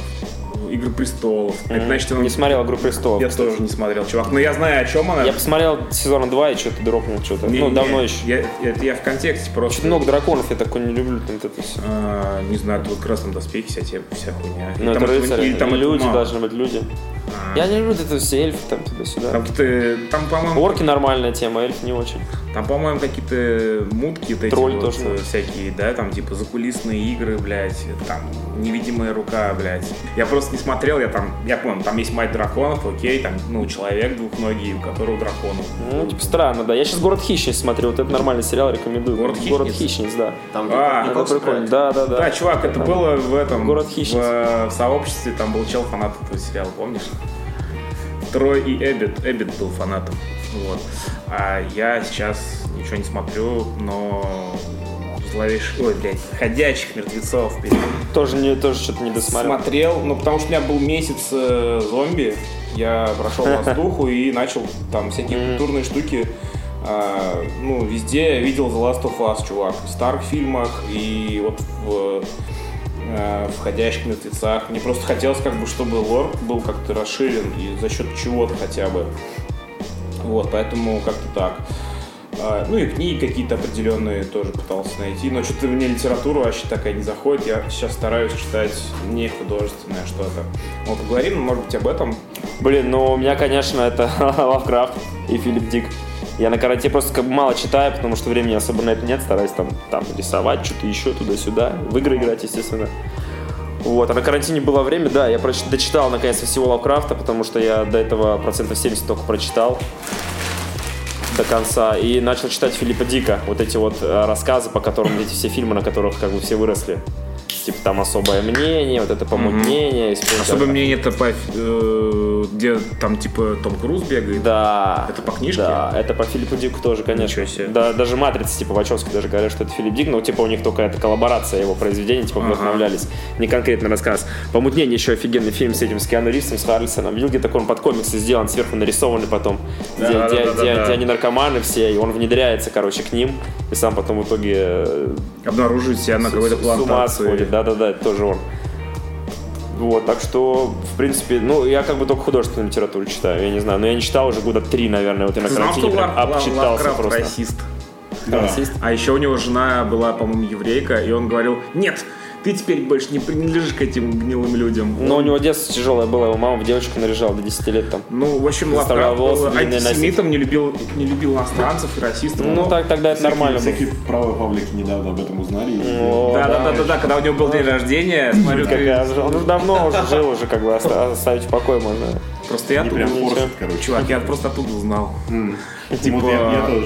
Speaker 2: «Игры престолов». Это, значит, он...
Speaker 4: Не смотрел «Игру престолов».
Speaker 2: Я тоже не смотрел, чувак, но я знаю, о чем она.
Speaker 4: Я посмотрел сезон 2 и что-то дропнул что-то.
Speaker 2: Не-
Speaker 4: Ну,
Speaker 2: не,
Speaker 4: давно еще.
Speaker 2: Я, это я в контексте просто.
Speaker 4: Очень много драконов, я такой не люблю, там вот это все.
Speaker 2: А, не знаю, тут в красном доспехе вся, те- вся хуйня. Или
Speaker 4: Ну, это
Speaker 2: этого-
Speaker 4: рыцари,
Speaker 2: или там этого
Speaker 4: люди
Speaker 2: мало.
Speaker 4: должны быть, люди.
Speaker 2: А,
Speaker 4: Я не люблю вот это все эльфы там туда-сюда.
Speaker 2: Там, какие-то- там, по-моему,
Speaker 4: Орки нормальная тема, эльф не очень.
Speaker 2: там, по-моему, какие-то мутки, вот эти
Speaker 4: Тролль
Speaker 2: вот,
Speaker 4: тоже
Speaker 2: э,
Speaker 4: может.
Speaker 2: всякие, да, там типа закулисные игры, блядь, там невидимая рука, блядь. Я просто не смотрел, я там, я понял, там есть мать драконов, окей, там, ну, человек двухногий, у которого драконов.
Speaker 4: Ну, типа странно, да. Я сейчас «Город хищниц» смотрю, вот это нормальный сериал, рекомендую.
Speaker 2: «Город
Speaker 4: хищниц», да.
Speaker 1: Там
Speaker 2: А,
Speaker 1: где-то
Speaker 4: Это
Speaker 1: Николас
Speaker 4: прикольно,
Speaker 1: играет.
Speaker 4: да, да, да.
Speaker 2: Да, чувак, это было в этом
Speaker 4: Город
Speaker 2: в,
Speaker 4: хищниц.
Speaker 2: э, в сообществе, там был чел фанат этого сериала, помнишь? Трой и Эббит. Эббит был фанатом. Вот. А я сейчас ничего не смотрю, но зловещих... Ой, блядь, ходячих мертвецов блин,
Speaker 4: Тоже, не, тоже что-то не досмотрел.
Speaker 2: смотрел. Ну, потому что у меня был месяц э, зомби. Я прошел воздуху и начал там всякие культурные штуки. А, ну, везде я видел The Last of Us, чувак. В старых фильмах и вот в э, входящих мертвецах. Мне просто хотелось, как бы, чтобы лор был как-то расширен и за счет чего-то хотя бы. Вот, поэтому как-то так. А, Ну и книги какие-то определенные тоже пытался найти, но что-то мне литература вообще такая не заходит. Я сейчас стараюсь читать не художественное что-то. Вот поговорим, может быть, об этом.
Speaker 4: Блин, ну у меня, конечно, это Лавкрафт и Филипп Дик. Я на карате просто как бы мало читаю, потому что времени особо на это нет. Стараюсь там, там рисовать, что-то еще туда-сюда. В игры играть, естественно. Вот, а на карантине было время, да, я проч- дочитал наконец-то всего Лавкрафта, потому что я до этого процентов 70 только прочитал до конца и начал читать Филиппа Дика, вот эти вот э, рассказы, по которым эти все фильмы, на которых как бы все выросли. Типа там особое мнение, вот это помутнение. использование-
Speaker 2: Особое мнение это по, э, где там типа Том Круз бегает.
Speaker 4: Да.
Speaker 2: Это по книжке?
Speaker 4: Да, это по Филиппу Дику тоже, конечно.
Speaker 2: Ничего себе.
Speaker 4: Да, даже «Матрица», типа, Вачовски даже говорят, что это Филипп Дик, но, типа, у них только это коллаборация его произведений, типа,
Speaker 2: Ага.
Speaker 4: вдохновлялись. Не конкретный рассказ. «Помутнение» еще офигенный фильм с этим, с Киану Ривзом, с Харрельсоном. Видел, где такой он под комиксы сделан, сверху нарисованный потом, где,
Speaker 2: да,
Speaker 4: где-
Speaker 2: да, да,
Speaker 4: где-
Speaker 2: да.
Speaker 4: где они наркоманы все, и он внедряется, короче, к ним, и сам потом в итоге э,
Speaker 2: Обнаруживает себя на какой-то
Speaker 4: с- с ума сходит.
Speaker 2: плантации.
Speaker 4: Да-да-да, это тоже он. Вот, так что, в принципе, ну, я как бы только художественную литературу читаю, я не знаю, но я не читал уже года три, наверное, вот я на
Speaker 2: Ты знал, что
Speaker 4: карантине прям
Speaker 2: Лав- Лав-
Speaker 4: обчитался
Speaker 2: Лавкрафт
Speaker 4: просто.
Speaker 2: расист?
Speaker 4: Да. Расист?
Speaker 2: А еще у него жена была, по-моему, еврейка, и он говорил, нет, ты теперь больше не принадлежишь к этим гнилым людям.
Speaker 4: Но у него детство тяжелое было, его мама в девочку наряжала до 10 лет там.
Speaker 2: Ну, в общем,
Speaker 4: Заставлял
Speaker 2: Лавкрафт
Speaker 4: волосы
Speaker 2: был
Speaker 4: длинные носить.
Speaker 2: антисемитом, не любил, не любил иностранцев и расистов.
Speaker 4: Ну,
Speaker 2: Он-
Speaker 4: так тогда это нормально было.
Speaker 3: Всякие правые паблики недавно об этом узнали. и
Speaker 4: О,
Speaker 2: Да, да, да, да, да, когда у него был день рождения, смотрю,
Speaker 4: Как
Speaker 2: ты-
Speaker 4: я жил. Ну, давно уже жил, уже как бы оста- оставить в покое можно.
Speaker 2: просто я
Speaker 3: Не
Speaker 2: оттуда,
Speaker 3: прям
Speaker 4: ничего.
Speaker 3: форсит, короче.
Speaker 2: чувак, я просто оттуда узнал.
Speaker 3: Типа,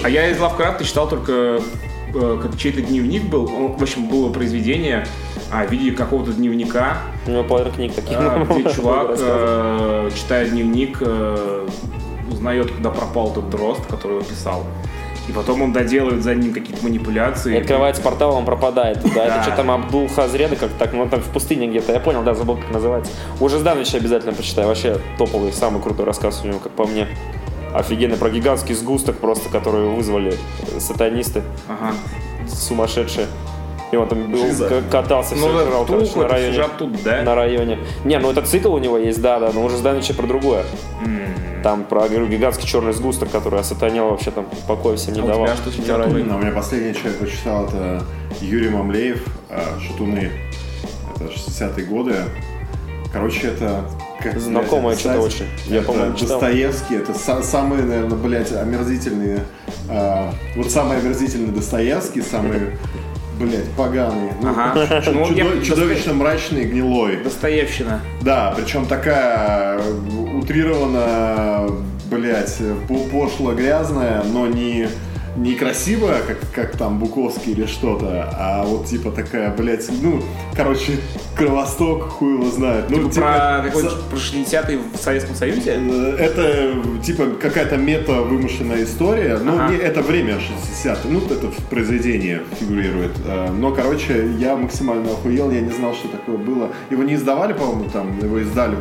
Speaker 2: А я из Лавкрафта читал только э, как чей-то дневник был, Он, в общем, было произведение а, в виде какого-то дневника,
Speaker 4: У него половина книг таких.
Speaker 2: а, где чувак,
Speaker 4: рассказывал.
Speaker 2: э, читая дневник, э, узнает, когда пропал тот дрозд, который его писал. И потом он доделывает за ним какие-то манипуляции.
Speaker 4: И открывается портал, он пропадает. Да, это что там Абдул Хазреда, как так, ну он там в пустыне где-то, я понял, да, забыл, как называется. Уже Зданович обязательно почитай, вообще топовый, самый крутой рассказ у него, как по мне. Офигенно, про гигантский сгусток просто, который вызвали э, сатанисты
Speaker 2: Ага.
Speaker 4: сумасшедшие. И он там был,
Speaker 1: Жиза.
Speaker 4: к- катался, все
Speaker 2: Ну,
Speaker 4: жрал,
Speaker 2: это
Speaker 4: короче,
Speaker 2: Птулку,
Speaker 4: на
Speaker 2: это
Speaker 4: районе.
Speaker 2: сюжет тут, да?
Speaker 4: На районе. Не, ну это цикл у него есть, да, да, но уже Здановича про другое.
Speaker 2: А
Speaker 4: Там про, говорю, гигантский черный сгусток, который осатанил вообще там покоя всем не
Speaker 2: А у
Speaker 4: давал.
Speaker 2: тебя что с
Speaker 4: На
Speaker 2: литературой?
Speaker 4: районе.
Speaker 3: Ну, у меня последний, что я почитал, это Юрий Мамлеев а, «Шатуны». Это 60-е годы. Короче, это... Как,
Speaker 4: Знакомое
Speaker 3: блядь,
Speaker 4: что-то
Speaker 3: описать?
Speaker 4: очень. Я,
Speaker 3: Это
Speaker 4: по-моему, читал.
Speaker 3: Достоевский, это са- самые, наверное, блядь, омерзительные... а, вот самый омерзительный Достоевский, самый, блядь, поганый. Ну,
Speaker 2: Ага.
Speaker 3: чу-
Speaker 2: Ну,
Speaker 3: чудо-
Speaker 2: я-
Speaker 3: чудовищно мрачный, гнилой.
Speaker 2: Достоевщина.
Speaker 3: Да, причем такая э, утрированная, блядь, по- пошло грязная, но не, не красивая, как, как там Буковский или что-то, а вот типа такая, блядь, ну, короче, кровосток, хуй его знает. Ну,
Speaker 2: Типа Про
Speaker 3: за-
Speaker 2: какой-нибудь про 60-й в Советском Союзе?
Speaker 3: Э, Это типа какая-то мета вымышленная история. Ну,
Speaker 2: Ага.
Speaker 3: не- это время 60 Ну, это в произведении фигурирует. Э, Но, короче, я максимально охуел, я не знал, что такое было. Его не издавали, по-моему, там, его издали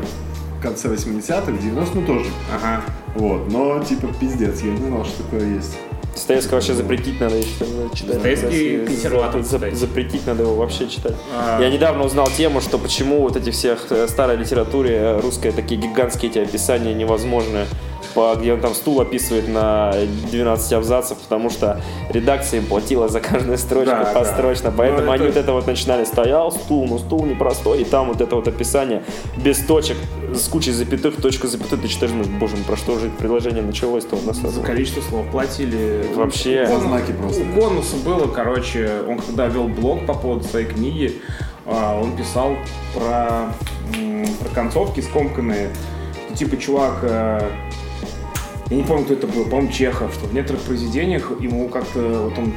Speaker 3: в конце 80-х, в 90-х, ну тоже.
Speaker 2: Ага.
Speaker 3: Вот, но типа пиздец, я не знал, что такое есть.
Speaker 4: Достоевского вообще запретить надо еще э, читать.
Speaker 2: Достоевский
Speaker 4: Э,
Speaker 2: консерватор,
Speaker 4: за-
Speaker 2: кстати.
Speaker 4: запретить надо его вообще читать.
Speaker 2: А.
Speaker 4: Я недавно узнал тему, что почему вот эти всех э, старой литературе э, русской такие гигантские эти описания невозможные, по, где он там стул описывает на 12 абзацев, потому что редакция им платила за каждую строчку
Speaker 2: Да, да.
Speaker 4: построчно, поэтому
Speaker 2: Ну, это-
Speaker 4: они вот это вот начинали, стоял стул, но стул непростой, и там вот это вот описание без точек, с кучей запятых, точка запятой, ты читаешь, думаешь, боже мой, про что же это предложение началось-то у нас?
Speaker 2: За количество слов платили.
Speaker 4: Вообще.
Speaker 2: У Гон-
Speaker 3: За знаки просто.
Speaker 2: У Гонуса было, короче, он когда вел блог по поводу своей книги, а, он писал про, м, про концовки скомканные. Ну, Типа, чувак, э, я не помню, кто это был, по-моему, Чехов, что в некоторых произведениях ему как-то вот он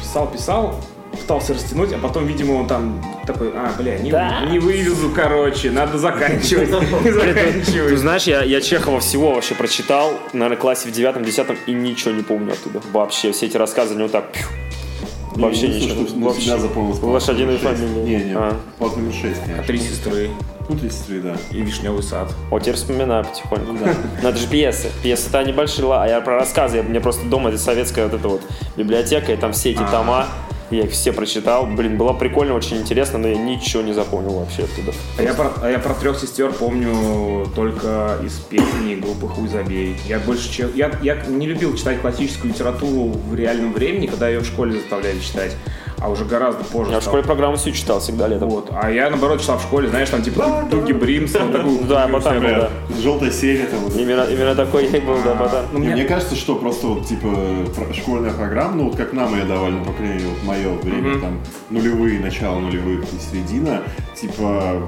Speaker 2: писал-писал, пытался растянуть, а потом, видимо, он там такой, а, бля, не, не вывезу, короче, надо заканчивать. И
Speaker 4: Ты
Speaker 2: заканчивать.
Speaker 4: знаешь, я, я Чехова всего вообще прочитал, наверное, классе в девятом, десятом, и ничего не помню оттуда. Вообще, все эти рассказы не вот так. пью. Вообще
Speaker 3: Я не
Speaker 4: ничего.
Speaker 3: слышу, что на
Speaker 4: Вообще.
Speaker 3: себя запомнилось.
Speaker 4: Лошадиные фамилии.
Speaker 3: Не, не,
Speaker 4: А.
Speaker 3: плат номер 6, конечно.
Speaker 2: Три сестры
Speaker 3: Ну, 33, да.
Speaker 2: и вишневый сад.
Speaker 4: Вот теперь вспоминаю потихоньку. Но это же пьесы. Пьесы-то они большие, ла- а я про рассказы. Я- Мне просто дома это советская вот эта вот библиотека, и там все
Speaker 3: А.
Speaker 4: эти тома. Я их все прочитал. Блин, было прикольно, очень интересно, но я ничего не запомнил вообще оттуда.
Speaker 2: А я, про, а я про трех сестер помню только из песни группы Хуй забей. Я больше чем. Я, я не любил читать классическую литературу в реальном времени, когда ее в школе заставляли читать, а уже гораздо позже.
Speaker 4: Я в
Speaker 2: стал.
Speaker 4: школе программу всю читал всегда летом.
Speaker 2: Вот. А я наоборот читал в школе, знаешь, там типа Дуги Бримсон, такую
Speaker 4: Да,
Speaker 2: хуйню
Speaker 4: ботан был,
Speaker 2: всякую.
Speaker 4: да.
Speaker 3: Желтая серия там. вот
Speaker 4: Именно, именно такой я и был, да, ботан.
Speaker 2: Ну,
Speaker 3: Не,
Speaker 2: мне-
Speaker 3: Мне кажется, что просто вот типа про- школьная программа, ну вот как нам ее давали, ну, по крайней мере, вот мое время, там нулевые, начало нулевых и середина, типа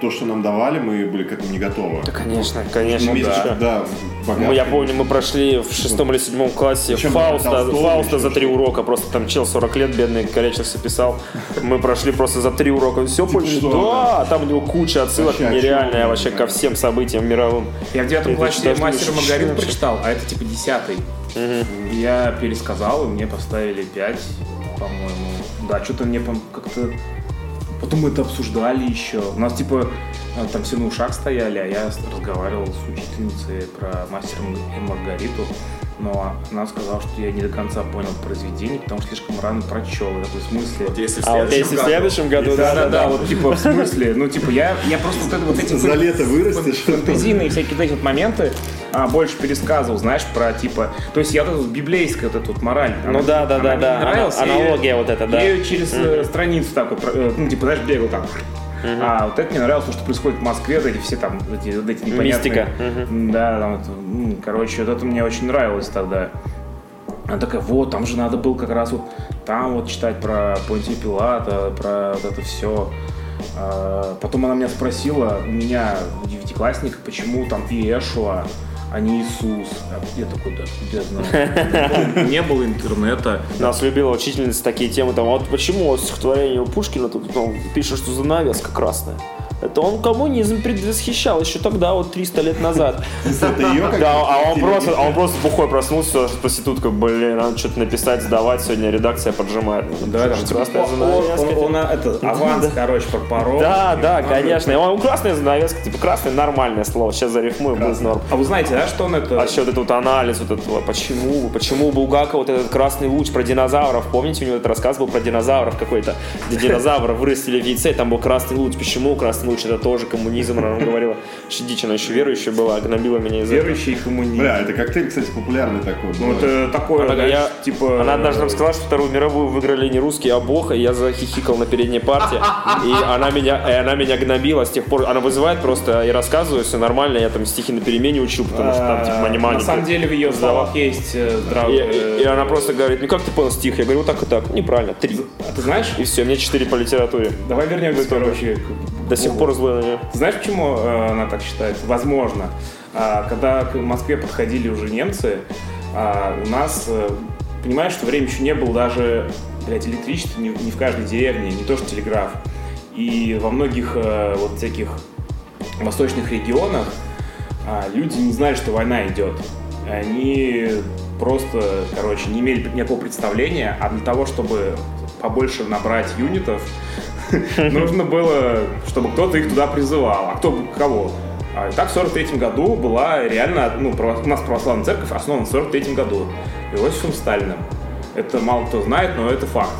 Speaker 3: то, что нам давали, мы были к этому не готовы.
Speaker 4: Да, конечно, конечно.
Speaker 3: Ну,
Speaker 4: ты
Speaker 3: да,
Speaker 4: чё.
Speaker 3: да, богатые.
Speaker 4: Ну, я помню, мы прошли в шестом или седьмом классе
Speaker 3: Причем
Speaker 4: Фауста,
Speaker 3: Толстого
Speaker 4: Фауста
Speaker 3: еще
Speaker 4: за три
Speaker 3: что-то.
Speaker 4: урока. Просто там чел 40 лет, бедный, корячился, писал. Мы прошли просто за три урока. Все поняли?
Speaker 3: что,
Speaker 4: Да, а там у него куча отсылок
Speaker 3: Типа Вообще, о чем
Speaker 4: нереальная
Speaker 3: я
Speaker 4: вообще
Speaker 3: не
Speaker 4: ко
Speaker 3: знаю.
Speaker 4: всем событиям мировым.
Speaker 2: Я в
Speaker 4: И
Speaker 2: девятом
Speaker 4: ты
Speaker 2: классе
Speaker 4: читаешь,
Speaker 2: мастера
Speaker 4: думаешь,
Speaker 2: Маргариту
Speaker 4: что же?
Speaker 2: прочитал, а это типа десятый. И Я пересказал, и мне поставили 5, по-моему. Да, что-то мне пом- как-то... Потом мы это обсуждали еще. У нас типа э, там все на ушах стояли, а я с- разговаривал с учительницей про мастера М- и Маргариту. Но она сказала, что я не до конца понял произведение, потому что слишком рано прочел. Я такой, в смысле?
Speaker 1: Вот если в
Speaker 4: А вот если в
Speaker 1: году-
Speaker 4: следующем году,
Speaker 2: Да, да, да, вот типа в смысле, ну типа я, я просто вот это вот эти
Speaker 3: За лето вырастешь.
Speaker 2: фэн- фэнтезийные всякие вот эти вот моменты, а, больше пересказывал, знаешь, про типа... То есть я вот эта вот библейская вот эта вот мораль.
Speaker 4: Ну да, да, да,
Speaker 2: мне
Speaker 4: да.
Speaker 2: не нравилась,
Speaker 4: Ана-
Speaker 2: я её-
Speaker 4: аналогия вот эта, да.
Speaker 2: Я ее через э, страницу так вот, про- э, ну, типа, знаешь, бегал там. А вот это мне нравилось, то, что происходит в Москве, вот эти все там, вот эти, вот эти непонятные...
Speaker 4: Мистика.
Speaker 2: Да, там, вот, м, короче, вот это мне очень нравилось тогда. Она такая, вот, там же надо было как раз вот там вот читать про Понтия Пилата, про вот это все. Потом она меня спросила, у меня у девятиклассника, почему там Иешуа, а не Иисус. А я такой, да, я знаю. Не было интернета.
Speaker 4: Нас любила учительница такие темы, там, а вот почему стихотворение у Пушкина тут ну, пишет, что занавеска красная? Это он коммунизм предвосхищал еще тогда, вот 300 лет назад.
Speaker 1: Это
Speaker 3: Ну,
Speaker 1: ее как-то
Speaker 4: Да, а он
Speaker 3: типа,
Speaker 1: телевизор.
Speaker 4: просто, а он просто бухой проснулся, что проститутка, блин, надо что-то написать, сдавать, сегодня редакция поджимает.
Speaker 2: Да, там,
Speaker 4: Что ж,
Speaker 2: типа,
Speaker 4: красная
Speaker 2: он-
Speaker 4: занавеска,
Speaker 2: он-
Speaker 4: типа.
Speaker 2: он, это, аванс, короче, пропорол.
Speaker 4: Да, да, конечно. И Он красная занавеска, типа красное нормальное слово. Сейчас зарифмуем, будет норм.
Speaker 2: А вы знаете, да, что он это...
Speaker 4: А еще вот этот вот анализ, вот этого, почему, почему у Булгакова вот этот красный луч про динозавров, помните, у него этот рассказ был про динозавров какой-то, где динозавров вырастили в яйце, и там был красный луч, почему красный луч, это тоже коммунизм, она нам говорила, что дичь, она еще верующая была, гнобила меня из-за этого.
Speaker 2: Верующий коммунист.
Speaker 3: Бля, это коктейль, кстати, популярный такой.
Speaker 2: Ну,
Speaker 3: бывает.
Speaker 2: это такое,
Speaker 4: Она,
Speaker 2: знаешь,
Speaker 4: А я-
Speaker 2: типа...
Speaker 4: она однажды нам сказала, что Вторую мировую выиграли не русские, а бог, и я захихикал на передней парте, и она меня, и она меня гнобила с тех пор, она вызывает просто и рассказываю, все нормально, я там стихи на перемене учу, потому что там типа они
Speaker 2: А, На самом
Speaker 4: маленькие.
Speaker 2: деле в ее словах есть э,
Speaker 4: И,
Speaker 2: здравый...
Speaker 4: и- и
Speaker 2: э,
Speaker 4: она просто говорит, ну как ты понял стих? Я говорю, вот так и так. Неправильно, три.
Speaker 2: А ты знаешь,
Speaker 4: И все, мне четыре по литературе.
Speaker 2: давай вернемся, короче.
Speaker 4: До сих пор злой на нее.
Speaker 2: Ты знаешь, почему э, она так считает? Возможно. А, Когда к Москве подходили уже немцы, а, у нас, э, понимаешь, что время еще не было даже, блядь, электричества не, не в каждой деревне, не то что телеграф. И во многих э, вот всяких восточных регионах а, люди не знали, что война идет. Они просто, короче, не имели никакого представления, а для того, чтобы побольше набрать юнитов, нужно было, чтобы кто-то их туда призывал. А кто бы- кого? А, и так в 43 году была реально, ну, право- у нас православная церковь основана в 43 году Иосифом Сталиным. Это мало кто знает, но это факт.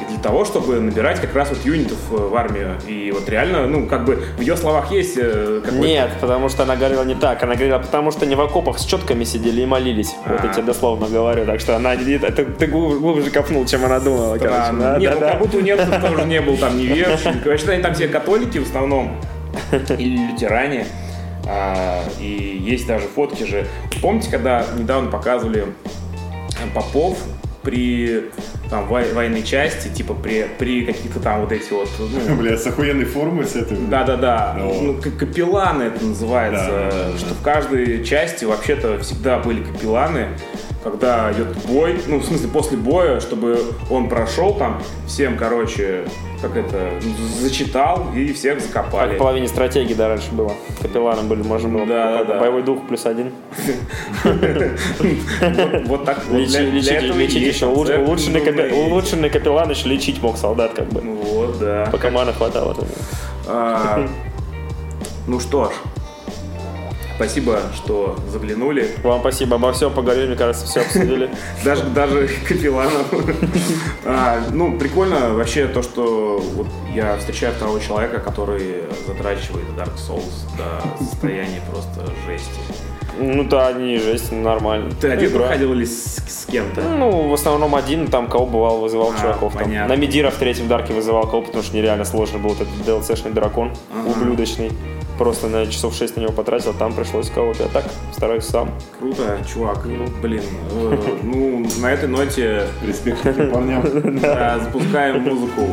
Speaker 2: И для того, чтобы набирать как раз вот юнитов э, в армию. И вот реально, ну, как бы в ее словах есть э, какой-то...
Speaker 4: Нет, потому что она говорила не так. Она говорила, потому что не в окопах с четками сидели и молились. Вот я тебе дословно говорю. Так что она не- это- ты глубже, глубже копнул, чем она думала, короче.
Speaker 2: Странно.
Speaker 4: Да,
Speaker 2: Нет,
Speaker 4: да,
Speaker 2: ну,
Speaker 4: да.
Speaker 2: как будто у немцев тоже не был там неверующих. Вообще-то ну, они там все католики в основном. Или лютеране. А, и есть даже фотки же. Помните, когда недавно показывали э, Попов при там, вой- военной части, типа при, при каких-то там вот эти вот... ну,
Speaker 3: Бля, с охуенной формы с этой.
Speaker 2: Да-да-да,
Speaker 3: Ну.
Speaker 2: ну, к- капелланы это называется,
Speaker 3: Да, да, да,
Speaker 2: что
Speaker 3: да.
Speaker 2: в каждой части вообще-то всегда были капелланы, когда идет бой, ну, в смысле, после боя, чтобы он прошел там, всем, короче, как это, ну, зачитал и всех
Speaker 4: Как
Speaker 2: закопали.
Speaker 4: в половине стратегии, да, раньше было. Капелланы были, можно было.
Speaker 2: Да, да, да.
Speaker 4: Боевой дух плюс один.
Speaker 2: Вот- Вот так вот.
Speaker 4: Лечи-
Speaker 2: Ну, для- для
Speaker 4: лечить
Speaker 2: этого и
Speaker 4: лечить
Speaker 2: есть
Speaker 4: еще. Улучш-
Speaker 2: концепт
Speaker 4: улучшенный,
Speaker 2: «Нужно
Speaker 4: капе-
Speaker 2: есть».
Speaker 4: улучшенный капеллан еще лечить мог солдат, как бы.
Speaker 2: Ну Вот, да.
Speaker 4: Пока мана хватало. там.
Speaker 2: А, Ну что ж, спасибо, что заглянули.
Speaker 4: Вам спасибо обо всем поговорили, мне кажется, все обсудили.
Speaker 2: Даже, даже капелланов. А, ну, прикольно вообще то, что вот я встречаю второго человека, который затрачивает Dark Souls до состояния просто жести.
Speaker 4: Ну да, не жесть, нормально.
Speaker 2: Ты один
Speaker 4: Игра.
Speaker 2: проходил или с, с кем-то?
Speaker 4: Ну, в основном один, там кого бывал, вызывал
Speaker 2: А,
Speaker 4: чуваков. Там.
Speaker 2: понятно.
Speaker 4: На Медира в третьем дарке вызывал кого, потому что нереально сложно был этот DLC-шный дракон, ублюдочный. Просто на часов 6 на него потратил, там пришлось кого-то. А так стараюсь сам.
Speaker 2: Круто, чувак. Ну, блин, э, ну, на этой ноте
Speaker 3: Респект таким парням.
Speaker 2: э, запускаем музыку.